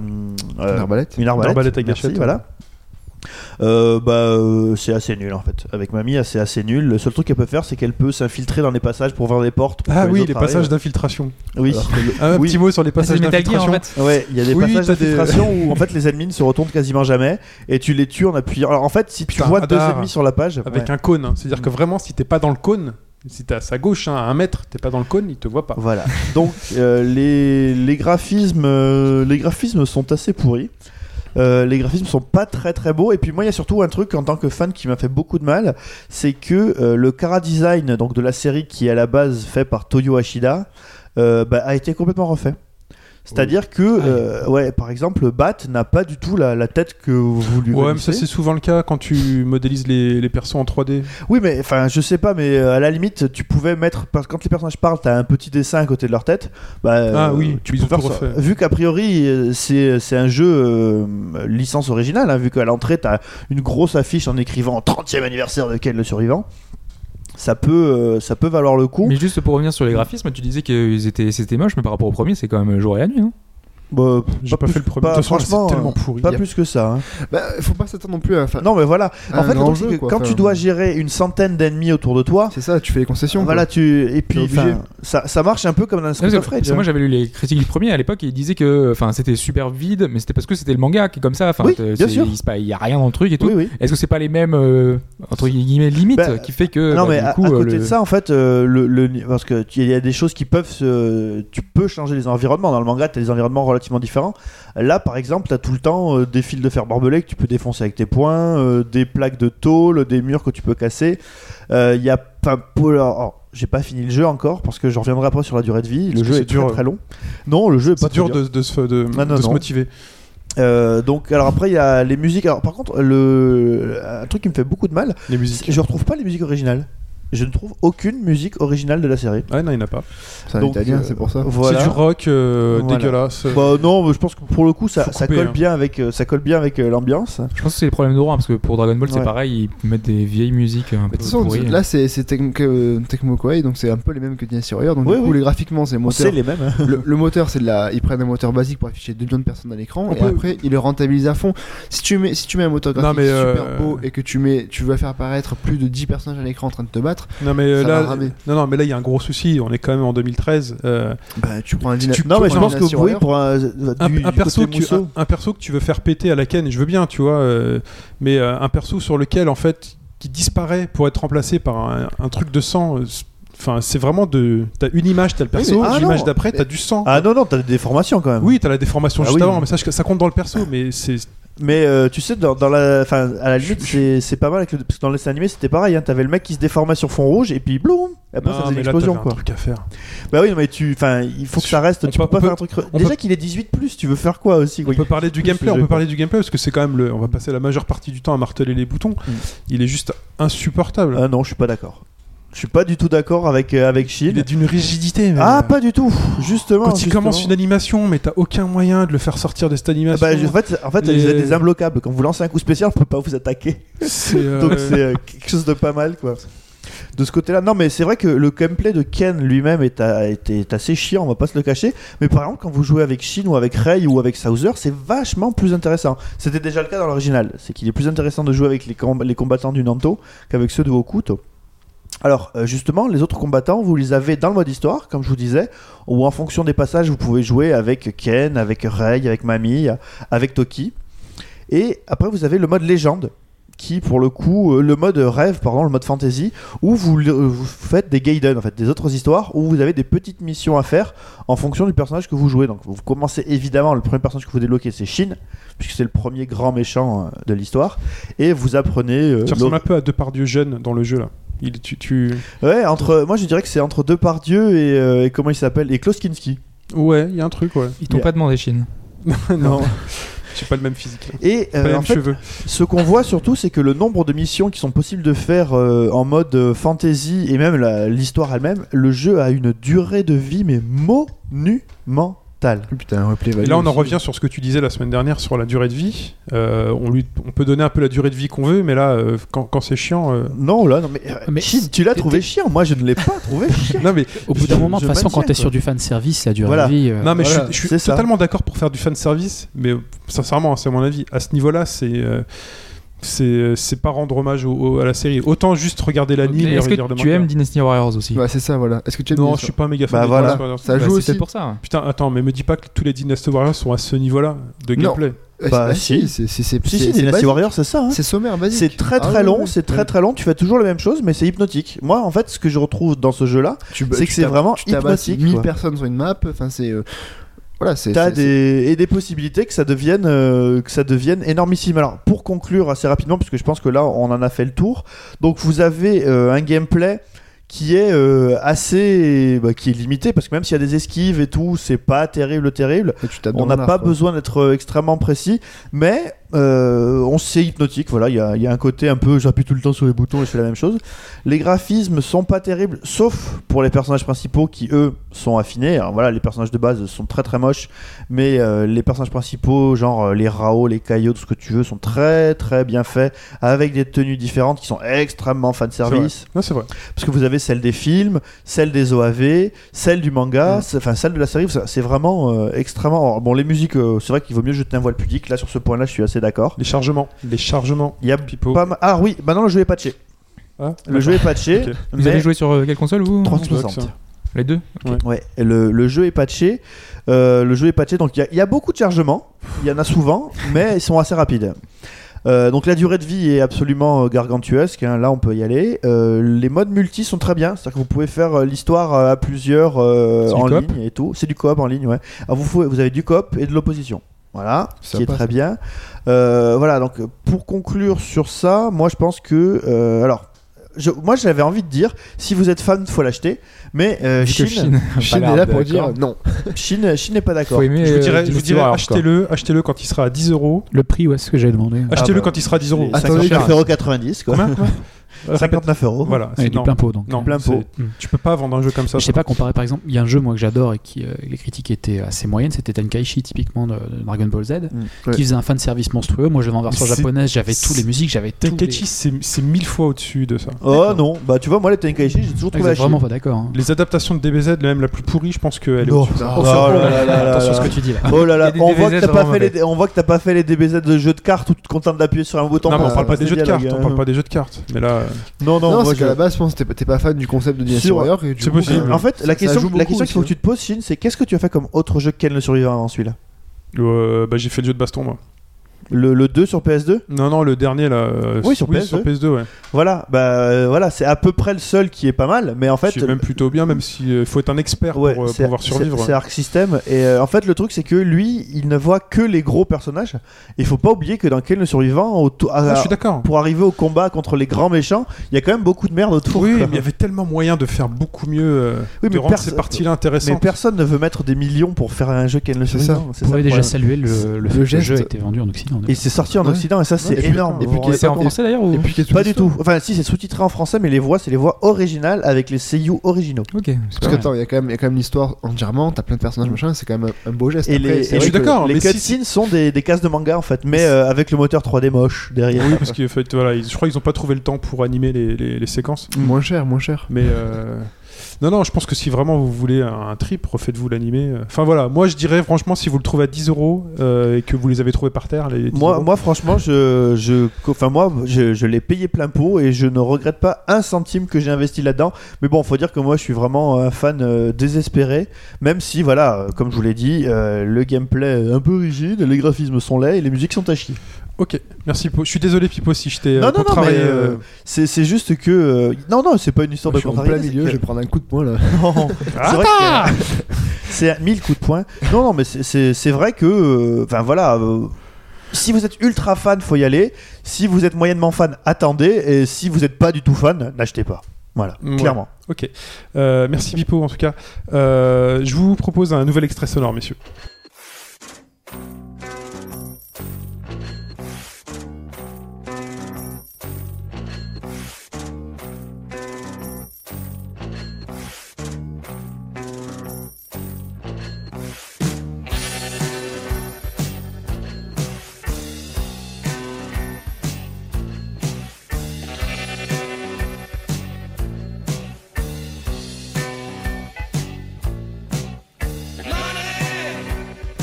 Une arbalète.
une arbalète.
Une arbalète avec
merci,
gâchette,
voilà. Euh, bah, euh, c'est assez nul en fait. Avec Mamie, c'est assez nul. Le seul truc qu'elle peut faire, c'est qu'elle peut s'infiltrer dans les passages pour voir des portes. pour
Ah
que
oui,
autres
les passages
arrivent.
d'infiltration.
Oui.
Alors Un
Oui.
petit mot sur les
Ah, c'est
passages
du Metal Gear,
d'infiltration.
en fait.
Ouais, il y a des
Oui,
passages
t'as des-
d'infiltration où en fait les ennemis ne se retournent quasiment jamais et tu les tues en appuyant. Alors en fait, si tu
Putain,
vois
un
deux
dard.
ennemis sur la page,
Avec
ouais.
un cône. hein. C'est-à-dire que vraiment, si t'es pas dans le cône, si t'es à sa gauche, hein, à un mètre, t'es pas dans le cône, il te voit pas.
Voilà. Donc euh, les, les graphismes euh, les graphismes sont assez pourris. Euh, les graphismes sont pas très très beaux et puis moi il y a surtout un truc en tant que fan qui m'a fait beaucoup de mal, c'est que euh, le chara design donc de la série qui est à la base fait par Toyo Ashida euh, bah, a été complètement refait. C'est-à-dire que
Ah,
euh, ouais par exemple Bat n'a pas du tout la, la tête que vous lui
Ouais, mais
connaissez.
ça c'est souvent le cas quand tu modélises les, les persos en 3D.
Oui, mais enfin, je sais pas, mais euh, à la limite, tu pouvais mettre parce que quand les personnages parlent, t'as un petit dessin à côté de leur tête. Bah, euh,
Ah oui,
tu
ils
peux
ont tout
faire ça.
refait.
Vu qu'a priori, euh, c'est c'est un jeu euh, licence originale, hein, vu qu'à l'entrée, t'as une grosse affiche en écrivant 30e anniversaire de Ken le survivant. Ça peut, euh, ça peut valoir le coup.
Mais juste pour revenir sur les graphismes, tu disais qu'ils étaient, c'était moche, mais par rapport au premier, c'est quand même jour et la nuit. hein.
Bah,
J'ai pas,
plus-
fait le premier.
pas-
de toute façon,
franchement,
c'est tellement
euh,
pourri.
pas plus que ça. hein.
Bah, faut pas s'attendre non plus à. enfin,
Non, mais voilà. En
Un
fait, le truc,
enjeu,
c'est que
quoi,
quand
enfin, euh,
tu dois gérer une centaine d'ennemis autour de toi,
C'est ça, tu fais les concessions.
voilà,
quoi.
tu et puis
T'es obligé.
enfin, ça, ça marche un peu comme dans
Non,
Street
parce
of
que-
Rage,
parce que
hein.
moi j'avais lu les critiques du premier à l'époque et ils disaient que enfin c'était super vide mais c'était parce que c'était le manga qui est comme ça enfin
Oui,
t'es-
bien
c'est-
sûr.
il se pa- il y a rien dans le truc et tout
Oui, oui.
est-ce que c'est pas les mêmes euh, entre guillemets limites
Bah,
qui fait que
non
bah,
mais
du
à,
coup,
à
euh,
côté
le-
de ça en fait euh, le, le- parce que tu- il y a des choses qui peuvent se, tu peux changer les environnements dans le manga tu as des environnements relativement différents là par exemple tu as tout le temps euh, des fils de fer barbelés que tu peux défoncer avec tes poings euh, des plaques de tôle des murs que tu peux casser Euh, il y a enfin, pour- alors, alors, j'ai pas fini le jeu encore parce que je reviendrai après sur la durée de vie le
Parce que
jeu
c'est
est très,
dur.
très long non le jeu est pas
C'est
très
dur de, de se, de-
Ah, non,
de se
non.
motiver.
Euh, donc alors après il y a les musiques alors par contre le un truc qui me fait beaucoup de mal
Les
c'est
musiques.
que je retrouve pas les musiques originales je ne trouve aucune musique originale de la série
Ah non, il n'y en a pas.
C'est un
donc,
italien,
euh,
c'est pour ça.
Voilà.
C'est du rock euh,
Voilà.
dégueulasse.
Bah non, mais je pense que pour le coup, ça,
Faut
ça
couper,
colle
hein.
bien avec, euh, ça colle bien avec euh, l'ambiance.
je pense que c'est les problèmes de droit hein, parce que pour Dragon Ball c'est
Ouais.
pareil ils mettent des vieilles musiques un
Mais
peu
de toute façon,
pourries.
là c'est c'est Tecmo euh, Tecmo Koei, donc c'est un peu les mêmes que Dynasty Warrior. Donc
Oui,
du coup,
oui.
les graphiquement, c'est le moteur.
les mêmes.
Le, le moteur, c'est de la. Ils prennent un moteur basique pour afficher 2 millions de personnes à l'écran
On
et
peut-
après ils le rentabilisent à fond. Si tu mets, si tu mets un moteur graphique
Non, mais, euh,
super beau et que tu mets, tu veux faire apparaître plus de 10 personnages à l'écran en train de te battre,
Non mais euh,
Ça va
là,
ramer.
non, non mais là il y a un gros souci. On est quand même en 2013. euh,
bah tu prends un Dyna-
Tu-
Non, mais
tu
je
prends
pense
un
que vous
Dynasty
pouvez
Warrior.
pour un, du-
un,
du
un perso que
côté
tu,
mousseau.
un, un perso que tu veux faire péter à la Ken, je veux bien, tu vois, euh, mais euh, un perso sur lequel en fait qui disparaît pour être remplacé par un, un truc de sang. euh, c'est- Enfin, c'est vraiment de. T'as une image, t'as le
Oui,
perso,
mais- ah,
l'image
non,
d'après,
mais-
t'as du sang.
Ah non, non, t'as des déformations quand même.
Oui, t'as la déformation
Ah
juste
oui.
avant, mais ça, je- ça compte dans le perso, mais c'est.
Mais euh, tu sais, dans, dans la, enfin, à la limite, c'est c'est pas mal avec le- parce que dans les dessins animés, c'était pareil. Hein, T'avais le mec qui se déformait sur fond rouge et puis bloum, après ça
Non,
faisait une
mais là,
explosion
t'avais un
quoi.
truc à faire.
Bah oui, non, mais tu, enfin, il faut que ça reste.
On
Tu peux
peut-
pas
on
faire
peut-
un truc. re-
on
Déjà
peut-
qu'il est 18 plus, tu veux faire quoi aussi quoi
On peut parler du
Plus
gameplay,
le
on
jeu,
peut
quoi.
parler du gameplay parce que c'est quand même le. On va passer la majeure partie du temps à marteler les boutons.
Mm.
Il est juste insupportable.
Ah non, je suis pas d'accord. Je suis pas du tout d'accord avec euh, avec Shield.
Il est d'une rigidité. mais- euh,
Ah, pas du tout, justement.
Quand il
Oh, justement.
commence une animation, mais t'as aucun moyen de le faire sortir de cette
Ah
animation.
bah, en fait, en fait
Les-
vous êtes des imbloquables. Quand vous lancez un coup spécial, on peut pas vous attaquer.
C'est, euh,
Donc c'est euh, quelque chose de pas mal, quoi. De ce côté-là, non, mais c'est vrai que le gameplay de Ken lui-même est, à- est- est assez chiant, on va pas se le cacher. Mais par exemple, quand vous jouez avec Shin ou avec Ray ou avec Sauzer, c'est vachement plus intéressant. C'était déjà le cas dans l'original. C'est qu'il est plus intéressant de jouer avec les, com- les combattants du Nanto qu'avec ceux de Hokuto. Alors, euh, justement, les autres combattants, vous les avez dans le mode histoire, comme je vous disais, ou en fonction des passages, vous pouvez jouer avec Ken, avec Ray, avec Mami, avec Toki. Et après, vous avez le mode légende, qui pour le coup, euh, le mode rêve, pardon, le mode fantasy, où vous, euh, vous faites des Gaiden, en fait, des autres histoires, où vous avez des petites missions à faire en fonction du personnage que vous jouez. Donc vous commencez évidemment, le premier personnage que vous débloquez, c'est Shin, puisque c'est le premier grand méchant euh, de l'histoire, et vous apprenez... euh,
Tu
l'autre-
ressembles un peu à Depardieu jeune dans le jeu là. Il, tu, tu...
Ouais, entre, moi je dirais que c'est entre Depardieu et, euh, et comment il s'appelle, et Klaus Kinski.
Ouais, il y a un truc, ouais.
ils t'ont
Yeah.
pas demandé Chine
non. J'ai pas le même physique.
Et euh,
Pas les
en
mêmes
fait,
cheveux.
ce qu'on voit surtout, c'est que le nombre de missions qui sont possibles de faire euh, en mode euh, fantasy et même la- l'histoire elle-même, le jeu a une durée de vie mais monumentale.
Putain, un replay
Et
value
là, on en
aussi.
revient sur ce que tu disais la semaine dernière sur la durée de vie. Euh, on, lui, on peut donner un peu la durée de vie qu'on veut, mais là, euh, quand, quand c'est chiant. euh,
Non, là, non, mais, euh,
Mais
Chine, tu l'as
t'es-
trouvé chiant. Moi, je ne l'ai pas trouvé chiant.
Non, mais,
Au bout d'un
Je-
moment, de
je
toute façon,
maintiens,
quand t'es
quoi.
sur du fanservice, la durée
Voilà.
de vie. euh,
non, mais je
voilà,
suis- je suis,
c'est ça.
totalement d'accord pour faire du fanservice, mais euh, sincèrement, c'est mon avis. À ce niveau-là, c'est. euh, c'est euh, c'est pas rendre hommage au- au- à la série. Autant juste regarder l'anime
Mais
et
Est-ce
relire
que
le
tu
manga.
aimes Dynasty Warriors aussi
Ouais, c'est ça, voilà. Est-ce que tu aimes
Non,
bien
je
ça
suis pas un méga fan.
Bah
des
voilà.
Dynasty Warriors.
Ça
Bah,
joue
c'est
aussi.
peut-être pour ça.
Putain, attends, mais me dis pas que tous les Dynasty Warriors sont à ce niveau-là de
Non.
gameplay.
Eh,
Bah, si.
c'est- c'est c'est- c'est-
si,
c'est-
si,
c'est
Dynasty
basique.
Warrior, c'est ça. hein.
C'est sommaire, basique.
C'est très très
Ah,
long,
ouais,
c'est
ouais.
très très long. Tu fais toujours la même chose, mais c'est hypnotique. Moi, en fait, ce que je retrouve dans ce jeu-là,
Tu-
c'est
tu
que c'est
tab-
vraiment
tu tabasses
hypnotique,
1000
quoi.
personnes sur une map, enfin c'est euh, voilà, c'est
T'as
c'est-
des et des possibilités que ça devienne euh, que ça devienne énormissime. Alors pour conclure assez rapidement parce que je pense que là on en a fait le tour. Donc vous avez euh, un gameplay qui est euh, assez bah, qui est limité parce que même s'il y a des esquives et tout, c'est pas terrible terrible.
c'est- tu tapes dans
On n'a
le
pas
lard, quoi.
besoin d'être euh, extrêmement précis, mais euh, on sait hypnotique. Voilà, il y a, il y a un côté un peu j'appuie tout le temps sur les boutons et je fais la même chose. Les graphismes sont pas terribles, sauf pour les personnages principaux qui eux sont affinés. Alors, voilà, les personnages de base sont très très moches, mais euh, les personnages principaux, genre euh, les Rao, les Kaio, tout ce que tu veux, sont très très bien faits avec des tenues différentes qui sont extrêmement fan service.
Non, c'est vrai.
Parce que vous avez celle des films, celle des OAV, celle du manga, c'est- enfin celle de la série, ça- c'est vraiment euh, extrêmement. alors, bon, les musiques, euh, c'est vrai qu'il vaut mieux jeter un voile pudique, là sur ce point-là, je suis assez d'accord.
Les chargements. Les chargements.
Il y a
Oh.
Pipo.
pas ma- Ah oui, bah non, le jeu est patché.
Ah,
Le jeu est patché.
Ok.
Vous
mais-
avez joué sur euh, quelle console vous
360.
Les deux
Ouais, le, le jeu est patché. Euh, le jeu est patché, donc il y a- il y, a beaucoup de chargements. Il y en a souvent, mais ils sont assez rapides. Euh, donc la durée de vie est absolument euh, gargantuesque, hein, là on peut y aller. Euh, les modes multi sont très bien, c'est-à-dire que vous pouvez faire euh, l'histoire euh, à plusieurs euh,
C'est du
en
coop
ligne et tout. C'est du coop en ligne, ouais. Alors vous, pouvez- vous avez du coop et de l'opposition. Voilà, ce qui est
Sympa,
très
ça.
bien. Euh, voilà, donc pour conclure sur ça, moi je pense que... euh, alors, je- moi j'avais envie de dire, si vous êtes fan, faut l'acheter. Mais euh,
Vu que
Chine-
Chine
pas
est là
l'air
pour
d'accord.
dire non.
Chine, Chine n'est pas d'accord.
Faut aimer,
Je vous
euh,
dirais, je vous
Dynasty
dirais,
Warriors, quoi.
achetez-le, achetez-le quand il sera à 10 euros.
Le prix, ouais, c'est ce que j'ai demandé.
Achetez-le
bah.
quand il sera à 10 euros.
C'est
Attendez,
59,90 euros 90 quoi.
Combien Combien Euh, répète.
59 euros.
Voilà,
Ouais,
c'est
du
non.
plein pot donc. euh,
Non,
Plein pot.
c'est- Tu peux pas vendre un jeu comme ça.
Je sais pas comparer par exemple, il y a un jeu moi que j'adore et qui euh, les critiques étaient assez moyennes, c'était Tenkaichi typiquement de de Dragon Ball
Mm.
Z,
ouais.
qui faisait un fan service monstrueux. Moi je l'avais en version
C'est-
japonaise, j'avais tous les musiques, j'avais tous
Tenkaichi, c'est c'est mille fois au-dessus de ça.
Oh non, bah tu vois, moi les Tenkaichi, j'ai toujours trouvé
les... Ah, vous
la
êtes
Chine.
vraiment pas d'accord. hein.
Les adaptations de DBZ, même la plus pourrie, je pense qu'elle est
Non.
au-dessus.
Oh là là là
Attention à ce
là.
que tu dis là.
Oh là
Il y
là,
a des
on voit, que
DBZ
t'as pas
vraiment
fait les, on voit que t'as pas fait les DBZ de jeux de cartes où tu te contentes d'appuyer sur un bouton.
Non, mais on
pour
parle pas
lancer
des jeux de cartes,
dialogues,
on
hein.
parle pas des jeux de cartes. Mais là, euh,
Non, non,
Non,
moi
c'est qu'à la
je.
base, je pense que t'es pas- t'es pas fan du concept de Dynasty
Sûr.
Warrior. et du
C'est
coup,
possible.
euh,
En fait, la
ça
question,
joue
la
beaucoup
question qu'il faut que
aussi,
tu te poses, Chine, c'est qu'est-ce que tu as fait comme autre jeu qu'elle ne survivra avant celui-là
euh, bah, j'ai fait le jeu de baston, moi.
le, le 2 sur PS2
Non, non, le dernier, là. euh,
Oui, sur PS2.
ouais.
Voilà, bah euh, voilà, c'est à peu près le seul qui est pas mal, mais en fait.
c'est même plutôt bien, même s'il faut être un expert pour,
Ouais,
euh, pour
c'est-
pouvoir
c'est-
survivre.
C'est Arc System. Et euh, en fait, le truc, c'est que lui, il ne voit que les gros personnages. Il faut pas oublier que dans Quel le survivant, au to- à-
Ah, je suis d'accord.
pour arriver au combat contre les grands méchants, il y a quand même beaucoup de merde autour.
Oui,
quoi.
mais il y avait tellement moyen de faire beaucoup mieux, euh,
Oui,
de
mais
rendre
perso-
ces parties-là
Mais
intéressantes.
personne ne veut mettre des millions pour faire un jeu Ken le
C'est
survivant. C'est
Vous
ça
pouvez
le
déjà
problème.
saluer le, le fait que le
geste-
jeu a été vendu en Occident.
Et c'est sorti en
Ouais.
Occident et ça c'est
et puis-
énorme.
et
Vous
puis
vous
qu'il
rendez
C'est en
pas compte
français d'ailleurs ou
Et puis, qu'est-ce
Pas
que
du
c'est
tout. Enfin si c'est sous-titré en français mais les voix c'est les voix originales avec les seiyuu originaux.
Ok. c'est Mm.
Parce
pas
que attends, il y a quand même, il y a quand même l'histoire entièrement, t'as plein de personnages, machin, c'est quand même un, un beau geste.
Et
Après,
les,
je
et
c'est vrai
suis
que-
d'accord,
les
mais si-
cutscenes sont des, des cases de manga en fait, mais euh, avec le moteur 3D moche derrière.
Oui, parce que en fait, voilà, ils- je crois qu'ils n'ont pas trouvé le temps pour animer les, les- les séquences.
Moins cher, moins cher.
Mais euh, non, non, je pense que si vraiment vous voulez un trip, refaites-vous l'animer. euh. Enfin voilà, moi je dirais franchement, si vous le trouvez à 10 euros euh, et que vous les avez trouvés par terre, les 10
Moi,
euros,
moi, franchement, je, je, enfin, moi, je, je l'ai payé plein pot et je ne regrette pas un centime que j'ai investi là-dedans. Mais bon, faut dire que moi, je suis vraiment un fan euh, désespéré. Même si, voilà, euh, comme je vous l'ai dit, euh, le gameplay est un peu rigide, les graphismes sont laids et les musiques sont à chier.
ok, merci. Pipo. Je suis désolé, Pipo, si je t'ai euh,
Non, non, non,
contrarié,
mais,
euh,
euh, C'est, c'est juste que, euh, non, non, c'est pas une histoire
Je
de
suis en plein
contrariété. c'est
milieu, je
que-
vais prendre un coup de poing là.
Non, c'est vrai que- c'est à 1000 coups de poing. Non, non, mais c'est- c'est c'est vrai que. euh, Enfin, voilà. euh, si vous êtes ultra fan, faut y aller. Si vous êtes moyennement fan, attendez. Et si vous n'êtes pas du tout fan, n'achetez pas. Voilà,
Ouais.
clairement.
Ok, Euh, merci Pipo en tout cas. Euh, je vous propose un nouvel extrait sonore, messieurs.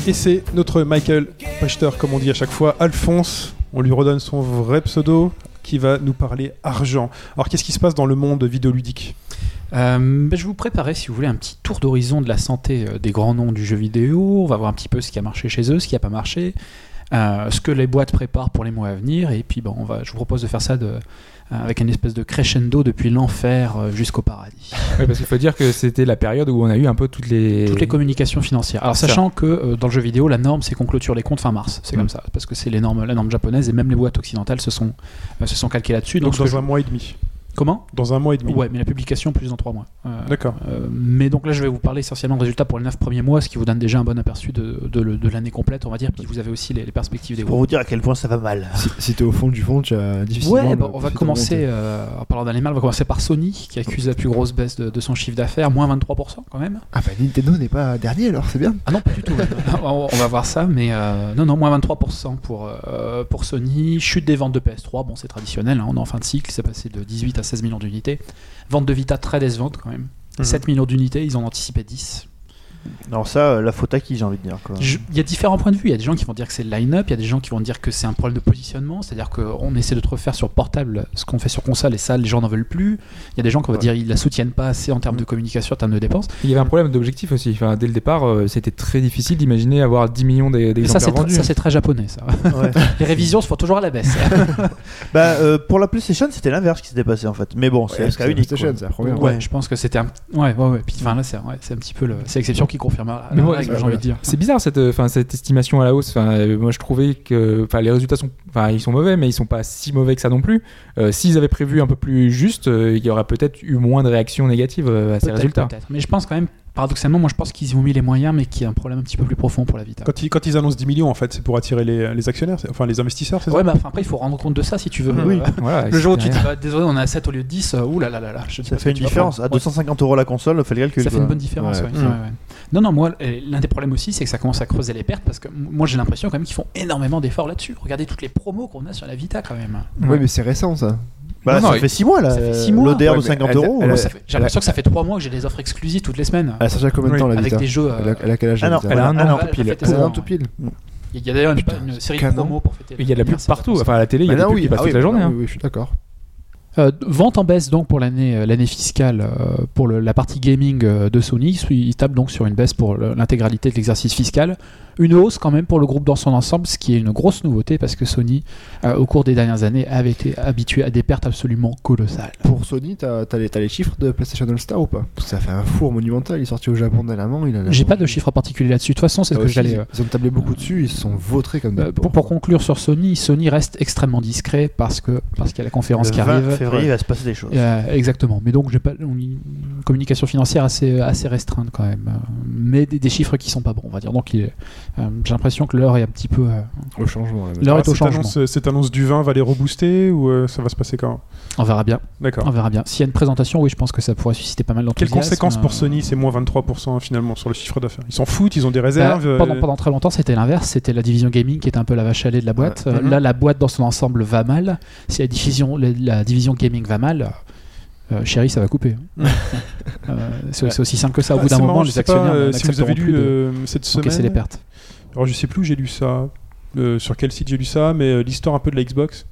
Et c'est notre Michael Pachter, comme on dit à chaque fois, Alphonse. On lui redonne son vrai pseudo qui va nous parler argent. Alors qu'est-ce qui se passe dans le monde vidéoludique
Euh, ben, je vous préparais, si vous voulez, un petit tour d'horizon de la santé euh, des grands noms du jeu vidéo. On va voir un petit peu ce qui a marché chez eux, ce qui n'a pas marché, euh, ce que les boîtes préparent pour les mois à venir. Et puis, bon, on va, je vous propose de faire ça de, euh, avec une espèce de crescendo depuis l'enfer euh, jusqu'au paradis.
Ouais, parce qu'il faut dire que c'était la période où on a eu un peu toutes les.
Toutes les communications financières. Alors,
C'est
sachant que euh, dans le jeu vidéo, la norme, c'est qu'on clôture les comptes fin mars. C'est
Mm.
comme ça, parce que c'est les normes- la norme japonaise et même les boîtes occidentales se sont, euh, se sont calquées là-dessus.
Donc
Donc, ce que
dans un
je-
mois et demi.
Comment
Dans un mois et demi.
Ouais, mais la publication plus dans trois mois. Euh,
D'accord.
Euh, mais donc là, je vais vous parler essentiellement de résultats pour les 9 premiers mois, ce qui vous donne déjà un bon aperçu de, de le- de l'année complète, on va dire. Puis vous avez aussi les, les perspectives des
Pour vous dire à quel point ça va mal.
Si, si t'es au fond du fond, tu as difficilement.
Ouais,
le-
bon, on va
le-
commencer euh, en parlant d'animal. On va commencer par Sony qui accuse la plus grosse baisse de, de son chiffre d'affaires, moins 23% quand même.
Ah bah Nintendo n'est pas dernier alors, c'est bien.
Ah non, pas du tout. on, on va voir ça, mais euh, non, non, moins 23% pour, euh, pour Sony. Chute des ventes de PS3, bon, c'est traditionnel, hein, on est en fin de cycle, c'est passé de 18 à 16 millions d'unités. Vente de Vita très décevante quand même.
Mhm.
7 millions d'unités, ils en anticipaient 10.
Non, ça, euh, la faute à qui, j'ai envie de dire. quoi.
Je- Il y a différents points de vue. Il y a des gens qui vont dire que c'est le line-up, il y a des gens qui vont dire que c'est un problème de positionnement, c'est-à-dire qu'on essaie de te refaire sur portable ce qu'on fait sur console et ça, les gens n'en veulent plus. Il y a des gens qui vont
Ouais.
dire ils la soutiennent pas assez en termes de communication, en termes de dépenses.
Il y avait un problème d'objectif aussi. Enfin, dès le départ, euh, c'était très difficile d'imaginer avoir 10 millions d'e-
Et ça,
d'exemplaires
c'est tr-
vendus.
ça, c'est très japonais, ça.
Ouais.
les révisions se font toujours à la baisse.
bah, euh, pour la PlayStation, c'était l'inverse qui s'était passé en fait. Mais bon, c'est
Ouais,
un cas unique.
PlayStation,
quoi.
c'est la première.
Ouais, je pense que c'était un. Ouais, ouais, ouais. Puis enfin, là, c'est ouais, c'est un petit peu le... c'est l'exception qui confirme la,
Mais
la
ouais,
règle,
bah,
j'ai
voilà.
envie de dire.
C'est bizarre cette, euh, enfin, cette estimation à la hausse. Enfin, euh, moi, je trouvais que enfin, les résultats sont, enfin, ils sont mauvais, mais ils sont pas si mauvais que ça non plus. Euh, S'ils avaient prévu un peu plus juste, euh, il y aurait peut-être eu moins de réactions négatives euh, à ces
Peut-être,
résultats.
peut-être. Mais je pense quand même, paradoxalement, moi, je pense qu'ils y ont mis les moyens, mais qu'il y a un problème un petit peu plus profond pour la Vita.
Quand ils, quand ils annoncent 10 millions, en fait, c'est pour attirer les, les actionnaires, c'est- enfin les investisseurs, c'est ça
Ouais, mais enfin, après, il faut rendre compte de ça si tu veux.
Oui.
Voilà,
Le
c'est
jour où tu
derrière.
dis, bah, désolé, on a 7 au lieu de 10, euh, ouh là là là là, je sais
Ça
pas ce
fait une
que tu vas
différence. À
prendre.
250 euros la console, fait le calcul.
Ça fait
quoi.
une bonne différence,
euh, Ouais.
ouais, ouais, ouais. Non, non, moi, euh, l'un des problèmes aussi, c'est que ça commence à creuser les pertes parce que m- moi, j'ai l'impression quand même qu'ils font énormément d'efforts là-dessus. Regardez toutes les promos qu'on a sur la Vita quand même.
Ouais,
Ouais.
mais c'est récent ça.
Bah,
Non,
ça
non,
fait 6 mois là.
ça fait six
euh,
mois.
L'ODR
Ouais,
de
mais
50
elle-
euros.
elle-
euh,
Moi, ça fait- J'ai l'impression que ça fait 3 mois que j'ai des offres exclusives toutes les semaines
Elle a sorti à combien de
Oui.
temps la
avec
Vita
des jeux. euh,
Elle a- Elle a quel âge
Ah
la
non,
Vita
Elle a un
Ouais,
an.
elle a
tout pile.
fêté
Elle
ses
a un
ans,
tout
ouais.
pile.
Il y a d'ailleurs une, une série de
canon.
promos pour fêter.
Il y a de la pub
l'anniversaire
partout.
ça.
Enfin, à la télé, il y a
Bah
des
là,
pubs
oui,
qui passent
ah
toute
oui,
la
bah
journée.
là,
hein.
oui, oui, je suis d'accord.
Euh, vente en baisse donc pour l'année euh, l'année fiscale euh, pour le- la partie gaming euh, de Sony. Ils tapent donc sur une baisse pour le- l'intégralité de l'exercice fiscal. Une hausse quand même pour le groupe dans son ensemble, ce qui est une grosse nouveauté parce que Sony, euh, au cours des dernières années, avait été habitué à des pertes absolument colossales.
Pour Sony, t'as t'as les, t'as les chiffres de PlayStation All Star ou pas Parce que Ça fait un four monumental. Il est sorti au Japon dernièrement. il a-
J'ai pas de chiffres en particulier là-dessus. De toute façon, c'est ce
Là
que
aussi,
j'allais. euh,
Ils ont tablé beaucoup dessus. Ils se sont vautrés comme
euh,
des
pour, pour conclure sur Sony, Sony reste extrêmement discret parce que parce qu'il y a la conférence
Le
qui
20
arrive.
février, il va se passer des choses.
Euh, exactement. Mais donc, j'ai pas on- une communication financière assez, assez restreinte quand même. Euh, Mais des, des chiffres qui sont pas bons, on va dire. Donc, il est- euh, j'ai l'impression que l'heure est un petit peu.
Bah,
euh,
au changement. là, mais-
l'heure
Alors,
est au
Ah, cette,
changement.
annonce, cette annonce du vin va les rebooster ou euh, ça va se passer quand
On verra bien.
D'accord.
On verra bien. S'il y a une présentation, oui, je pense que ça pourrait susciter pas mal
Quelles
d'enthousiasme.
conséquences
Euh,
pour Sony C'est moins 23% finalement sur le chiffre d'affaires. Ils s'en foutent, ils ont des
bah,
réserves. euh,
pendant, pendant très longtemps, c'était l'inverse. C'était la division gaming qui était un peu la vache à lait de la boîte. Euh,
Mhm.
Là, la boîte dans son ensemble va mal. Si la division, la, la division gaming va mal, euh, chérie, ça va couper. Euh, c'est c'est aussi simple que ça. Au
ah,
bout d'un
c'est
moment,
marrant, je
les
sais pas,
actionnaires
euh, si vous
n'accepteront
avez lu
plus de
euh, cette
encaisser les
semaine.
pertes.
Alors je sais plus où j'ai lu ça, euh, sur quel site j'ai lu ça, mais euh, l'histoire un peu de la Xbox.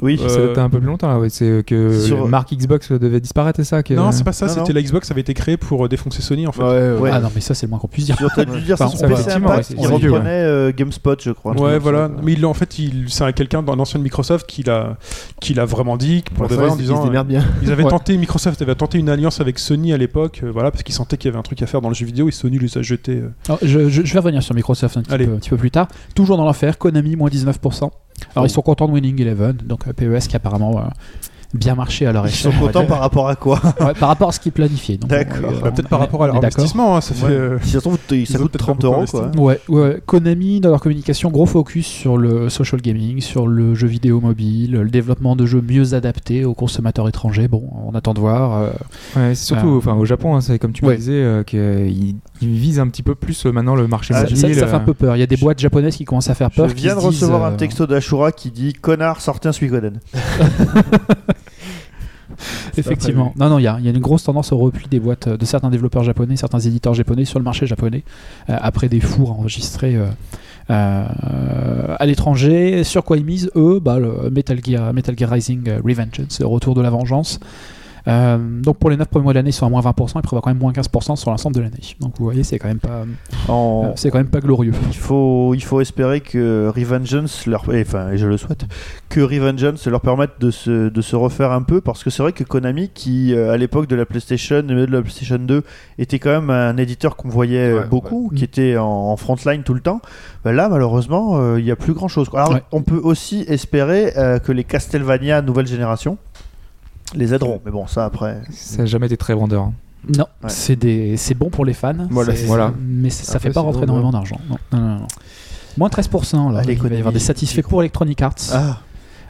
Oui.
Euh,
Ça date un peu plus longtemps. là, ouais. C'est euh, que
Sur-
la marque Xbox devait disparaître, c'est ça que-
Non, c'est pas ça,
Non,
c'était la Xbox avait été créée pour euh, défoncer Sony en fait.
Ouais, ouais.
Ouais.
Ah non, mais ça, c'est le moins qu'on puisse dire.
Sur- T'as dû dire ça
Enfin,
sur
ça va,
PC
effectivement,
Impact,
ouais,
qui
c'est vieux,
reprenait euh, GameSpot, je crois. un truc
Ouais,
comme ça,
voilà.
quoi.
Mais il, en fait, il, c'est un quelqu'un d'un ancien de Microsoft qui l'a, qui l'a vraiment dit, pour
Pour
de
ça,
vrai, en
ils- ils se
disant. euh,
démerdent bien.
Ils avaient
Ouais.
tenté, Microsoft avait tenté une alliance avec Sony à l'époque, euh, voilà, parce qu'ils sentaient qu'il y avait un truc à faire dans le jeu vidéo et Sony les a jetés. euh.
Alors, je, je- je vais revenir sur Microsoft un petit,
Allez.
peu, un petit peu plus tard. Toujours dans l'affaire, Konami, moins 19%. Alors,
Oh.
ils sont contents de Winning Eleven, donc euh, PES qui a apparemment euh, bien marché à leur
Ils sont
échelle. on va
contents
dire.
par rapport à quoi
Ouais, par rapport à ce qui est planifié. donc,
D'accord.
euh,
Bah, peut-être par
on est-
rapport à leur
on est d'accord.
investissement, hein, ça fait. euh,
Si ça se trouve, t- ça
Ils ont
coûte
peut-être
30
pas
euros,
beaucoup
quoi.
Ouais, ouais, Konami, dans leur communication, gros focus sur le social gaming, sur le jeu vidéo mobile, le développement de jeux mieux adaptés aux consommateurs étrangers. Bon, on attend de voir. euh,
Ouais, c'est surtout
Ah.
enfin, au Japon, hein, c'est comme tu me
Ouais.
disais, euh, qu'ils ils visent un petit peu plus euh, maintenant le marché
Ah,
ça,
mobile.
ça- ça fait un
euh,
peu peur. Il y a des boîtes japonaises qui commencent à faire
Je
peur. qui
viens de
se disent,
recevoir un
euh,
texto d'Ashura qui dit Connard, sortez un Suikoden.
Effectivement. Non, non, il y, a il y a une grosse tendance au repli des boîtes euh, de certains développeurs japonais, certains éditeurs japonais sur le marché japonais, euh, après des fours enregistrés euh, euh, à l'étranger. Sur quoi ils misent, eux, bah, le Metal Gear, Metal Gear Rising euh, Revengeance, le retour de la vengeance. Euh, donc pour les 9 premiers mois de l'année, ils sont à moins 20%, ils prévoient quand même moins 15% sur l'ensemble de l'année. Donc vous voyez, c'est quand même pas, euh,
En-
c'est quand même pas glorieux.
Il faut, il faut espérer que Revengeance leur, et, enfin, et je le souhaite, que Revengeance leur permette de se, de se refaire un peu, parce que c'est vrai que Konami, qui euh, à l'époque de la PlayStation et de la PlayStation 2, était quand même un éditeur qu'on voyait euh,
Ouais,
beaucoup,
ouais.
qui était en, en front line tout le temps, bah là malheureusement, euh, il n'y a plus grand chose. Alors
Ouais.
on peut aussi espérer euh, que les Castlevania nouvelle génération les aideront, mais bon ça après.
Ça n'a jamais été très vendeur. hein.
Non,
Ouais.
c'est des- c'est bon pour les fans,
Voilà,
c'est-
c'est
ça.
mais ça, ça
Après,
fait pas
c'est
rentrer
bon,
énormément d'argent. Non, non, non, non. Moins 13%, là,
Allez,
il va y avoir
Konami,
des satisfaits
j'y crois.
pour Electronic Arts,
Ah,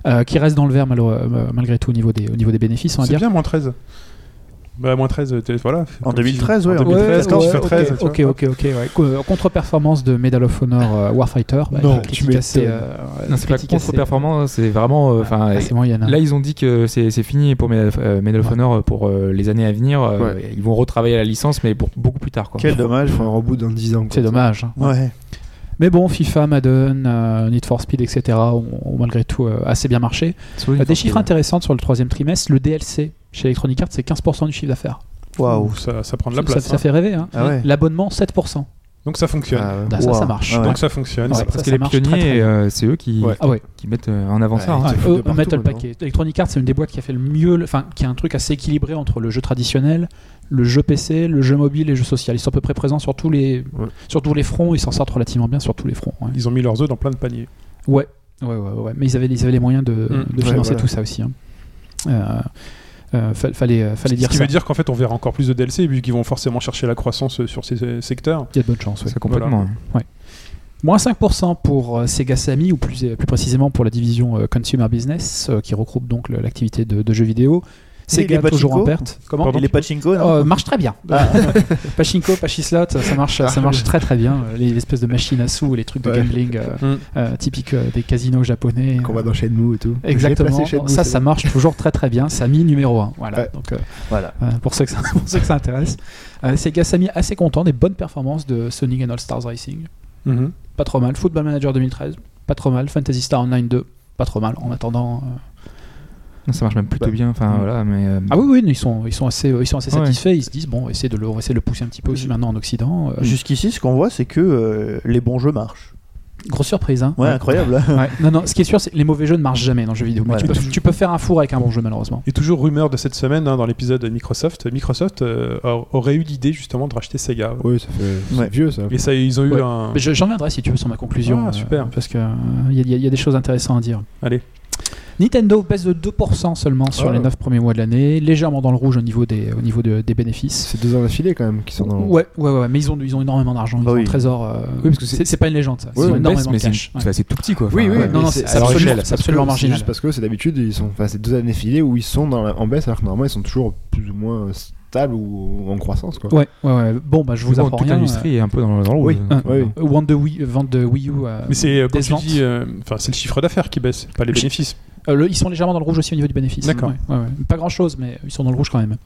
euh, qui restent dans le vert mal- euh, malgré tout au niveau des, au niveau des bénéfices, on va
C'est
dire.
bien, moins 13. Bah, moins 13, t'es- voilà.
en 2013, ouais.
En
en
2013,
ouais,
quand tu
ouais,
fais 13.
ok,
tu vois.
ok, ok, ok, ouais. Co- Contre-performance de Medal of Honor euh, Warfighter, bah,
Non,
critique
tu
assez,
m'étonnes.
euh,
Non, c'est pas
critique assez-
contre-performance, c'est vraiment. euh, enfin,
assez moyenne, hein.
Là, ils ont dit que c'est c'est fini pour Medal of- euh, Medal of
Ouais.
Honor euh, pour euh, les années à venir. euh, Ils vont retravailler la licence, mais pour beaucoup plus tard. Quoi.
Quel dommage.
Ils font un reboot dans 10 ans. quoi.
c'est dommage. hein.
Ouais.
Mais bon, FIFA, Madden, euh, Need for Speed, etc. ont, ont malgré tout euh, assez bien marché.
Absolument.
Euh, Des chiffres intéressants sur le troisième trimestre. Le DLC chez Electronic Arts, c'est 15% du chiffre d'affaires.
Waouh.
Ça, ça prend de
Ça,
la place.
ça
hein.
fait rêver. hein.
Ah ouais.
L'abonnement, 7%.
Donc ça fonctionne.
Ah, ouais.
Ah, ça, ça
Wow.
marche.
Ah ouais.
Donc ça fonctionne.
Ouais.
C'est
ça-
parce
ça
que les
marche très,
pionniers,
très
et,
bien.
euh, c'est eux qui,
Ouais.
Ah ouais,
qui mettent euh, en avant
Ouais,
ça. hein.
ils
Ah,
se foutent
eux,
de partout,
mettent le
maintenant.
paquet. Electronic Arts, c'est une des boîtes qui a fait le mieux, le- enfin, qui a un truc assez équilibré entre le jeu traditionnel, le jeu PC, le jeu mobile et le jeu social. Ils sont à peu près présents sur tous les,
Ouais.
sur tous les fronts. Ils s'en sortent relativement bien sur tous les fronts. ouais.
Ils ont mis leurs œufs dans plein de paniers.
Ouais, ouais, ouais, ouais, ouais. Mais ils avaient, ils avaient les moyens de, de
ouais,
financer
voilà.
tout ça aussi. hein. Euh, euh, fa- fallait, euh, fallait
Ce
dire
qui
ça.
veut dire qu'en fait, on verra encore plus de DLC, vu qu'ils vont forcément chercher la croissance euh, sur ces euh, secteurs.
Il y a de bonnes chances. ouais.
Ça, complètement. hein.
Moins 5% pour euh, Sega Sammy, ou plus, euh, plus précisément pour la division euh, Consumer Business, euh, qui regroupe donc le- l'activité de, de jeux vidéo. Sega
les
toujours en
pachinko
perte. Comment
Et les pachinko, non
Euh, marche très bien.
Ah.
Pachinko, Pachislot, ça marche, ça marche très très bien. Euh, Les espèces de machines à sous, les trucs de
Ouais.
gambling euh,
Mm.
euh, typiques euh, des casinos japonais.
Qu'on voit dans Shenmue et tout.
Exactement.
J'ai placé Shenmue,
ça,
c'est
ça
bon.
marche toujours très très bien. Samy numéro 1. Voilà.
Ouais.
Donc, euh,
Voilà.
euh, pour, ceux que ça, pour ceux que ça intéresse. Euh, Sega Sammy assez content des bonnes performances de Sonic and All Stars Racing.
Mhm.
Pas trop mal. Football Manager 2013. Pas trop mal. Fantasy Star Online 2. Pas trop mal. En attendant. euh,
Non, ça marche même plutôt bien. Enfin,
Mm.
voilà, mais, euh,
Ah oui, oui, ils sont, ils sont assez, ils sont assez
Ouais.
satisfaits. Ils se disent bon, on va essayer de le, on va essayer de le pousser un petit peu aussi maintenant en Occident. Euh,
Jusqu'ici, ce qu'on voit, c'est que euh, les bons jeux marchent.
grosse surprise. Hein.
Ouais, incroyable.
Ouais. Non, non, ce qui est sûr, c'est que les mauvais jeux ne marchent jamais dans le jeu vidéo. Mais
Voilà.
tu, peux, tu peux faire un four avec un bon jeu, malheureusement.
Et toujours rumeur de cette semaine hein, dans l'épisode de Microsoft, Microsoft euh, a- aurait eu l'idée justement de racheter Sega.
Oui, ça fait. c'est
Ouais.
vieux ça.
Et ça, ils ont eu
Ouais.
un.
Mais je- J'en viendrai si tu veux sur ma conclusion.
Ah,
euh,
super.
parce qu'il y, a- y a- y a des choses intéressantes à dire.
Allez.
Nintendo baisse de 2% seulement sur
Oh.
les 9 premiers mois de l'année, légèrement dans le rouge au niveau des, au niveau de- des bénéfices.
C'est deux ans d'affilée quand même qui sont dans.
Ouais, ouais, ouais, ouais, mais ils ont, ils ont énormément d'argent, ils
Bah
ont
oui.
un trésor. euh,
Oui, parce que c'est-
c'est c'est pas une légende, ça.
c'est une
ils ont
baisse,
énormément
mais
de
c'est une-
cash.
enfin, c'est tout petit, quoi.
Oui,
Enfin,
oui,
ouais,
non, non,
mais
c'est
à leur
absolument-
échelle.
c'est
parce
absolument
que-
marginal.
C'est juste parce que c'est d'habitude, ils sont. Enfin, c'est deux années filées où ils sont dans la- en baisse alors que normalement ils sont toujours plus ou moins stables ou en croissance quoi.
Ouais, ouais, ouais. Bon, bah, je vous
Bon,
apprends
toute
rien.
l'industrie est un peu dans, dans le rouge.
Oui.
Donc,
Ah.
euh,
Ouais,
euh, Vente de Wii, vente de Wii U. euh,
Mais c'est euh, quand
Des
tu
ventes.
dis, euh, enfin c'est le chiffre d'affaires qui baisse, pas les
Le chi-
bénéfices.
Euh, le- ils sont légèrement dans le rouge aussi au niveau du bénéfice.
D'accord.
Ouais, ouais, ouais. Pas grand chose, mais ils sont dans le rouge quand même.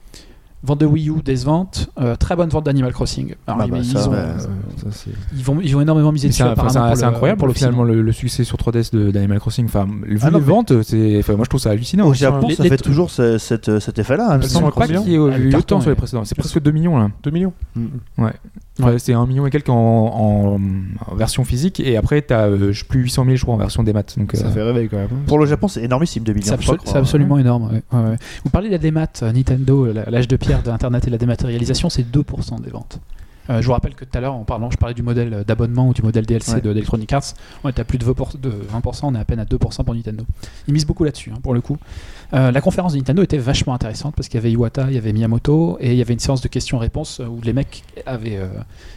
Vente de Wii U, décevante. Euh, très bonne vente d'Animal Crossing. Alors,
Ah
ils,
bah,
ils
ça,
ont-
ouais.
Ça, c'est-
ils vont, ils vont énormément miser
Mais
dessus.
C'est enfin,
apparemment,
c'est un-
pour
c'est
le-
incroyable
pour
pour
le
finalement le, le succès sur 3DS de- d'Animal Crossing. Enfin, vu
Ah non,
les
mais-
ventes, euh, c'est enfin, moi je trouve ça hallucinant.
Au Japon,
les-
ça
les-
fait toujours ce- cette- cet effet-là. hein,
Elles
Je
sont
ne
à
pas
combien
qu'il y ait euh,
Ah, le
eu
carton,
autant sur
ouais.
les précédents. C'est presque 2 millions là.
2 millions
Ouais, c'est 1 million et quelques en, en- en version physique et après t'as euh, je- plus 800 000 je crois en version des maths. Donc, euh,
ça fait rêver quand même. hein.
Pour le Japon, c'est énormissime, 2 millions. faut
C'est
pas
absolu-
croire.
c'est absolument énorme. ouais. Ouais, ouais. Vous parlez de la démat, euh, Nintendo, la- l'âge de pierre de l'Internet et de la dématérialisation, c'est 2% des ventes. Euh, je vous rappelle que tout à l'heure, en parlant, je parlais du modèle euh, d'abonnement ou du modèle DLC
Ouais.
de d'Electronic Arts. On est à plus de 20%, de 20%, on est à peine à 2% pour Nintendo. Ils misent beaucoup là-dessus, hein, pour le coup. Euh, la conférence de Nintendo était vachement intéressante parce qu'il y avait Iwata, il y avait Miyamoto et il y avait une séance de questions-réponses euh, où les mecs avaient euh,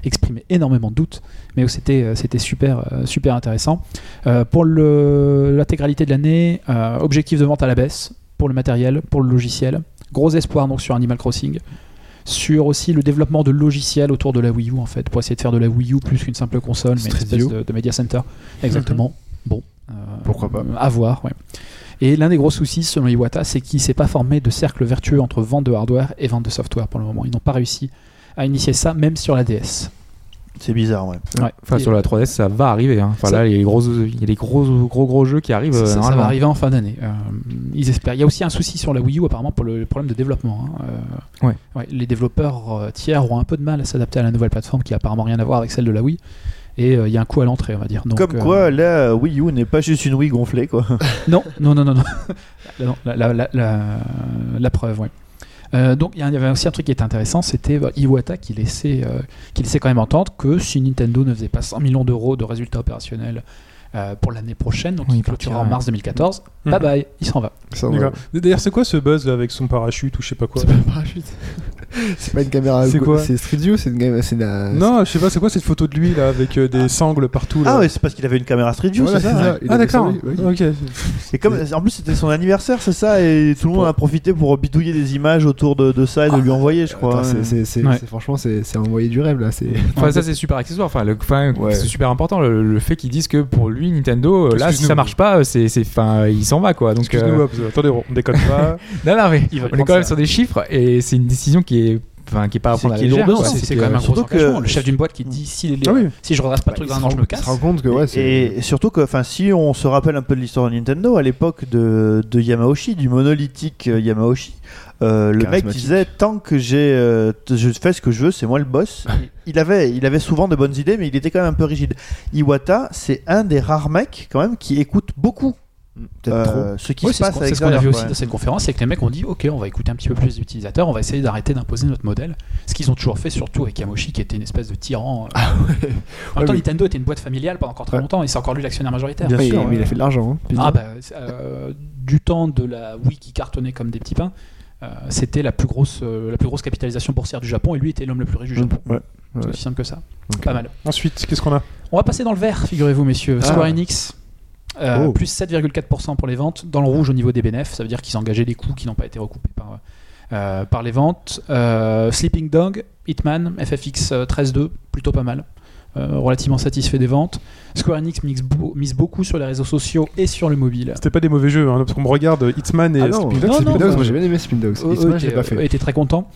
exprimé énormément de doutes, mais où c'était euh, c'était super, euh, super intéressant. Euh, pour le- l'intégralité de l'année, euh, objectif de vente à la baisse pour le matériel, pour le logiciel. Gros espoir donc sur Animal Crossing. Sur aussi le développement de logiciels autour de la Wii U en fait, pour essayer de faire de la Wii U plus qu'une simple console, mais une
Street
espèce
View.
de, de media center. Exactement. Bon, Euh,
Pourquoi pas.
euh, À voir, ouais. Et l'un des gros soucis, selon Iwata, c'est qu'il ne s'est pas formé de cercle vertueux entre vente de hardware et vente de software pour le moment. Ils n'ont pas réussi à initier ça, même sur la DS.
C'est bizarre, ouais.
Ouais.
Enfin, sur la 3DS, ça va arriver. hein. Enfin,
Ça-
là, il y a les gros, il y a les gros, gros, gros jeux qui arrivent.
Ça,
euh,
ça- ça
normalement.
va arriver en fin d'année. Euh, ils espèrent. Il y a aussi un souci sur la Wii U apparemment pour le problème de développement. hein. Euh,
Ouais.
les développeurs euh, tiers ont un peu de mal à s'adapter à la nouvelle plateforme qui a apparemment rien à voir avec celle de la Wii. Et euh, il y a un coût à l'entrée, on va dire. Donc,
Comme
euh,
quoi, la Wii U n'est pas juste une Wii gonflée, quoi.
Non, non, non, non. non. La- non, La, la- la- la- la preuve, oui. donc il y a- il y avait aussi un truc qui était intéressant, c'était euh, Iwata qui laissait, euh, qui laissait quand même entendre que si Nintendo ne faisait pas 100 millions d'euros de résultats opérationnels euh, pour l'année prochaine, donc
Oui,
il
il
clôturera
partira, Mm.
en mars 2014,
Mhm.
bye bye, il s'en va.
Ça, on
D'accord. D'ailleurs, c'est quoi ce buzz là avec son parachute ou je sais pas quoi
Ah C'est pas un parachute. c'est pas une caméra.
C'est quoi
C'est Street View, c'est une caméra. C'est la.
Non, je sais pas, c'est quoi cette photo de lui là avec euh, des sangles partout là
Ah ouais, c'est parce qu'il avait une caméra Street View,
Voilà,
c'est
c'est
ça
ça.
ouais.
il
Ah
avait
d'accord,
ça, oui, oui.
ok.
Et comme, en plus, c'était son anniversaire, c'est ça, et tout le monde a profité pour bidouiller des images autour de, de ça et de lui envoyer, je crois.
Ah. Attends, c'est- c'est- c'est-
Ouais.
c'est- Franchement, c'est c'est envoyer du rêve là. C'est.
Enfin, ça, c'est super accessoire. Enfin, le- enfin,
Ouais.
c'est super important le, le fait qu'ils disent que pour lui, Nintendo, euh, là, si
Excuse-nous.
ça marche pas, c'est, c'est, enfin, il s'en va quoi. Donc, euh,
Excuse-nous, Hobbs, attendez, on déconne pas.
non, non, mais
Il va
on est
prendre
quand même
ça.
sur des chiffres et c'est une décision qui est, enfin, qui est pas à
C'est
prendre à la
qui est
légère.
lourde,
quoi.
c'est-
C'est
c'est
que-
quand même un gros
surtout que-
engagement. Le chef d'une boîte qui dit si, les-
Ah oui.
si je ne redresse pas le truc d'un an, je me
Tu
casse.
te rends compte que ouais, c'est.
Et surtout que, enfin, si on se rappelle un peu de l'histoire de Nintendo, à l'époque de, de Yamauchi, du monolithique euh, Yamauchi, euh, le mec
Charismatique.
disait tant que j'ai, euh, t- je fais ce que je veux, c'est moi le boss. il avait, il avait souvent de bonnes idées, mais il était quand même un peu rigide. Iwata, c'est un des rares mecs quand même qui écoute beaucoup
Peut-être trop.
euh, ce qui
Ouais,
se
c'est ce
passe
qu'on-
à
c'est ce qu'on a
l'extérieur,
vu
quoi.
aussi dans cette conférence, c'est que les mecs ont dit ok, on va écouter un petit peu plus les utilisateurs, on va essayer d'arrêter d'imposer notre modèle. Ce qu'ils ont toujours fait, surtout avec Yamoshi qui était une espèce de tyran. euh. En même temps,
oui.
Nintendo était une boîte familiale pendant encore très
Ouais.
longtemps et c'est encore lui l'actionnaire majoritaire.
Bien
Après,
sûr,
il- mais il a fait de l'argent. hein, putain.
Ah bah, euh, du temps de la Wii qui cartonnait comme des petits pains, euh, c'était la plus grosse euh, la plus grosse capitalisation boursière du Japon et lui était l'homme le plus riche du Japon.
Ouais.
C'est
Ouais.
aussi simple que ça.
Ok.
Pas mal.
Ensuite, qu'est-ce qu'on a
On va passer dans le vert, figurez-vous, messieurs.
Ah.
Square Enix, euh,
Oh.
plus 7,4% pour les ventes. Dans le rouge au niveau des bénéfices, ça veut dire qu'ils ont engagé des coûts qui n'ont pas été recoupés par, euh, par les ventes. Euh, Sleeping Dog, Hitman, FFX euh, 13.2, plutôt pas mal. Euh, relativement satisfait des ventes. Square Enix mixe beau- mise beaucoup sur les réseaux sociaux et sur le mobile.
C'était pas des mauvais jeux, hein, parce qu'on me regarde Hitman et
Ah non,
Sleeping Dogs,
non,
c'est
non,
des
Spin
mauvais
Dogs, moi j'ai
jeux.
bien aimé Spin Dogs. Hitman,
Eux- eux
je l'ai
étaient-
pas fait. Ah,
eux étaient très contents.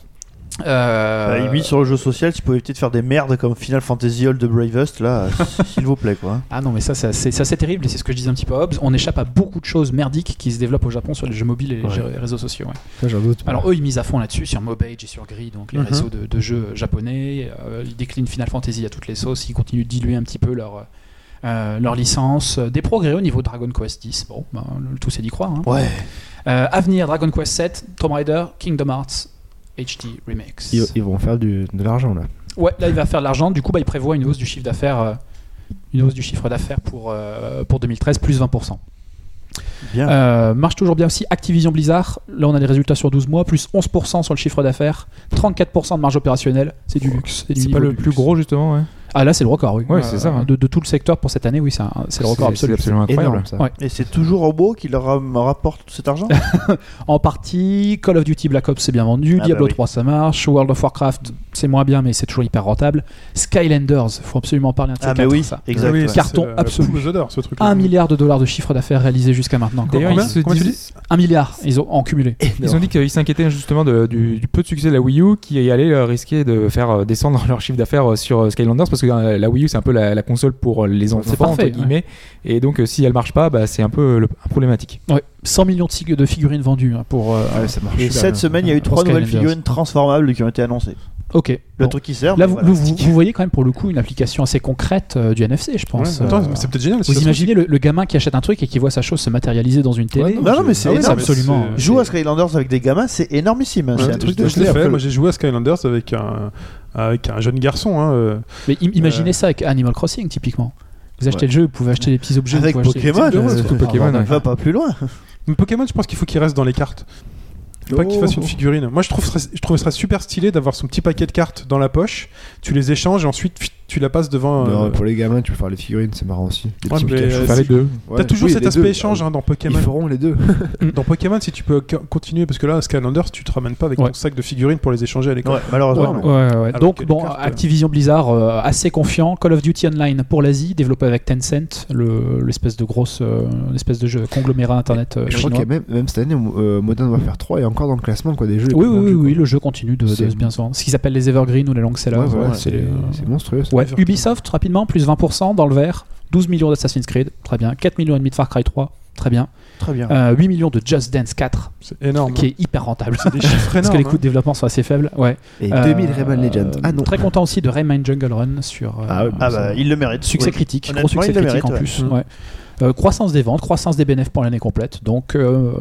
Bah,
Euh,
il mise sur le jeu social, si vous pouvez peut-être faire des merdes comme Final Fantasy All the Bravest, là, s- s'il vous plaît, quoi.
Ah non, mais ça, c'est assez, c'est assez terrible, et c'est ce que je disais un petit peu à Hobbes. On échappe à beaucoup de choses merdiques qui se développent au Japon sur les jeux mobiles et les
Ouais.
jeux- réseaux sociaux. ouais.
Ça, j'en doute.
Alors eux, ils misent à fond là-dessus sur Mobage et sur Gris, donc les
Mhm.
réseaux de, de jeux japonais. Euh, ils déclinent Final Fantasy à toutes les sauces. Ils continuent de diluer un petit peu leur euh, leur licence. Des progrès au niveau de Dragon Quest 10. Bon, ben, le tout c'est d'y croire. hein.
Ouais.
Euh, Avenir, Dragon Quest 7, Tomb Raider, Kingdom Hearts. HD Remix.
ils, ils vont faire du, de l'argent là.
Ouais, là il va faire de l'argent. Du coup, bah, il prévoit une hausse du chiffre d'affaires, euh, une hausse du chiffre d'affaires pour euh, pour 2013 plus 20%.
Bien.
Euh, marche toujours bien aussi. Activision Blizzard, là on a les résultats sur 12 mois, plus 11% sur le chiffre d'affaires, 34% de marge opérationnelle, c'est du luxe. du
C'est pas
niveau
le
du
plus
luxe.
gros justement. Ouais.
Ah là c'est le record, oui. Euh,
Ouais, c'est ça, hein.
De, de tout le secteur pour cette année, oui, c'est un- c'est le record absolu.
absolument incroyable.
Énorme ça.
Ouais.
Et c'est toujours Robo qui leur ra- rapporte tout cet argent
En partie, Call of Duty Black Ops c'est bien vendu,
Ah
Diablo
bah oui.
3 ça marche, World of Warcraft c'est moins bien mais c'est toujours hyper rentable. Skylanders, faut absolument parler un de ces
Ah, mais
quatre,
oui,
ça.
exact.
Oui,
ouais.
c'est
Carton
la
absolu.
poule aux odeurs, ce truc.
1 milliard de dollars de chiffre d'affaires réalisé jusqu'à maintenant.
D'ailleurs,
Combien
ils se
Comment tu
disent-
Un milliard, ils ont en cumulé.
Ils ont dit qu'ils s'inquiétaient justement de- du, du peu de succès de la Wii U qui allait euh, risquer de faire euh, descendre leur chiffre d'affaires euh, sur euh, Skylanders parce que euh, la Wii U c'est un peu la, la console pour euh, les enfants entre
parfait,
guillemets et donc euh, si elle marche pas bah, c'est un peu euh, le- un problématique.
Ouais, 100 millions de sig- de figurines vendues hein, pour. euh,
Ah
Ouais, ça marche.
Et
super
cette
bien.
semaine, il y a eu trois nouvelles
Skylanders.
figurines transformables qui ont été annoncées.
Ok.
Le
bon.
truc qui sert.
Là,
mais
vous,
voilà.
vous- vous voyez quand même pour le coup une application assez concrète euh, du NFC, je
Ouais,
pense.
attends,
Euh,
c'est peut-être génial. si
vous
ça se
imaginez le, le gamin qui achète un truc et qui voit sa chose se matérialiser dans une télé
non, non, mais c'est
Ah oui,
énorme.
mais
absolument.
c'est-
Joue à Skylanders avec des gamins, c'est énormissime. hein,
trouve.
c'est un truc de
je l'ai
fou.
fait. Moi, j'ai joué à Skylanders avec un avec un jeune garçon. hein, euh,
Mais im- imaginez ça avec Animal Crossing, typiquement. Vous achetez le jeu, vous pouvez acheter les petits objets.
Avec
vous pouvez acheter des
Pokémon,
petites
euh,
choses.
surtout
Enfin,
Pokémon,
voilà.
ouais.
Va pas plus loin.
Mais Pokémon, je pense qu'il faut qu'il reste dans les cartes. Faut pas qu'il fasse une figurine. Moi, je trouve ça- je trouverais ça super stylé d'avoir son petit paquet de cartes dans la poche. Tu les échanges et ensuite pfft, tu la passes devant. euh,
Non, Pour les gamins, tu peux faire les figurines, c'est marrant aussi. Les
Ouais,
petits
mais,
Pikachu.
euh,
Faire les deux.
T'as
Ouais.
toujours
Oui,
cet
les
aspect
deux. euh,
échange hein, dans
Ils
Pokémon.
feront les deux.
Dans Pokémon, si tu peux c- continuer, parce que là, à Skylanders, tu te ramènes pas avec
Ouais.
ton sac de figurines pour les échanger à l'école.
Ouais, malheureusement. non.
Ouais, ouais, ouais.
Avec
Donc
les
bon,
cartes.
Activision Blizzard euh, assez confiant. Call of Duty Online pour l'Asie, développé avec Tencent, le- l'espèce de grosse, euh, l'espèce de jeu conglomérat internet euh,
Je crois
chinois.
qu'il y a même, même cette année, euh, Modern Warfare 3 est encore dans le classement quoi, des jeux. les
Oui,
plus
oui, oui,
vendus, quoi.
oui, le jeu continue de, de
C'est-
se bien se vendre. Ce qu'ils appellent les evergreen ou les longs sellers.
Ouais, voilà,
ouais,
c'est euh,
les-
c'est monstrueux. ça.
Ouais, Ubisoft rapidement plus 20% dans le vert, 12 millions d'Assassin's Creed, très bien, 4 millions et demi de Far Cry 3, très bien,
Très bien.
Euh, 8 millions de Just Dance 4
C'est énorme.
qui est hyper rentable.
Des chiffres
Parce
énormes.
que les coûts
hein.
de développement sont assez faibles. Ouais.
Et
Euh,
2000 Rayman Legends. Ah non.
Très content aussi de Rayman Jungle Run sur. euh,
Ah ouais,
Ah
sur-
bah, il le mérite.
Succès
Oui.
critique, gros
Honnêtement,
succès
il le
critique
mérite,
en
ouais.
plus. ouais. Euh, croissance des ventes, croissance des bénéfices pour l'année complète. Donc euh,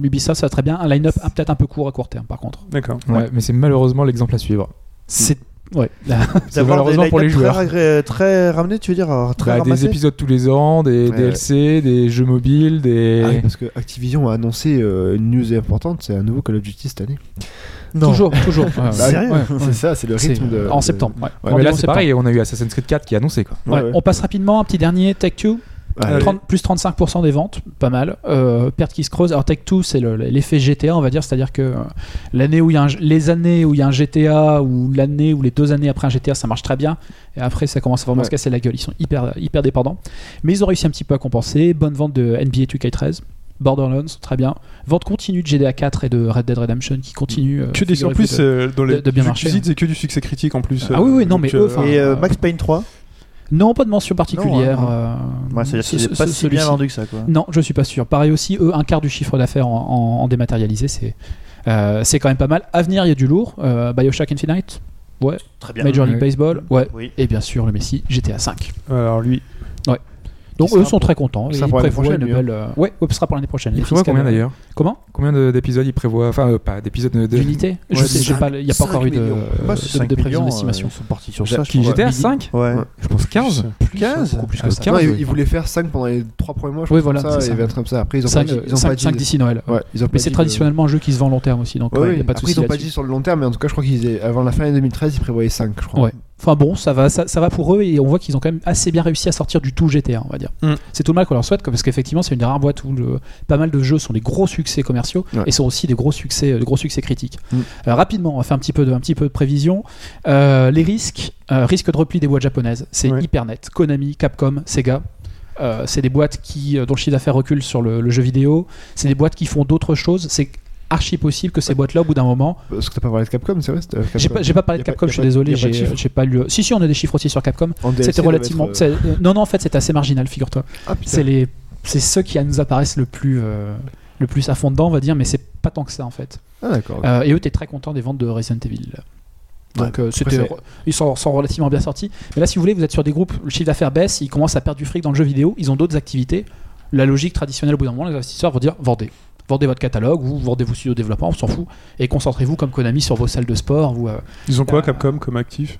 Ubisoft, ça va très bien. Un line-up ah, peut-être un peu court à court terme, par contre.
hein. D'accord.
Ouais,
Ouais.
mais c'est malheureusement l'exemple à suivre.
C'est ouais.
C'est malheureusement pour les
line-up
joueurs.
Très, agré- très ramenés, tu veux dire alors, Très
Bah, des
ramassés
épisodes tous les ans, des
Ouais,
DLC, des jeux mobiles, des.
Ah oui, parce que Activision a annoncé euh, une news importante, c'est un nouveau Call of Duty cette année.
Non.
toujours, toujours. Ouais, ouais.
Sérieux
Ah, Ouais,
C'est
ouais.
ça, c'est le
C'est-
rythme de.
en
de-
septembre. ouais.
Ouais,
Ouais, mais
Rendez-vous
là,
en
c'est
septembre.
pareil, on a eu Assassin's Creed 4 qui est annoncé quoi.
Ouais,
Ouais,
ouais.
On passe rapidement, un petit dernier, Tech Two,
Allez.
30 plus 35% des ventes, pas mal. Euh, perte qui se creuse. Alors Tech Two, c'est le- l'effet GTA, on va dire, c'est-à-dire que euh, l'année où il y a un- les années où il y a un GTA ou l'année ou les deux années après un GTA, ça marche très bien. Et après, ça commence à vraiment
Ouais.
se casser la gueule. Ils sont hyper, hyper dépendants. Mais ils ont réussi un petit peu à compenser. Bonne vente de NBA 2K13. Borderlands, très bien. Vente continue de GDA 4 et de Red Dead Redemption qui continue. euh,
Que des
figurez-vous,
surprises
de-
euh, dans les
de- de bien
jeux
marcher,
que tu cites, c'est que du succès critique en plus.
Ah oui, oui, non, mais eux, enfin,
Et euh,
euh,
Max Payne 3
Non, pas de mention particulière.
Non, ouais,
euh,
Ouais, c'est-à-dire qu'il
ce-
est pas
ce-
si bien
celui-ci.
vendu que ça, quoi.
Non, je suis pas sûr. Pareil aussi, eux, un quart du chiffre d'affaires en, en- en dématérialisé, c'est euh, c'est quand même pas mal. À venir, il y a du lourd. Euh, Bioshock Infinite,
Très bien.
Major League
Ouais.
Baseball, ouais.
Oui.
Et bien sûr, le Messi, GTA V.
Alors lui,
Donc
Ce sera
eux sont
pour-
très contents.
ce
et
sera
Ils
pour l'année
prévoient une
prochaine, lui,
belle. euh, Ouais, ouais, ce sera pour l'année prochaine.
Il
Les
prévoit
fiscales-
combien d'ailleurs
Comment
Combien de- d'épisodes il prévoit Enfin, euh, pas d'épisodes de. de-
D'unités Je
Ouais,
sais,
c'est
j'ai pas, il n'y a pas encore eu de,
Bah, c'est
de,
5
de prévision
millions,
d'estimation.
euh, Ils sont partis sur
J'ai-
ça. je
Qui
crois.
GTA 5
Ouais.
Ouais.
Je pense 15
euh,
15
beaucoup plus hein.
Ah,
que ça.
quinze,
Non, ils,
oui.
ils voulaient faire 5 pendant les 3 premiers mois, je
Oui,
crois,
voilà,
comme
c'est
ça, et
ça.
20 comme ça. Après, ils ont pas
Cinq,
dit.
euh,
Ils ont
cinq-
pas dit
cinq
de-
d'ici Noël.
Ouais, ils ont pas
Mais
dit
c'est
de-
traditionnellement un jeu qui se vend long terme aussi, donc
Ouais,
euh,
ouais,
il n'y a pas de
Après,
souci.
ils ont pas
là-dessus.
dit sur le long terme, mais en tout cas, je crois qu'ils disaient avant la fin de 2013, ils prévoyaient 5, je crois.
Ouais. Enfin bon, ça va, ça, ça va pour eux et on voit qu'ils ont quand même assez bien réussi à sortir du tout GTA, on va dire.
Mm.
C'est tout le mal qu'on leur souhaite quoi, parce qu'effectivement c'est une des rares boîtes où le- pas mal de jeux sont des gros succès commerciaux
Ouais.
et sont aussi des gros succès, euh, des gros succès critiques.
Mm.
Euh, rapidement, on va faire un petit peu de, un petit peu de prévision. Euh, les risques, euh, risque de repli des boîtes japonaises, c'est
Ouais.
hyper net. Konami, Capcom, Sega. euh, c'est des boîtes qui, euh, dont le chiffre d'affaires recule sur le, le jeu vidéo. C'est des boîtes qui font d'autres choses. C'est archi possible que ces boîtes-là, au bout d'un moment,
Parce que t'as pas parlé de Capcom, c'est vrai c'était, euh,
j'ai
Capcom.
pas, j'ai pas parlé
Y a
de
pas-
Capcom,
y a
je suis
pas- y
désolé,
a pas de
j'ai
chiffres.
j'ai pas lu. Si, si, on a des chiffres aussi sur Capcom.
En DLC,
C'était
ils doivent
relativement.
être, euh,
c'est- euh, Non, non, en fait, c'était assez marginal, figure-toi.
Ah, putain.
C'est les, c'est ceux qui nous apparaissent le plus, euh, le plus à fond dedans, on va dire, mais c'est pas tant que ça en fait.
Ah, d'accord.
Euh, et eux, t'es très content des ventes de Resident Evil. Donc euh, c'était,
c'est-
ils sont, sont relativement bien sortis. Mais là, si vous voulez, vous êtes sur des groupes, le chiffre d'affaires baisse, ils commencent à perdre du fric dans le jeu vidéo, ils ont d'autres activités. La logique traditionnelle, au bout d'un moment, les investisseurs vont dire vendez. Vendez votre catalogue ou vendez vos studios de développement, on s'en fout. Et concentrez-vous comme Konami sur vos salles de sport ou. euh,
ils ont quoi
Euh,
Capcom comme actif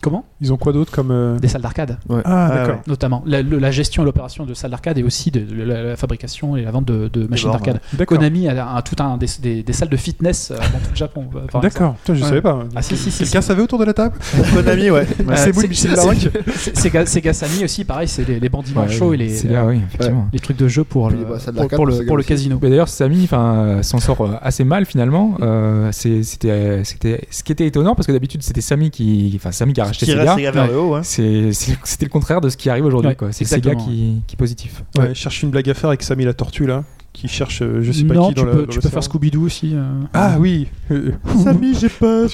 comment
Ils ont quoi d'autre comme euh,
Des salles d'arcade.
Ah
Ah,
d'accord.
ouais.
notamment la, le- la gestion et l'opération de salles d'arcade et aussi de, de la, la fabrication et la vente de, de machines
bornes,
d'arcade.
D'accord.
Konami a un- tout un des, des- des salles de fitness euh, dans tout le Japon. euh, par exemple.
D'accord. Putain, je
Ouais.
savais pas.
Ah si si si.
Quelqu'un savait autour de la table
Konami, ouais.
Euh,
C'est vous, Michel Larocque
c'est- Sega- Sega Sammy aussi, pareil, c'est les, les bandits
Ouais,
manchots et les,
C'est bien, oui, effectivement.
les trucs de jeu pour
Puis
le,
les salles
pour,
d'arcade
pour le,
pour Sega
pour le
aussi.
casino.
Mais d'ailleurs, Samy enfin, euh, s'en sort euh, assez mal finalement. Euh, c'est- c'était, c'était, ce qui était étonnant parce que d'habitude c'était Samy qui, enfin Samy qui a racheté
Qui reste
Sega.
Sega vers le haut, hein.
C'est- c'est- c'était le contraire de ce qui arrive aujourd'hui.
Ouais,
quoi. c'est Sega
exactement.
qui, qui est positif.
Ouais, je cherche une blague à faire avec Samy la tortue là, qui cherche euh, je sais pas
Non,
qui
tu
dans la-
peux,
dans
tu peux
l'océan.
faire Scooby-Doo aussi. euh.
Ah oui. Euh,
Samy, j'ai peur.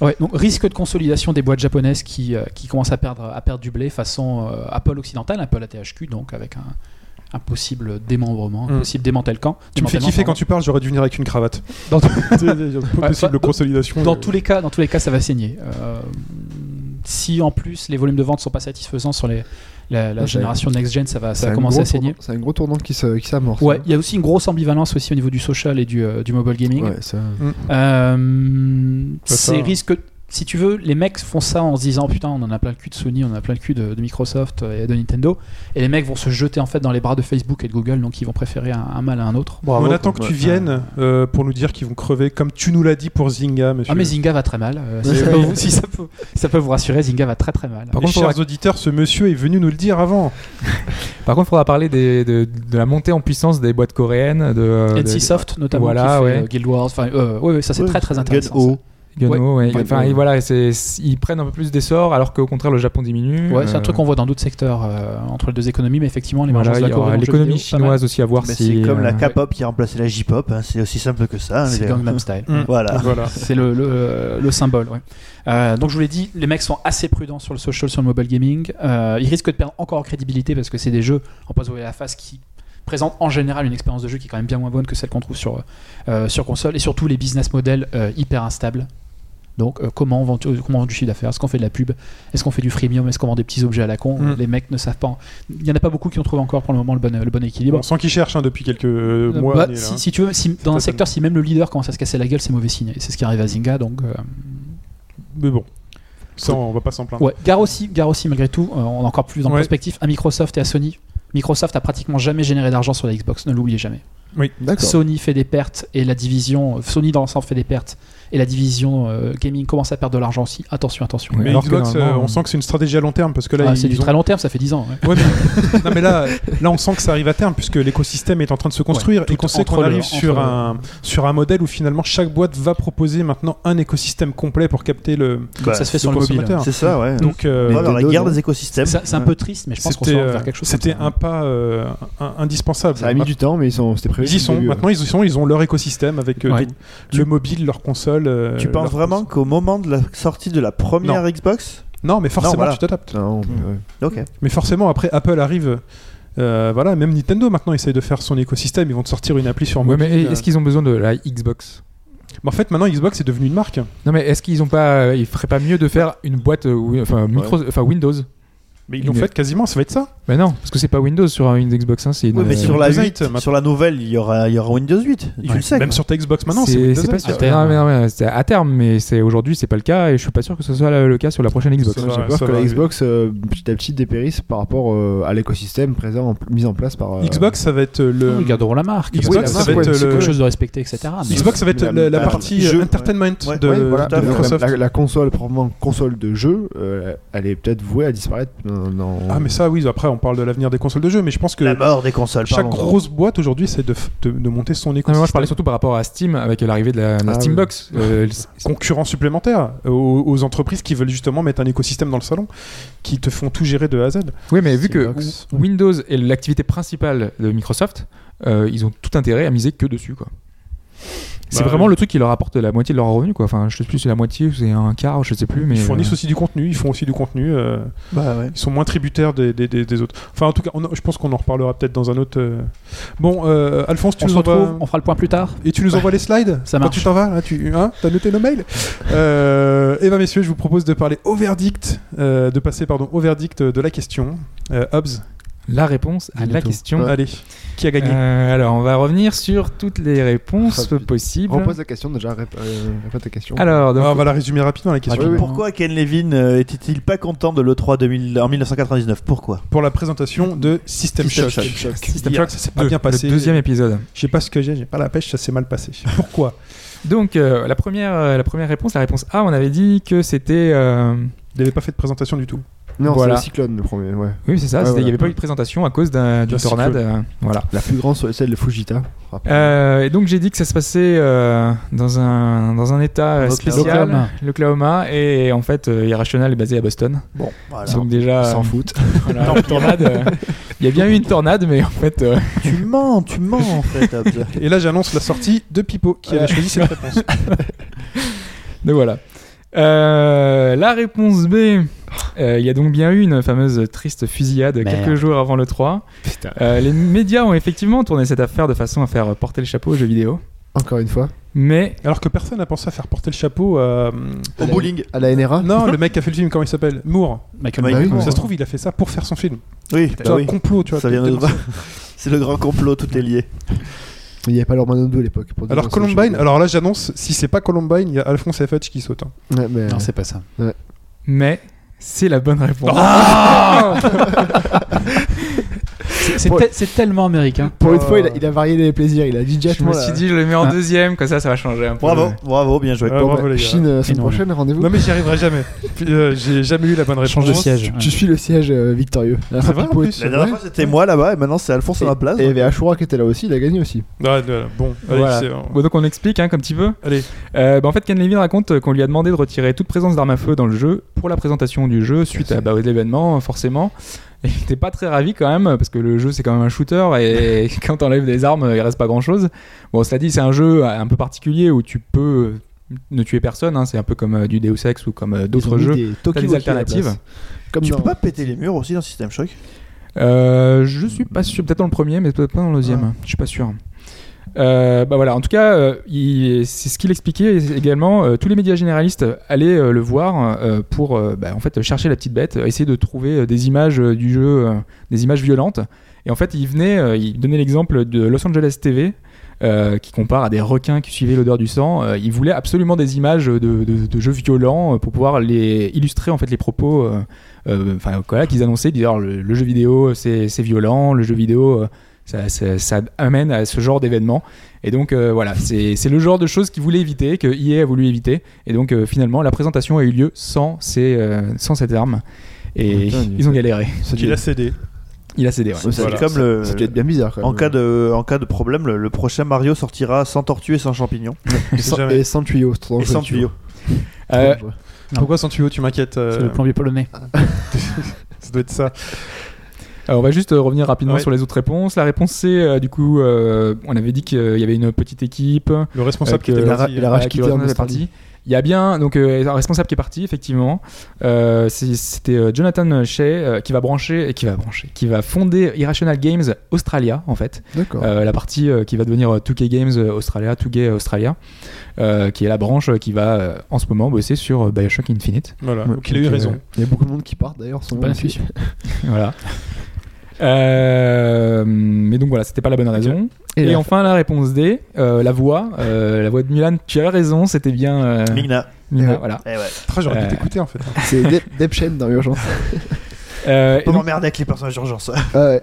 Ouais, donc risque de consolidation des boîtes japonaises qui, euh, qui commencent à perdre, à perdre du blé façon euh, Apple occidentale, Apple ATHQ, donc avec un, un possible démembrement, un
Mm.
possible démantèle camp.
Tu me fais kiffer quand tu parles, j'aurais dû venir avec une cravate.
Dans-
possible
dans-
consolidation.
Dans
euh,
tous les cas, dans tous les cas, ça va saigner. Euh, si en plus les volumes de vente sont pas satisfaisants sur les, la, la
Ouais,
génération next gen, ça va,
C'est
ça va
un
commencer
gros
à saigner.
tournant- C'est un gros tournant qui se- qui s'amorce.
Ouais, il y a aussi une grosse ambivalence aussi au niveau du social et du, euh, du mobile gaming.
Ouais, ça-
Euh,
Ça,
c'est
ça-
risque si tu veux, les mecs font ça en se disant putain, on en a plein le cul de Sony, on en a plein le cul de, de Microsoft et de Nintendo. Et les mecs vont se jeter en fait dans les bras de Facebook et de Google, donc ils vont préférer un, un mal à un autre.
Bravo,
on attend que
quoi.
tu viennes euh, pour nous dire qu'ils vont crever, comme tu nous l'as dit pour Zynga, monsieur.
Ah, mais Zynga va très mal. euh, si,
Oui.
ça peut vous, si ça peut- si ça peut vous rassurer, Zynga va très très mal.
Par
Les
contre,
chers
faudra-
auditeurs, ce monsieur est venu nous le dire avant.
Par contre, il faudra parler des- de, de la montée en puissance des boîtes coréennes, de, euh, de-
NCSoft notamment
Voilà,
qui fait
ouais.
euh, Guild Wars. Enfin, euh, ouais, ouais, ça c'est
Ouais,
très très
Gun
intéressant.
O.
de Gano, ouais.
Gano,
Enfin,
ouais.
et voilà, c'est- c'est- ils prennent un peu plus d'essor, alors qu'au contraire, le Japon diminue.
ça. Ouais, c'est un
Euh,
truc qu'on voit dans d'autres secteurs euh, entre les deux économies, mais effectivement, l'émergence
Voilà, il
de
y
la
aura
Corée, dans le jeu
l'économie
vidéo, pas mal.
chinoise aussi à voir
Mais
si.
c'est comme la
euh,
K-pop qui a remplacé la J-pop, hein, c'est aussi simple que ça. hein,
c'est
les-
Gangnam Style.
Voilà.
Voilà.
C'est le, le- le symbole, ouais. Euh, donc je vous l'ai dit, les mecs sont assez prudents sur le social, sur le mobile gaming. Euh, ils risquent de perdre encore en crédibilité parce que c'est des jeux, en passe à la face, qui présentent en général une expérience de jeu qui est quand même bien moins bonne que celle qu'on trouve sur, euh, sur console et surtout les business models euh, hyper instables. Donc euh, comment, on vend, euh, comment on vend du chiffre d'affaires Est-ce qu'on fait de la pub Est-ce qu'on fait du freemium Est-ce qu'on vend des petits objets à la con
Mm.
Les mecs ne savent pas. en- Il n'y en a pas beaucoup qui ont trouvé encore pour le moment le bon, le bon équilibre.
On sent qu'il cherche hein, depuis quelques euh,
Euh,
mois.
bah,
années, là, hein.
si, si tu veux, si- dans un
Totalement.
secteur, si même le leader commence à se casser la gueule, c'est mauvais signe. Et c'est ce qui arrive à Zynga. Donc, euh,
Mais bon, ça, on va pas s'en plaindre.
ouais. Gare aussi, gare aussi, malgré tout, euh, on a encore plus en
Hein. Ouais.
perspective à Microsoft et à Sony. Microsoft a pratiquement jamais généré d'argent sur la Xbox, ne l'oubliez jamais.
D'accord.
Sony fait des pertes et la division, euh, Sony dans l'ensemble fait des pertes et la division euh, gaming commence à perdre de l'argent aussi. Attention, attention.
Ouais.
Mais
Alors que
Xbox, euh,
normalement,
on sent que c'est une stratégie à long terme parce que là,
Ah,
ils
c'est du
ont-
très long terme, ça fait 10 ans. hein.
Ouais,
ouais.
mais- non mais là, là on sent que ça arrive à terme puisque l'écosystème est en train de se construire et
tout
qu'on sait
entre
qu'on
le-
arrive
entre
sur
le-
un sur un modèle où finalement chaque boîte va proposer maintenant un écosystème complet pour capter le,
Bah,
ça se fait
le
sur le mobile.
consommateur.
C'est ça, ouais.
Donc euh,
On va vers la
Nintendo,
guerre
non.
des écosystèmes.
C'est c'est un peu triste, mais je pense qu'on
c'était
va
euh,
faire quelque chose. comme
c'était
ça.
un pas euh, un- indispensable.
Ça a mis du temps, mais ils sont, c'était
ils
prévu.
y
depuis le
sont.
début,
Maintenant, ils y sont. Ils ont leur écosystème avec euh,
Ouais.
tout- le mobile, leur console. euh,
Tu penses
leur-
vraiment qu'au moment de la sortie de la première Xbox
Non, mais forcément,
Non, voilà.
tu t'adaptes.
ouais. Non, ouais.
Ok.
Mais forcément, après, Apple arrive. euh, voilà, même Nintendo maintenant essaye de faire son écosystème. Ils vont te sortir une appli sur
Ouais,
mobile.
mais
euh.
est-ce qu'ils ont besoin de la Xbox
Mais en fait, maintenant, Xbox est devenu une marque.
Non, mais est-ce qu'ils ont pas, ils feraient pas mieux de faire une boîte, euh, wi- enfin, micro, enfin Windows
Mais ils l'ont
Mais-
fait quasiment. Ça va être ça.
Ben non, parce que c'est pas Windows sur une Xbox, hein, c'est une.
Oui, mais
euh,
sur la
Windows
8,
8, maintenant.
sur la nouvelle, il y aura, il y aura Windows 8. Tu le sais.
Même
quoi.
sur ta Xbox maintenant, c'est
c'est
Windows
c'est pas
X.
sûr.
Ah, ouais.
Non, mais non, mais c'est à terme, mais c'est aujourd'hui, c'est pas le cas, et je suis pas sûr que ce soit le, le cas sur la prochaine Xbox.
Ça
J'ai
va, ça
peur que
va
la
arriver.
Xbox euh, petit à petit dépérisse par rapport euh, à l'écosystème présent en- mis en place par euh,
Xbox, ça va être
Oh,
le.
ils garderont la marque.
Xbox,
Oui, la
ça
marque,
va
ouais,
être
c'est
le-
quelque chose de respecté, etc. mais-
Xbox, ça va être
La-
la, la
la
partie
partie jeu,
euh, entertainment
ouais.
de,
Ouais, voilà,
de
tout à fait.
Microsoft.
La, la console proprement console de jeu, euh, elle est peut-être vouée à disparaître. dans- dans-
Ah, mais ça, oui, après, on parle de l'avenir des consoles de jeux, mais je pense que
La mort des consoles.
chaque
pardon.
grosse boîte aujourd'hui essaie de, f- de- de monter son
Non, mais
écosystème.
moi, je parlais surtout par rapport à Steam avec l'arrivée de la, la
Ah,
Steam
oui.
Box. Euh, le-
concurrents supplémentaires euh, aux, aux entreprises qui veulent justement mettre un écosystème dans le salon, qui te font tout gérer de A à Z.
Oui, mais vu
Steam
que
Box.
W- Windows est l'activité principale de Microsoft, euh, ils ont tout intérêt à miser que dessus, quoi. C'est
Bah,
vraiment
oui.
le truc qui leur apporte la moitié de leur revenu, quoi. Enfin, je sais plus si c'est la moitié ou c'est un quart, je sais plus, mais.
Ils fournissent
euh,
aussi du contenu, ils font aussi du contenu, euh,
Bah ouais.
ils sont moins tributaires des, des- des- des autres. Enfin, en tout cas, on- je pense qu'on en reparlera peut-être dans un autre. euh. Bon, euh, Alphonse, tu
on se
nous envoies-
retrouve, on fera le point plus tard.
Et tu nous envoies les slides
Ça
Quand
marche.
tu t'en vas, là, tu hein, as noté nos mails Et bien, messieurs, je vous propose de parler au verdict, euh, de passer pardon, au verdict de la question. Euh, Hobbs,
La réponse à la
Bientôt.
question.
allez, qui a gagné
Euh, alors, on va revenir sur toutes les réponses
Rapide.
possibles.
Repose
hein.
la question déjà, rép- euh, répète ta question.
Alors, donc,
Ah, On va la résumer rapidement, la question.
Ah, oui, oui.
Pourquoi Ken Levin euh, était-il pas content de l'E3 2000 en 1999 Pourquoi
Pour la présentation de System,
System
Shock.
Shock.
System
Hier,
Shock,
ça s'est
le-
pas Ah, bien passé.
le deuxième épisode.
Je sais pas ce que j'ai, j'ai pas la pêche, ça s'est mal passé. Pourquoi
Donc, euh, la, première, euh, la première réponse, la réponse A, on avait dit que c'était. euh,
Il avait pas fait de présentation du tout.
Non,
Voilà.
c'est le cyclone le premier, ouais.
Oui, c'est ça,
Ouais,
c'était- il
voilà.
n'y avait pas eu de présentation à cause d'un- d'une
D'un
tornade. euh, voilà.
La plus grande, c'est celle de Fujita. Ah,
Euh, et donc, j'ai dit que ça se passait euh, dans, un, dans un état euh,
L'Oklahoma.
spécial,
L'Oklahoma.
l'Oklahoma, et en fait, euh, Irrational est basé à Boston.
Bon, voilà.
donc, déjà,
Euh,
S'en foutent.
voilà, une tornade, euh, il y a bien eu une tornade, mais en fait, euh,
tu mens, tu mens en fait. Hobbs.
Et là, j'annonce la sortie de Pipo qui avait choisi cette réponse.
Donc voilà. Euh, la réponse B, euh, il y a donc bien eu une fameuse triste fusillade quelques jours avant le 3.
Putain.
Euh, les médias ont effectivement tourné cette affaire de façon à faire porter le chapeau aux jeux vidéo.
Encore une fois.
Mais
Alors que personne n'a pensé à faire porter le chapeau à. hum,
Au bowling.
À la
Ah.
NRA
Non, le mec qui a fait le film, comment il s'appelle Moore.
Michael
Mike
Bay.
Moore.
Ça se trouve, il a fait ça pour faire son film.
Oui,
C'est
bah
un
oui.
complot, tu vois.
Ça vient de
peut-être.
C'est le grand complot, tout est lié.
Il n'y avait pas leur main 2 à l'époque. pour
Alors
dire, c'est le
Columbine,
jeu.
alors là j'annonce, si c'est pas Columbine, il y a Alphonse FH qui saute. hein.
Ouais, mais-
Non, c'est pas ça.
Mais c'est la bonne réponse.
C'est c'est
Pour-
te- c'est tellement américain.
Pour une fois, il a, il a varié les plaisirs. Il a dit Jet,
je me suis dit, je le mets en
Ah.
deuxième, comme ça, ça va changer un peu.
Bravo, bravo, bien joué.
Ouais, bravo, les gars.
Chine, euh, semaine
Énorme.
prochaine, rendez-vous.
Non mais j'y arriverai jamais. Puis, euh, J'ai jamais eu la bonne réponse.
Change de siège.
Tu suis le siège euh, victorieux.
Ah,
C'est vrai, en
Pipo,
plus.
tu-
La dernière fois c'était moi là-bas et maintenant c'est Alphonse à ma place.
Et il y avait Ashura qui était là aussi, il a gagné aussi.
Ah, voilà, bon, allez,
Voilà.
c'est- on-
Bon, donc on explique hein, comme petit peu.
allez.
Euh, bah, en fait, Ken Levine raconte qu'on lui a demandé de retirer toute présence d'armes à feu dans le jeu pour la présentation du jeu suite à bah, aux événements, forcément. Et il n'était pas très ravi quand même, parce que le jeu c'est quand même un shooter et quand t'enlèves des armes, euh, il reste pas grand chose. Bon, cela dit, c'est un jeu euh, un peu particulier où tu peux euh, ne tuer personne, hein, c'est un peu comme euh, du Deus Ex ou comme euh,
Ils ont
d'autres
mis
jeux.
des
T'as
Toki
des
Woki à la
alternatives.
place. Comme
Tu
dans-
peux pas péter les murs aussi dans System Shock
Euh, je suis pas sûr, peut-être dans le premier, mais peut-être pas dans le deuxième. Je suis pas sûr. Euh, bah voilà, en tout cas, euh, il- c'est ce qu'il expliquait également. euh, tous les médias généralistes allaient euh, le voir euh, pour euh, bah, en fait chercher la petite bête, euh, essayer de trouver euh, des images euh, du jeu, euh, des images violentes. Et en fait, il venait, euh, il donnait l'exemple de Los Angeles TV. euh, qui compare à des requins qui suivaient l'odeur du sang. Euh, il voulait absolument des images de, de- de jeux violents euh, pour pouvoir les illustrer en fait les propos euh, euh, enfin voilà, qu'ils annonçaient, dire le, le jeu vidéo euh, c'est c'est violent, le jeu vidéo euh, ça, ça- ça amène à ce genre d'événement. Et donc euh, voilà, c'est c'est le genre de choses qu'ils voulaient éviter, que EA a voulu éviter. Et donc euh, finalement la présentation a eu lieu sans, ces, euh, sans cette arme. Et
Putain, il-
ils ont galéré.
Qu'il a cédé.
Il a cédé. ouais.
Ça, C'est
Voilà.
comme le.
Ça doit être bien bizarre quand même.
En cas, de, en cas de problème, le, le prochain Mario sortira sans tortue et sans champignons.
Et sans-
Jamais.
Et sans tuyau. c'est trop
et sans
dangereux,
tuyau.
Euh,
Trop dangereux.
Pourquoi sans tuyau, tu m'inquiètes euh,
C'est le plombier polonais.
Ça doit être ça.
Alors, on va juste euh, revenir rapidement
Ouais.
sur les autres réponses. La réponse c'est euh, du coup, euh, on avait dit qu'il y avait une petite équipe.
Le responsable
Euh,
qui
que
était
la ra-
parti,
il a
hein.
rage
Voilà,
quitté
Killer
en
Jones est
Australie.
parti. Il y a bien donc euh, un responsable qui est parti effectivement. Euh, c'est- C'était euh, Jonathan Shea euh, qui va brancher et qui va brancher, qui va fonder Irrational Games Australia en fait,
D'accord.
Euh, la partie euh, qui va devenir euh, 2K Games Australia, 2K Australia, euh, qui est la branche euh, qui va euh, en ce moment bosser sur euh, Bioshock Infinite.
Voilà,
Ouais,
donc il a eu
donc, euh,
raison.
Il y a beaucoup de monde qui part d'ailleurs. sans
Pas
nom.
intuition.
voilà. Euh, mais donc voilà, c'était pas la bonne raison. Et,
Et là,
enfin la réponse D, euh, la voix, euh, la voix de Milan. Tu as raison, c'était bien euh,
Migna.
Mina,
Ouais.
voilà.
Eh ouais.
Tra, J'aurais
Euh,
dû t'écouter en fait.
c'est Deb- Deb Chen dans Urgence.
Euh, et
Pas
donc,
m'emmerder avec les personnages d'urgence.
Ah ouais.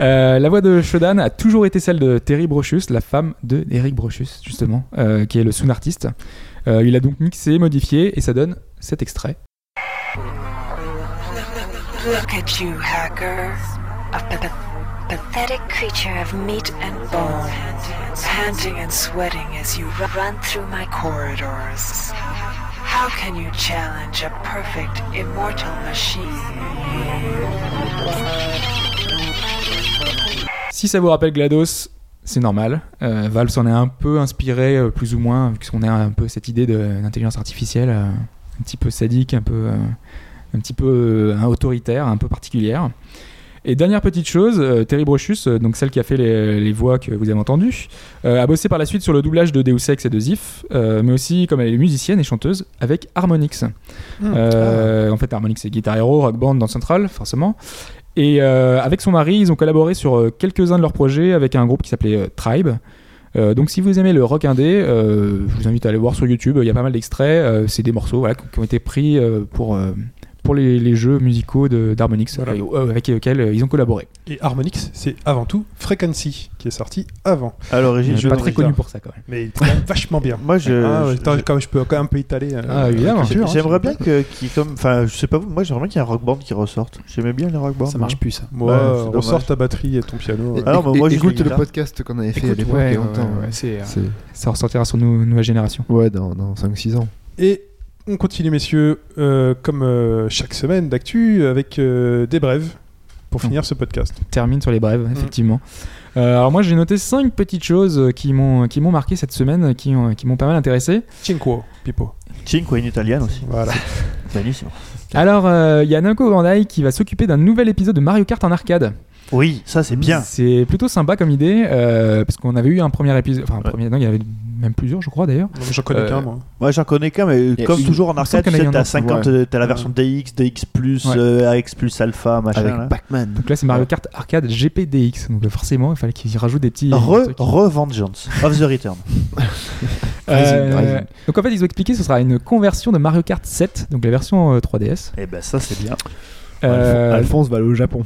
Euh, la voix de Shodan a toujours été celle de Terry Brochus, la femme de Eric Brochus, justement, euh, qui est le soon-artiste. Euh, il a donc mixé, modifié, et ça donne cet extrait.
Look at you, hacker. A pa- pa- pathetic creature of meat and bone, panting and sweating as you ru- run through my corridors. How can you challenge a perfect, immortal machine?
Si ça vous rappelle GLaDOS, c'est normal. Euh, Valve s'en est un peu inspiré, euh, plus ou moins, vu qu'on a un peu cette idée de- d'intelligence artificielle, euh, un petit peu sadique, un peu, euh, un petit peu euh, hein, autoritaire, un peu particulière. Et dernière petite chose, euh, Terry Brochus, euh, donc celle qui a fait les, les voix que vous avez entendues, euh, a bossé par la suite sur le doublage de Deus Ex et de Zif, euh, mais aussi, comme elle est musicienne et chanteuse, avec Harmonix. Euh, En fait, Harmonix c'est Guitar Hero, Rock Band dans Central, forcément. Et euh, avec son mari, ils ont collaboré sur euh, quelques-uns de leurs projets avec un groupe qui s'appelait euh, Tribe. Euh, donc si vous aimez le rock indé, euh, je vous invite à aller voir sur YouTube, il y a pas mal d'extraits, euh, c'est des morceaux voilà, qui qui ont été pris euh, pour, euh, pour les, les jeux musicaux de- d'Harmonix
Voilà.
euh, avec lesquels euh, ils ont collaboré.
Et Harmonix, c'est avant tout Frequency qui est sorti avant.
À l'origine,
Je
je
suis Euh, pas très
Guitar.
connu pour ça quand même.
Mais il était quand même vachement bien.
Moi, je.
Ah, ouais,
Euh, je-
attends, quand même, je peux quand même un peu étaler. euh,
Ah, évidemment.
la culture, hein,
J'aimerais
c'est
bien que, qui comme, enfin, je sais pas vous, moi j'aimerais bien qu'il y ait un rock band qui ressorte. J'aimais bien les rock bands.
Ça marche plus ça.
Moi,
Ouais, c'est
euh, ressort
dommage.
ta batterie et ton piano. euh.
Ah non, mais
Et-
moi,
et-
je
écoute
l'ai
le
là.
podcast qu'on avait fait à
Écoute,
l'époque. il y a longtemps, ouais.
c'est, euh,
C'est-
Ça ressortira sur nos, nos générations.
Ouais, dans, dans 5-6 ans.
Et on continue, messieurs, euh, comme euh, chaque semaine d'actu, avec euh, des brèves pour
Mm.
finir ce podcast.
Termine sur les
Mm.
brèves, effectivement. Euh, alors moi j'ai noté cinq petites choses euh, qui m'ont qui m'ont marqué cette semaine, euh, qui ont- qui m'ont pas mal intéressé.
Cinquo, Pipo.
Cinque, une italienne aussi.
Voilà.
Bellissimo.
Alors euh, il y a Namco Bandai qui va s'occuper d'un nouvel épisode de Mario Kart en arcade.
Oui, ça c'est bien.
C'est plutôt sympa comme idée, euh, parce qu'on avait eu un premier épisode. Enfin, un
Ouais.
premier. Non, il y avait même plusieurs, je crois d'ailleurs.
J'en connais
Euh,
qu'un, moi.
Ouais, j'en connais qu'un, mais comme
il-
toujours en
il me
arcade,
semble qu'il y en a
tu sais,
un
t'as
autre.
50, euh, t'as la version DX, DX,
Ouais.
euh, AX plus Alpha, machin. là.
Avec Pac-Man.
Donc là, c'est Mario Kart Arcade GPDX. Donc euh, forcément, il fallait qu'ils rajoutent des petits.
Re, oh,
des trucs.
re Vengeance of the Return.
Euh,
Raisin, Raisin.
donc en fait, ils ont expliqué ce sera une conversion de Mario Kart 7, donc la version euh, 3DS.
Et ben ça c'est bien.
Euh,
Alphonse va aller au Japon.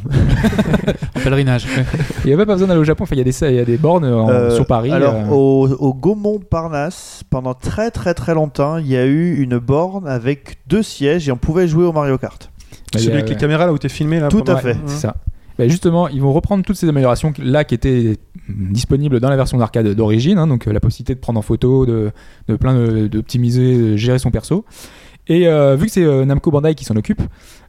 En pèlerinage. ouais.
il n'y a même pas besoin d'aller au Japon. Enfin, il y a des, il y a des bornes en-
Euh,
sur Paris.
Alors
euh,
au, au Gaumont Parnasse, pendant très très très longtemps, il y a eu une borne avec deux sièges et on pouvait jouer au Mario Kart.
bah, il y
Celui
a-
avec les caméras là où t'es filmé là. Mmh.
Tout
pendant-
à fait.
C'est ça. Bah, justement, ils vont reprendre toutes ces améliorations qui- là qui étaient mm, disponibles dans la version d'arcade d'origine, hein, donc euh, la possibilité de prendre en photo, de, de plein de- d'optimiser, de, gérer son perso. Et euh, vu que c'est euh, Namco Bandai qui s'en occupe,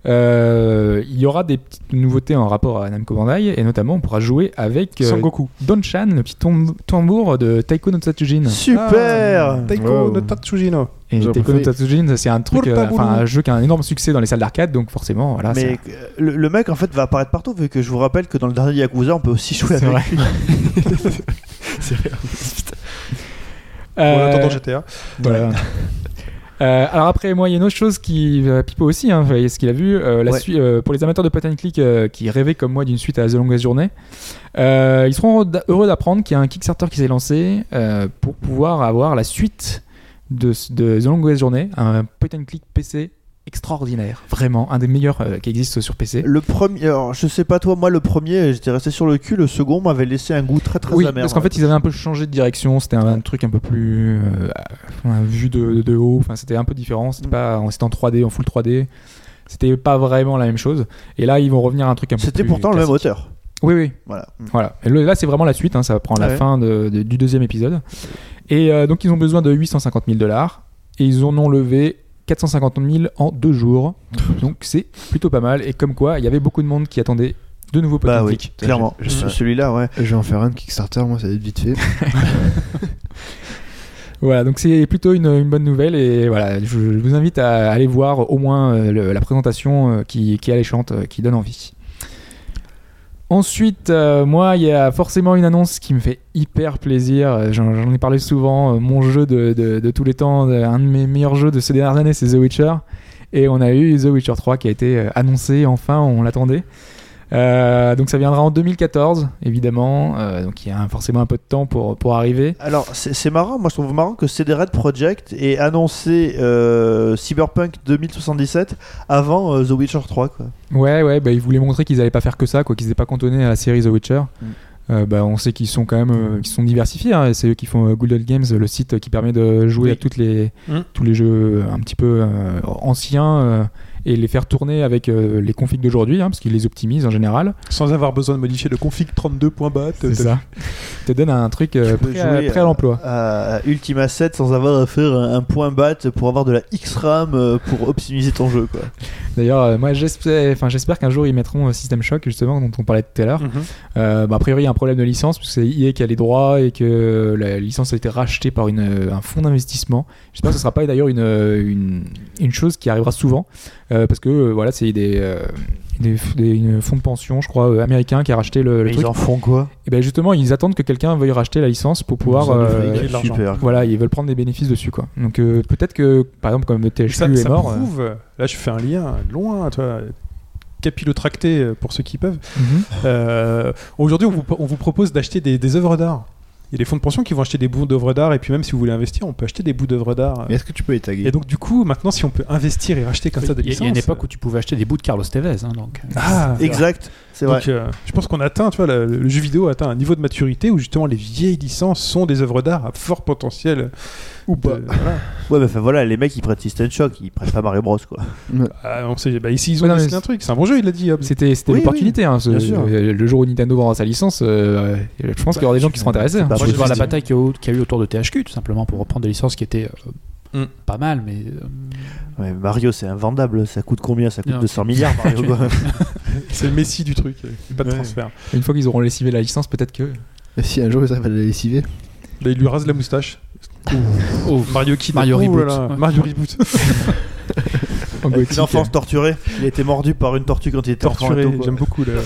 euh, il y aura des petites nouveautés en rapport à Namco Bandai, et notamment on pourra jouer avec
Son
euh,
Goku.
Donchan, le petit tom- tambour de Taiko no Tatsujin.
Super.
Taiko
Wow.
no Tatsujino.
Et
J'ai
Taiko no
apprécié.
Tatsujin, c'est un truc,
Pour
euh,
le
enfin
taboulou.
un jeu qui a un énorme succès dans les salles d'arcade, donc forcément, voilà.
Mais
Ah, c'est-
euh, le, le mec en fait va apparaître partout vu que je vous rappelle que dans le dernier Yakuza on peut aussi jouer
C'est
avec
vrai.
lui.
En
Euh,
attendant GTA.
Voilà. Euh, alors après, moi, il y a une autre chose qui euh, Pipo aussi, hein, voyez ce qu'il a vu, euh, la
Ouais.
suite euh, pour les amateurs de Point and Click euh, qui rêvaient comme moi d'une suite à The Longest Journey, euh, ils seront heureux d'a- heureux d'apprendre qu'il y a un Kickstarter qui s'est lancé euh, pour pouvoir avoir la suite de, ce- de The Longest Journey, un Point and Click PC extraordinaire, vraiment un des meilleurs euh, qui existe sur PC.
Le premier, alors, je sais pas toi, moi le premier j'étais resté sur le cul, le second m'avait laissé un goût très hein. très
oui,
amer.
parce qu'en fait ils avaient un peu changé de direction, c'était un, un truc un peu plus euh, euh, vu de, de haut, enfin c'était un peu différent, c'était
Mm.
pas c'était en 3D, en full 3D. C'était pas vraiment la même chose. Et là, ils vont revenir à un truc un peu
C'était
plus
pourtant le même
classique.
auteur.
Oui, oui.
Voilà.
Voilà. Et le- là, c'est vraiment la suite. hein, ça prend la
Ouais.
fin de- de- du deuxième épisode. Et euh, donc, ils ont besoin de 850 000 dollars. Et ils en ont levé 450 000 en deux jours. donc, c'est plutôt pas mal. Et comme quoi, il y avait beaucoup de monde qui attendait de nouveaux
Bah
Pokémon
oui, clairement.
Je- je-
Ouais. Celui-là, ouais.
Je vais en faire un de Kickstarter, moi, ça va être vite fait.
Voilà, donc c'est plutôt une, une bonne nouvelle et voilà, je, je vous invite à aller voir au moins euh, le- la présentation euh, qui, qui est alléchante, euh, qui donne envie. Ensuite, euh, moi, il y a forcément une annonce qui me fait hyper plaisir. Euh, J'en j'en ai parlé souvent. euh, mon jeu de, de- de tous les temps, de- un de mes meilleurs jeux de ces dernières années, c'est The Witcher. Et on a eu The Witcher 3 qui a été euh, annoncé, enfin, on l'attendait. Euh, donc ça viendra en 2014, évidemment. euh, donc il y a un- forcément un peu de temps pour, pour arriver.
Alors, c'est c'est marrant, moi je trouve marrant que CD Red Project ait annoncé euh, Cyberpunk 2077 avant euh, The Witcher 3. Quoi.
Ouais, ouais, bah, ils voulaient montrer qu'ils allaient pas faire que ça, quoi, qu'ils n'étaient pas cantonnés à la série The Witcher.
Mm.
Euh, bah, on sait qu'ils sont quand même euh, qu'ils sont diversifiés. hein, et C'est eux qui font euh, Good Old Games, le site euh, qui permet de jouer
Oui.
à toutes les,
Mm.
tous les jeux euh, un petit peu euh, anciens euh, et les faire tourner avec euh, les configs d'aujourd'hui, hein, parce qu'ils les optimisent en général.
Sans avoir besoin de modifier le config 32.bat. euh, t'as-
Ils te donnent un truc euh,
Tu peux
prêt, à,
jouer,
prêt à
euh,
l'emploi.
À Ultima 7 sans avoir à faire un, un point bat pour avoir de la XRAM euh, pour optimiser ton jeu. Quoi.
D'ailleurs, euh, moi j'espère, enfin j'espère qu'un jour ils mettront euh, System Shock justement dont on parlait tout à l'heure.
Mhm.
Euh, bah, a priori, il y a un problème de licence, parce que c'est EA qui a les droits et que la licence a été rachetée par une, euh, un fonds d'investissement. J'espère que ce sera pas d'ailleurs une, euh, une, une chose qui arrivera souvent, euh, parce que euh, voilà, c'est des, euh, des, des- une fonds de pension, je crois, euh, américain qui a racheté le, le
Mais
truc.
ils en font quoi
Et ben justement, ils attendent que quelqu'un veuille racheter la licence pour pouvoir.
Ils en ont
euh,
fait de l'argent.
Super.
voilà, ils veulent prendre des bénéfices dessus, quoi. Donc euh, peut-être que, par exemple, comme THQ
Ça,
est
ça
mort.
prouve, là je fais un lien loin, toi, capillotracté euh, pour ceux qui peuvent.
euh, mhm.
Euh, Aujourd'hui, on vous, on vous propose d'acheter des, des œuvres d'art. Il y a des fonds de pension qui vont acheter des bouts d'œuvres d'art, et puis même si vous voulez investir, on peut acheter des bouts d'œuvres d'art.
Mais est-ce que tu peux les taguer
Et donc, du coup, maintenant, si on peut investir et racheter comme ça des
Il y a- il
licences.
y a une époque où tu pouvais acheter des bouts de Carlos Tevez. hein,
euh,
donc.
Ah,
Exact, c'est vrai.
Donc, euh, je pense qu'on atteint, tu vois, le, le jeu vidéo atteint un niveau de maturité où justement les vieilles licences sont des œuvres d'art à fort potentiel. Ou
pas.
Ouais, mais enfin voilà, les mecs ils prennent System Shock, ils prennent pas Mario Bros. Quoi.
on sait, bah, ici ils ont
Ouais, non,
décidé
mais
un truc, c'est un bon jeu, il l'a dit. hein. Hobbs.
C'était c'était
Oui,
l'opportunité. hein, ce-
bien sûr.
euh, Le jour où Nintendo vendra sa licence, euh, je pense qu'il y aura des gens qui seront intéressés. hein.
pas
Moi,
moi,
je
je
voir la
dis-
bataille qu'il y a eu- qu'il y a eu autour de THQ, tout simplement, pour reprendre des licences qui étaient euh,
Mm.
pas mal, mais. euh,
Ouais, Mario c'est invendable, ça coûte combien Ça coûte
Non.
200 milliards Mario. quoi.
C'est le Messi du truc, euh, pas de
Ouais.
transfert.
Une fois qu'ils auront lessivé la licence, peut-être que.
Et Si un jour ils arrivent à la lessiver
Là, Bah, il lui rase la moustache.
oh,
Mario Kid.
Mario
Oh là
Reboot.
là,
Ouais.
Mario Reboot.
En
Avec
gothique.
une enfance torturée, il a été mordu par une tortue quand il était enfant
Torturé,
et tout, quoi.
j'aime beaucoup. le-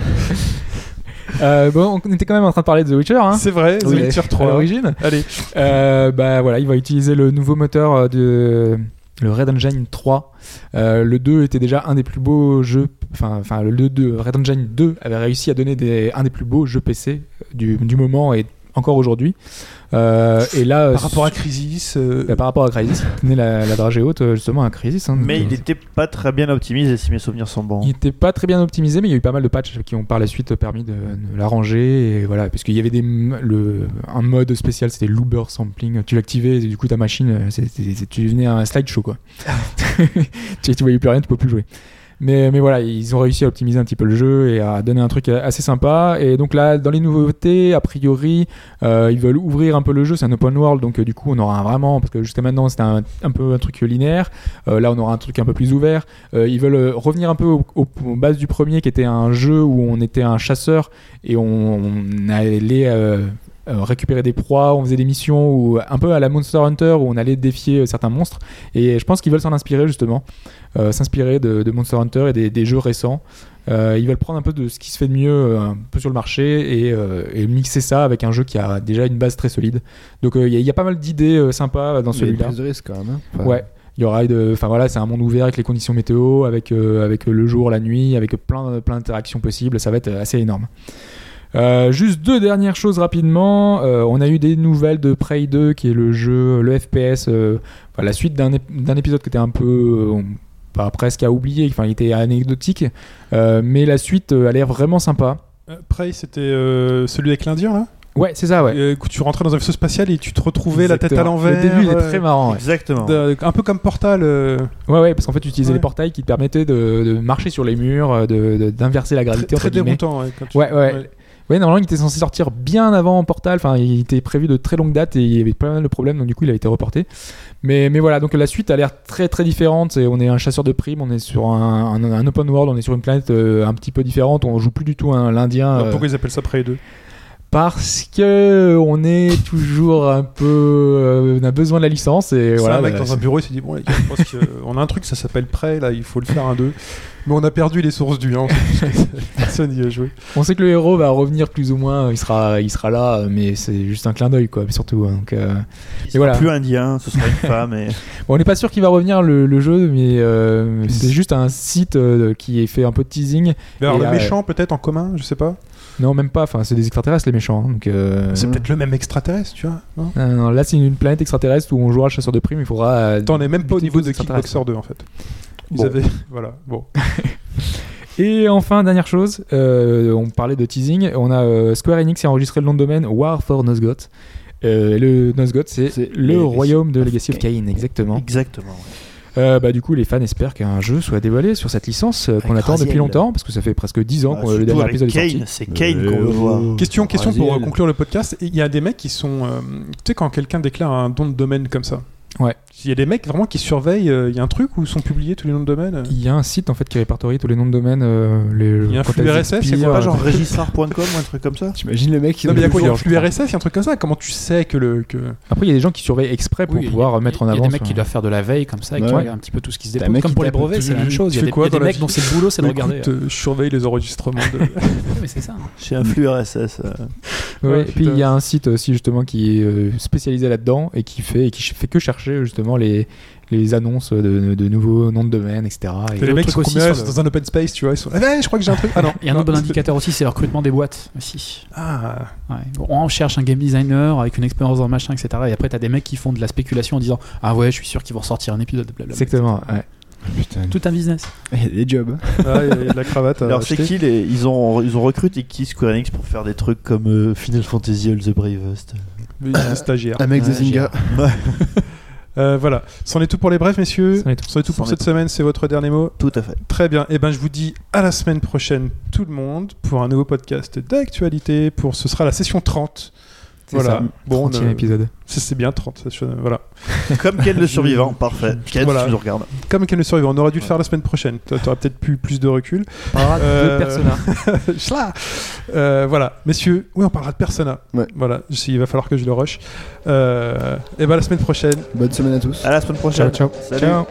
Euh, bon, on était quand même en train de parler de The Witcher. Hein.
C'est vrai, The
Oui.
Witcher
À
3.
l'origine.
Allez,
Euh, bah voilà, il va utiliser le nouveau moteur euh, de le Red Engine 3. Euh, le 2 était déjà un des plus beaux jeux. Enfin, enfin, le 2, Red Engine 2 avait réussi à donner des, un des plus beaux jeux PC du, du moment et encore aujourd'hui. Euh, et là, euh,
par rapport à Crisis, euh,
bah, par rapport à Crisis, il tenait la, la dragée haute euh, justement à Crisis. hein.
Mais
Donc,
il
euh,
était pas très bien optimisé si mes souvenirs sont bons.
il n'était pas très bien optimisé, mais il y a eu pas mal de patchs qui ont par la suite permis de, de l'arranger. Et voilà, parce qu'il y avait des, m- le, un mode spécial, c'était l'Uber Sampling. Tu l'activais et du coup ta machine, euh, c'est- c'est- c'est- tu devenais un slideshow quoi. tu, tu voyais plus rien, tu peux plus jouer. Mais, mais voilà, ils ont réussi à optimiser un petit peu le jeu et à donner un truc euh, assez sympa. Et donc là, dans les nouveautés, a priori, euh, ils veulent ouvrir un peu le jeu. C'est un open world, donc euh, du coup, on aura un vraiment, parce que jusqu'à maintenant, c'était un, un peu un truc linéaire. Euh, là, on aura un truc un peu plus ouvert. Euh, ils veulent euh, revenir un peu au- au- aux bases du premier, qui était un jeu où on était un chasseur et on, on allait euh, euh, récupérer des proies, on faisait des missions, ou un peu à la Monster Hunter, où on allait défier euh, certains monstres. Et je pense qu'ils veulent s'en inspirer justement, euh, s'inspirer de, de Monster Hunter et des, des jeux récents. Euh, ils veulent prendre un peu de ce qui se fait de mieux, euh, un peu sur le marché, et, euh, et mixer ça avec un jeu qui a déjà une base très solide. Donc euh, il y, a- il y a pas mal d'idées euh, sympas dans
Il y a une
celui-là.
prise de risque quand même. hein. Enfin,
Ouais. Il y aura de, enfin voilà, c'est un monde ouvert avec les conditions météo, avec euh, avec le jour, la nuit, avec plein plein d'interactions possibles. Ça va être assez énorme. Euh, juste deux dernières choses rapidement. Euh, on a eu des nouvelles de Prey 2, qui est le jeu, le FPS, euh, enfin, la suite d'un ép- d'un épisode qui était un peu euh, on- pas presque à oublier, enfin il était anecdotique, Euh, mais la suite euh, a l'air vraiment sympa.
Prey, c'était euh, celui avec l'Indien, là
Ouais, c'est ça, ouais.
Euh, où Tu rentrais dans un vaisseau spatial et tu te retrouvais la tête à
Exactement.
l'envers.
Le début, il est
euh,
très marrant. ouais.
Exactement.
de- un peu comme Portal. euh,
Ouais, ouais, parce qu'en fait, tu utilisais
Ouais.
les portails qui te permettaient de, de marcher sur les murs, euh, de- de- d'inverser la
très
gravité.
très
entre guillemets.
déroutant. ouais, quand tu-
Ouais, ouais. Ouais, normalement, il était censé sortir bien avant Portal. Enfin, il était prévu de très longue date et il y avait pas mal de problèmes, donc du coup, il a été reporté. Mais, mais voilà, donc la suite a l'air très très différente. Et on est un chasseur de primes, on est sur un, un- un open world, on est sur une planète euh, un petit peu différente. On joue plus du tout un l'Indien.
Alors,
euh,
Pourquoi ils appellent ça Prey 2
parce que on est toujours un peu. euh, on a besoin de la licence et
C'est
voilà.
un mec
bah,
dans un bureau, il s'est dit bon, les gars, je pense qu'on a un truc, ça s'appelle Prey, là, il faut le faire un 2. Mais on a perdu les sources du 1, personne n'y a joué.
On sait que le héros va revenir plus ou moins, il sera, il sera là, mais c'est juste un clin d'œil, quoi, surtout. hein, donc, euh,
Il
et
sera
voilà.
plus indien, ce sera une femme. Et...
Bon, on n'est pas sûr qu'il va revenir le, le jeu, mais euh, c'est juste un site euh, qui est fait un peu de teasing.
Mais alors,
Et,
le
euh,
méchant, peut-être en commun, je sais pas.
Non, même pas, enfin, c'est des extraterrestres les méchants. hein, donc, euh,
Bah, C'est peut-être le même extraterrestre, tu vois. non
non, non, là, c'est une planète extraterrestre où on jouera le chasseur de primes, il faudra. euh,
Attends, on est même pas au
buter
niveau
des
de
extraterrestres.
Kickboxer 2, en fait. Ils
Bon.
avaient. Voilà, bon.
Et enfin, dernière chose, euh, on parlait de teasing, on a euh, Square Enix qui a enregistré le nom de domaine War for Nosgoth. Euh, le Nosgoth, c'est
C'est
le
Legacy
royaume de
of
Legacy of Kain, exactement.
Exactement. ouais.
Euh, bah, du coup, les fans espèrent qu'un jeu soit dévoilé sur cette licence euh, qu'on
Avec
attend depuis
Raziel.
longtemps, parce que ça fait presque 10 ans
Bah,
que le
surtout
dernier
avec
épisode est sorti.
Kane, c'est Kane qu'on veut voir.
Question, question pour euh,
Raziel.
conclure le podcast. Il y a des mecs qui sont. euh, tu sais, quand quelqu'un déclare un don de domaine comme ça.
Ouais.
Il y a des mecs vraiment qui surveillent. euh, Il y a un truc où sont publiés tous les noms de domaine. euh.
Il y a un site en fait qui répertorie tous les noms de domaines. euh, les,
Il y a un
quand
flux
elles
RSS, c'est
expirent,
quoi,
euh,
genre
Genre registrar.com ou un truc comme ça
T'imagines le mec qui
Non, mais il y a quoi Il y a un
plusieurs,
flux RSS, il y a un truc comme ça. Comment tu sais que le. Que...
Après, il y a des gens qui surveillent exprès pour
Oui,
pouvoir euh, mettre en avant.
Il y a des mecs
sur-
qui doivent faire de la veille comme ça et qui
Ouais.
regardent un petit peu tout ce qui se
T'as un
dépose.
mec
Comme
qui
pour les
tape
brevets,
tout-
c'est la même chose. Il
tu
y a
fais
des,
quoi
il y a
dans
des
la
mecs
vie
dont c'est le boulot, c'est de
Bah,
regarder.
écoute, euh, je surveille les enregistrements de.
Ouais, mais c'est ça.
J'ai un flux RSS. euh.
Ouais,
Ouais,
et puis il y a un site aussi justement qui est euh, spécialisé là-dedans et qui fait et qui ch- fait que chercher justement les les annonces de, de nouveaux noms de domaines, etc. Et-
les
le
mecs qui
truc
sont
aussi
combien,
sur le-
dans un open space, tu vois, ils sont. Ah, ouais, je crois que j'ai un truc. Ah non.
Il y a un
non,
autre bon
c'est-
indicateur aussi, c'est le recrutement des boîtes aussi.
Ah,
Ouais. Bon, on cherche un game designer avec une expérience dans le machin, etc. Et après, t'as des mecs qui font de la spéculation en disant Ah ouais, je suis sûr qu'ils vont sortir un épisode, blablabla.
Exactement. ouais.
Ah, Putain,
Tout un business.
il y a des jobs.
Ah, il y a- il y a de la cravate. à
Alors c'est
acheter.
qui les... ils, ont... ils ont recruté qui Square Enix pour faire des trucs comme euh, Final Fantasy All the Bravest
Oui, c'est un stagiaire.
Un mec
Ouais,
de Zynga.
Euh, voilà, c'en est tout pour les brefs, messieurs.
C'en est tout.
C'en est tout pour
C'en est
cette semaine, c'est votre dernier mot.
Tout à fait.
Très bien, et ben je vous dis à la semaine prochaine, tout le monde, pour un nouveau podcast d'actualité. Pour Ce sera la session 30.
C'est
Voilà,
ça,
bon, on
30e
a-
épisode.
c'est c'est bien 30. session- Voilà.
comme Ken le survivant, parfait. Ken,
Voilà.
tu nous regardes.
Comme qu'elle ne survive, on aurait dû le
Ouais.
faire la semaine prochaine. T'a- T'aurais peut-être plus, plus de recul.
On parlera de
Euh,
Persona.
Cela. Euh, voilà, messieurs, oui, on parlera de Persona.
Ouais.
Voilà, si- il va falloir que je le rush. Euh, et ben à la semaine prochaine.
Bonne semaine à tous.
À la semaine prochaine.
Ciao, ciao.
Salut.
Ciao.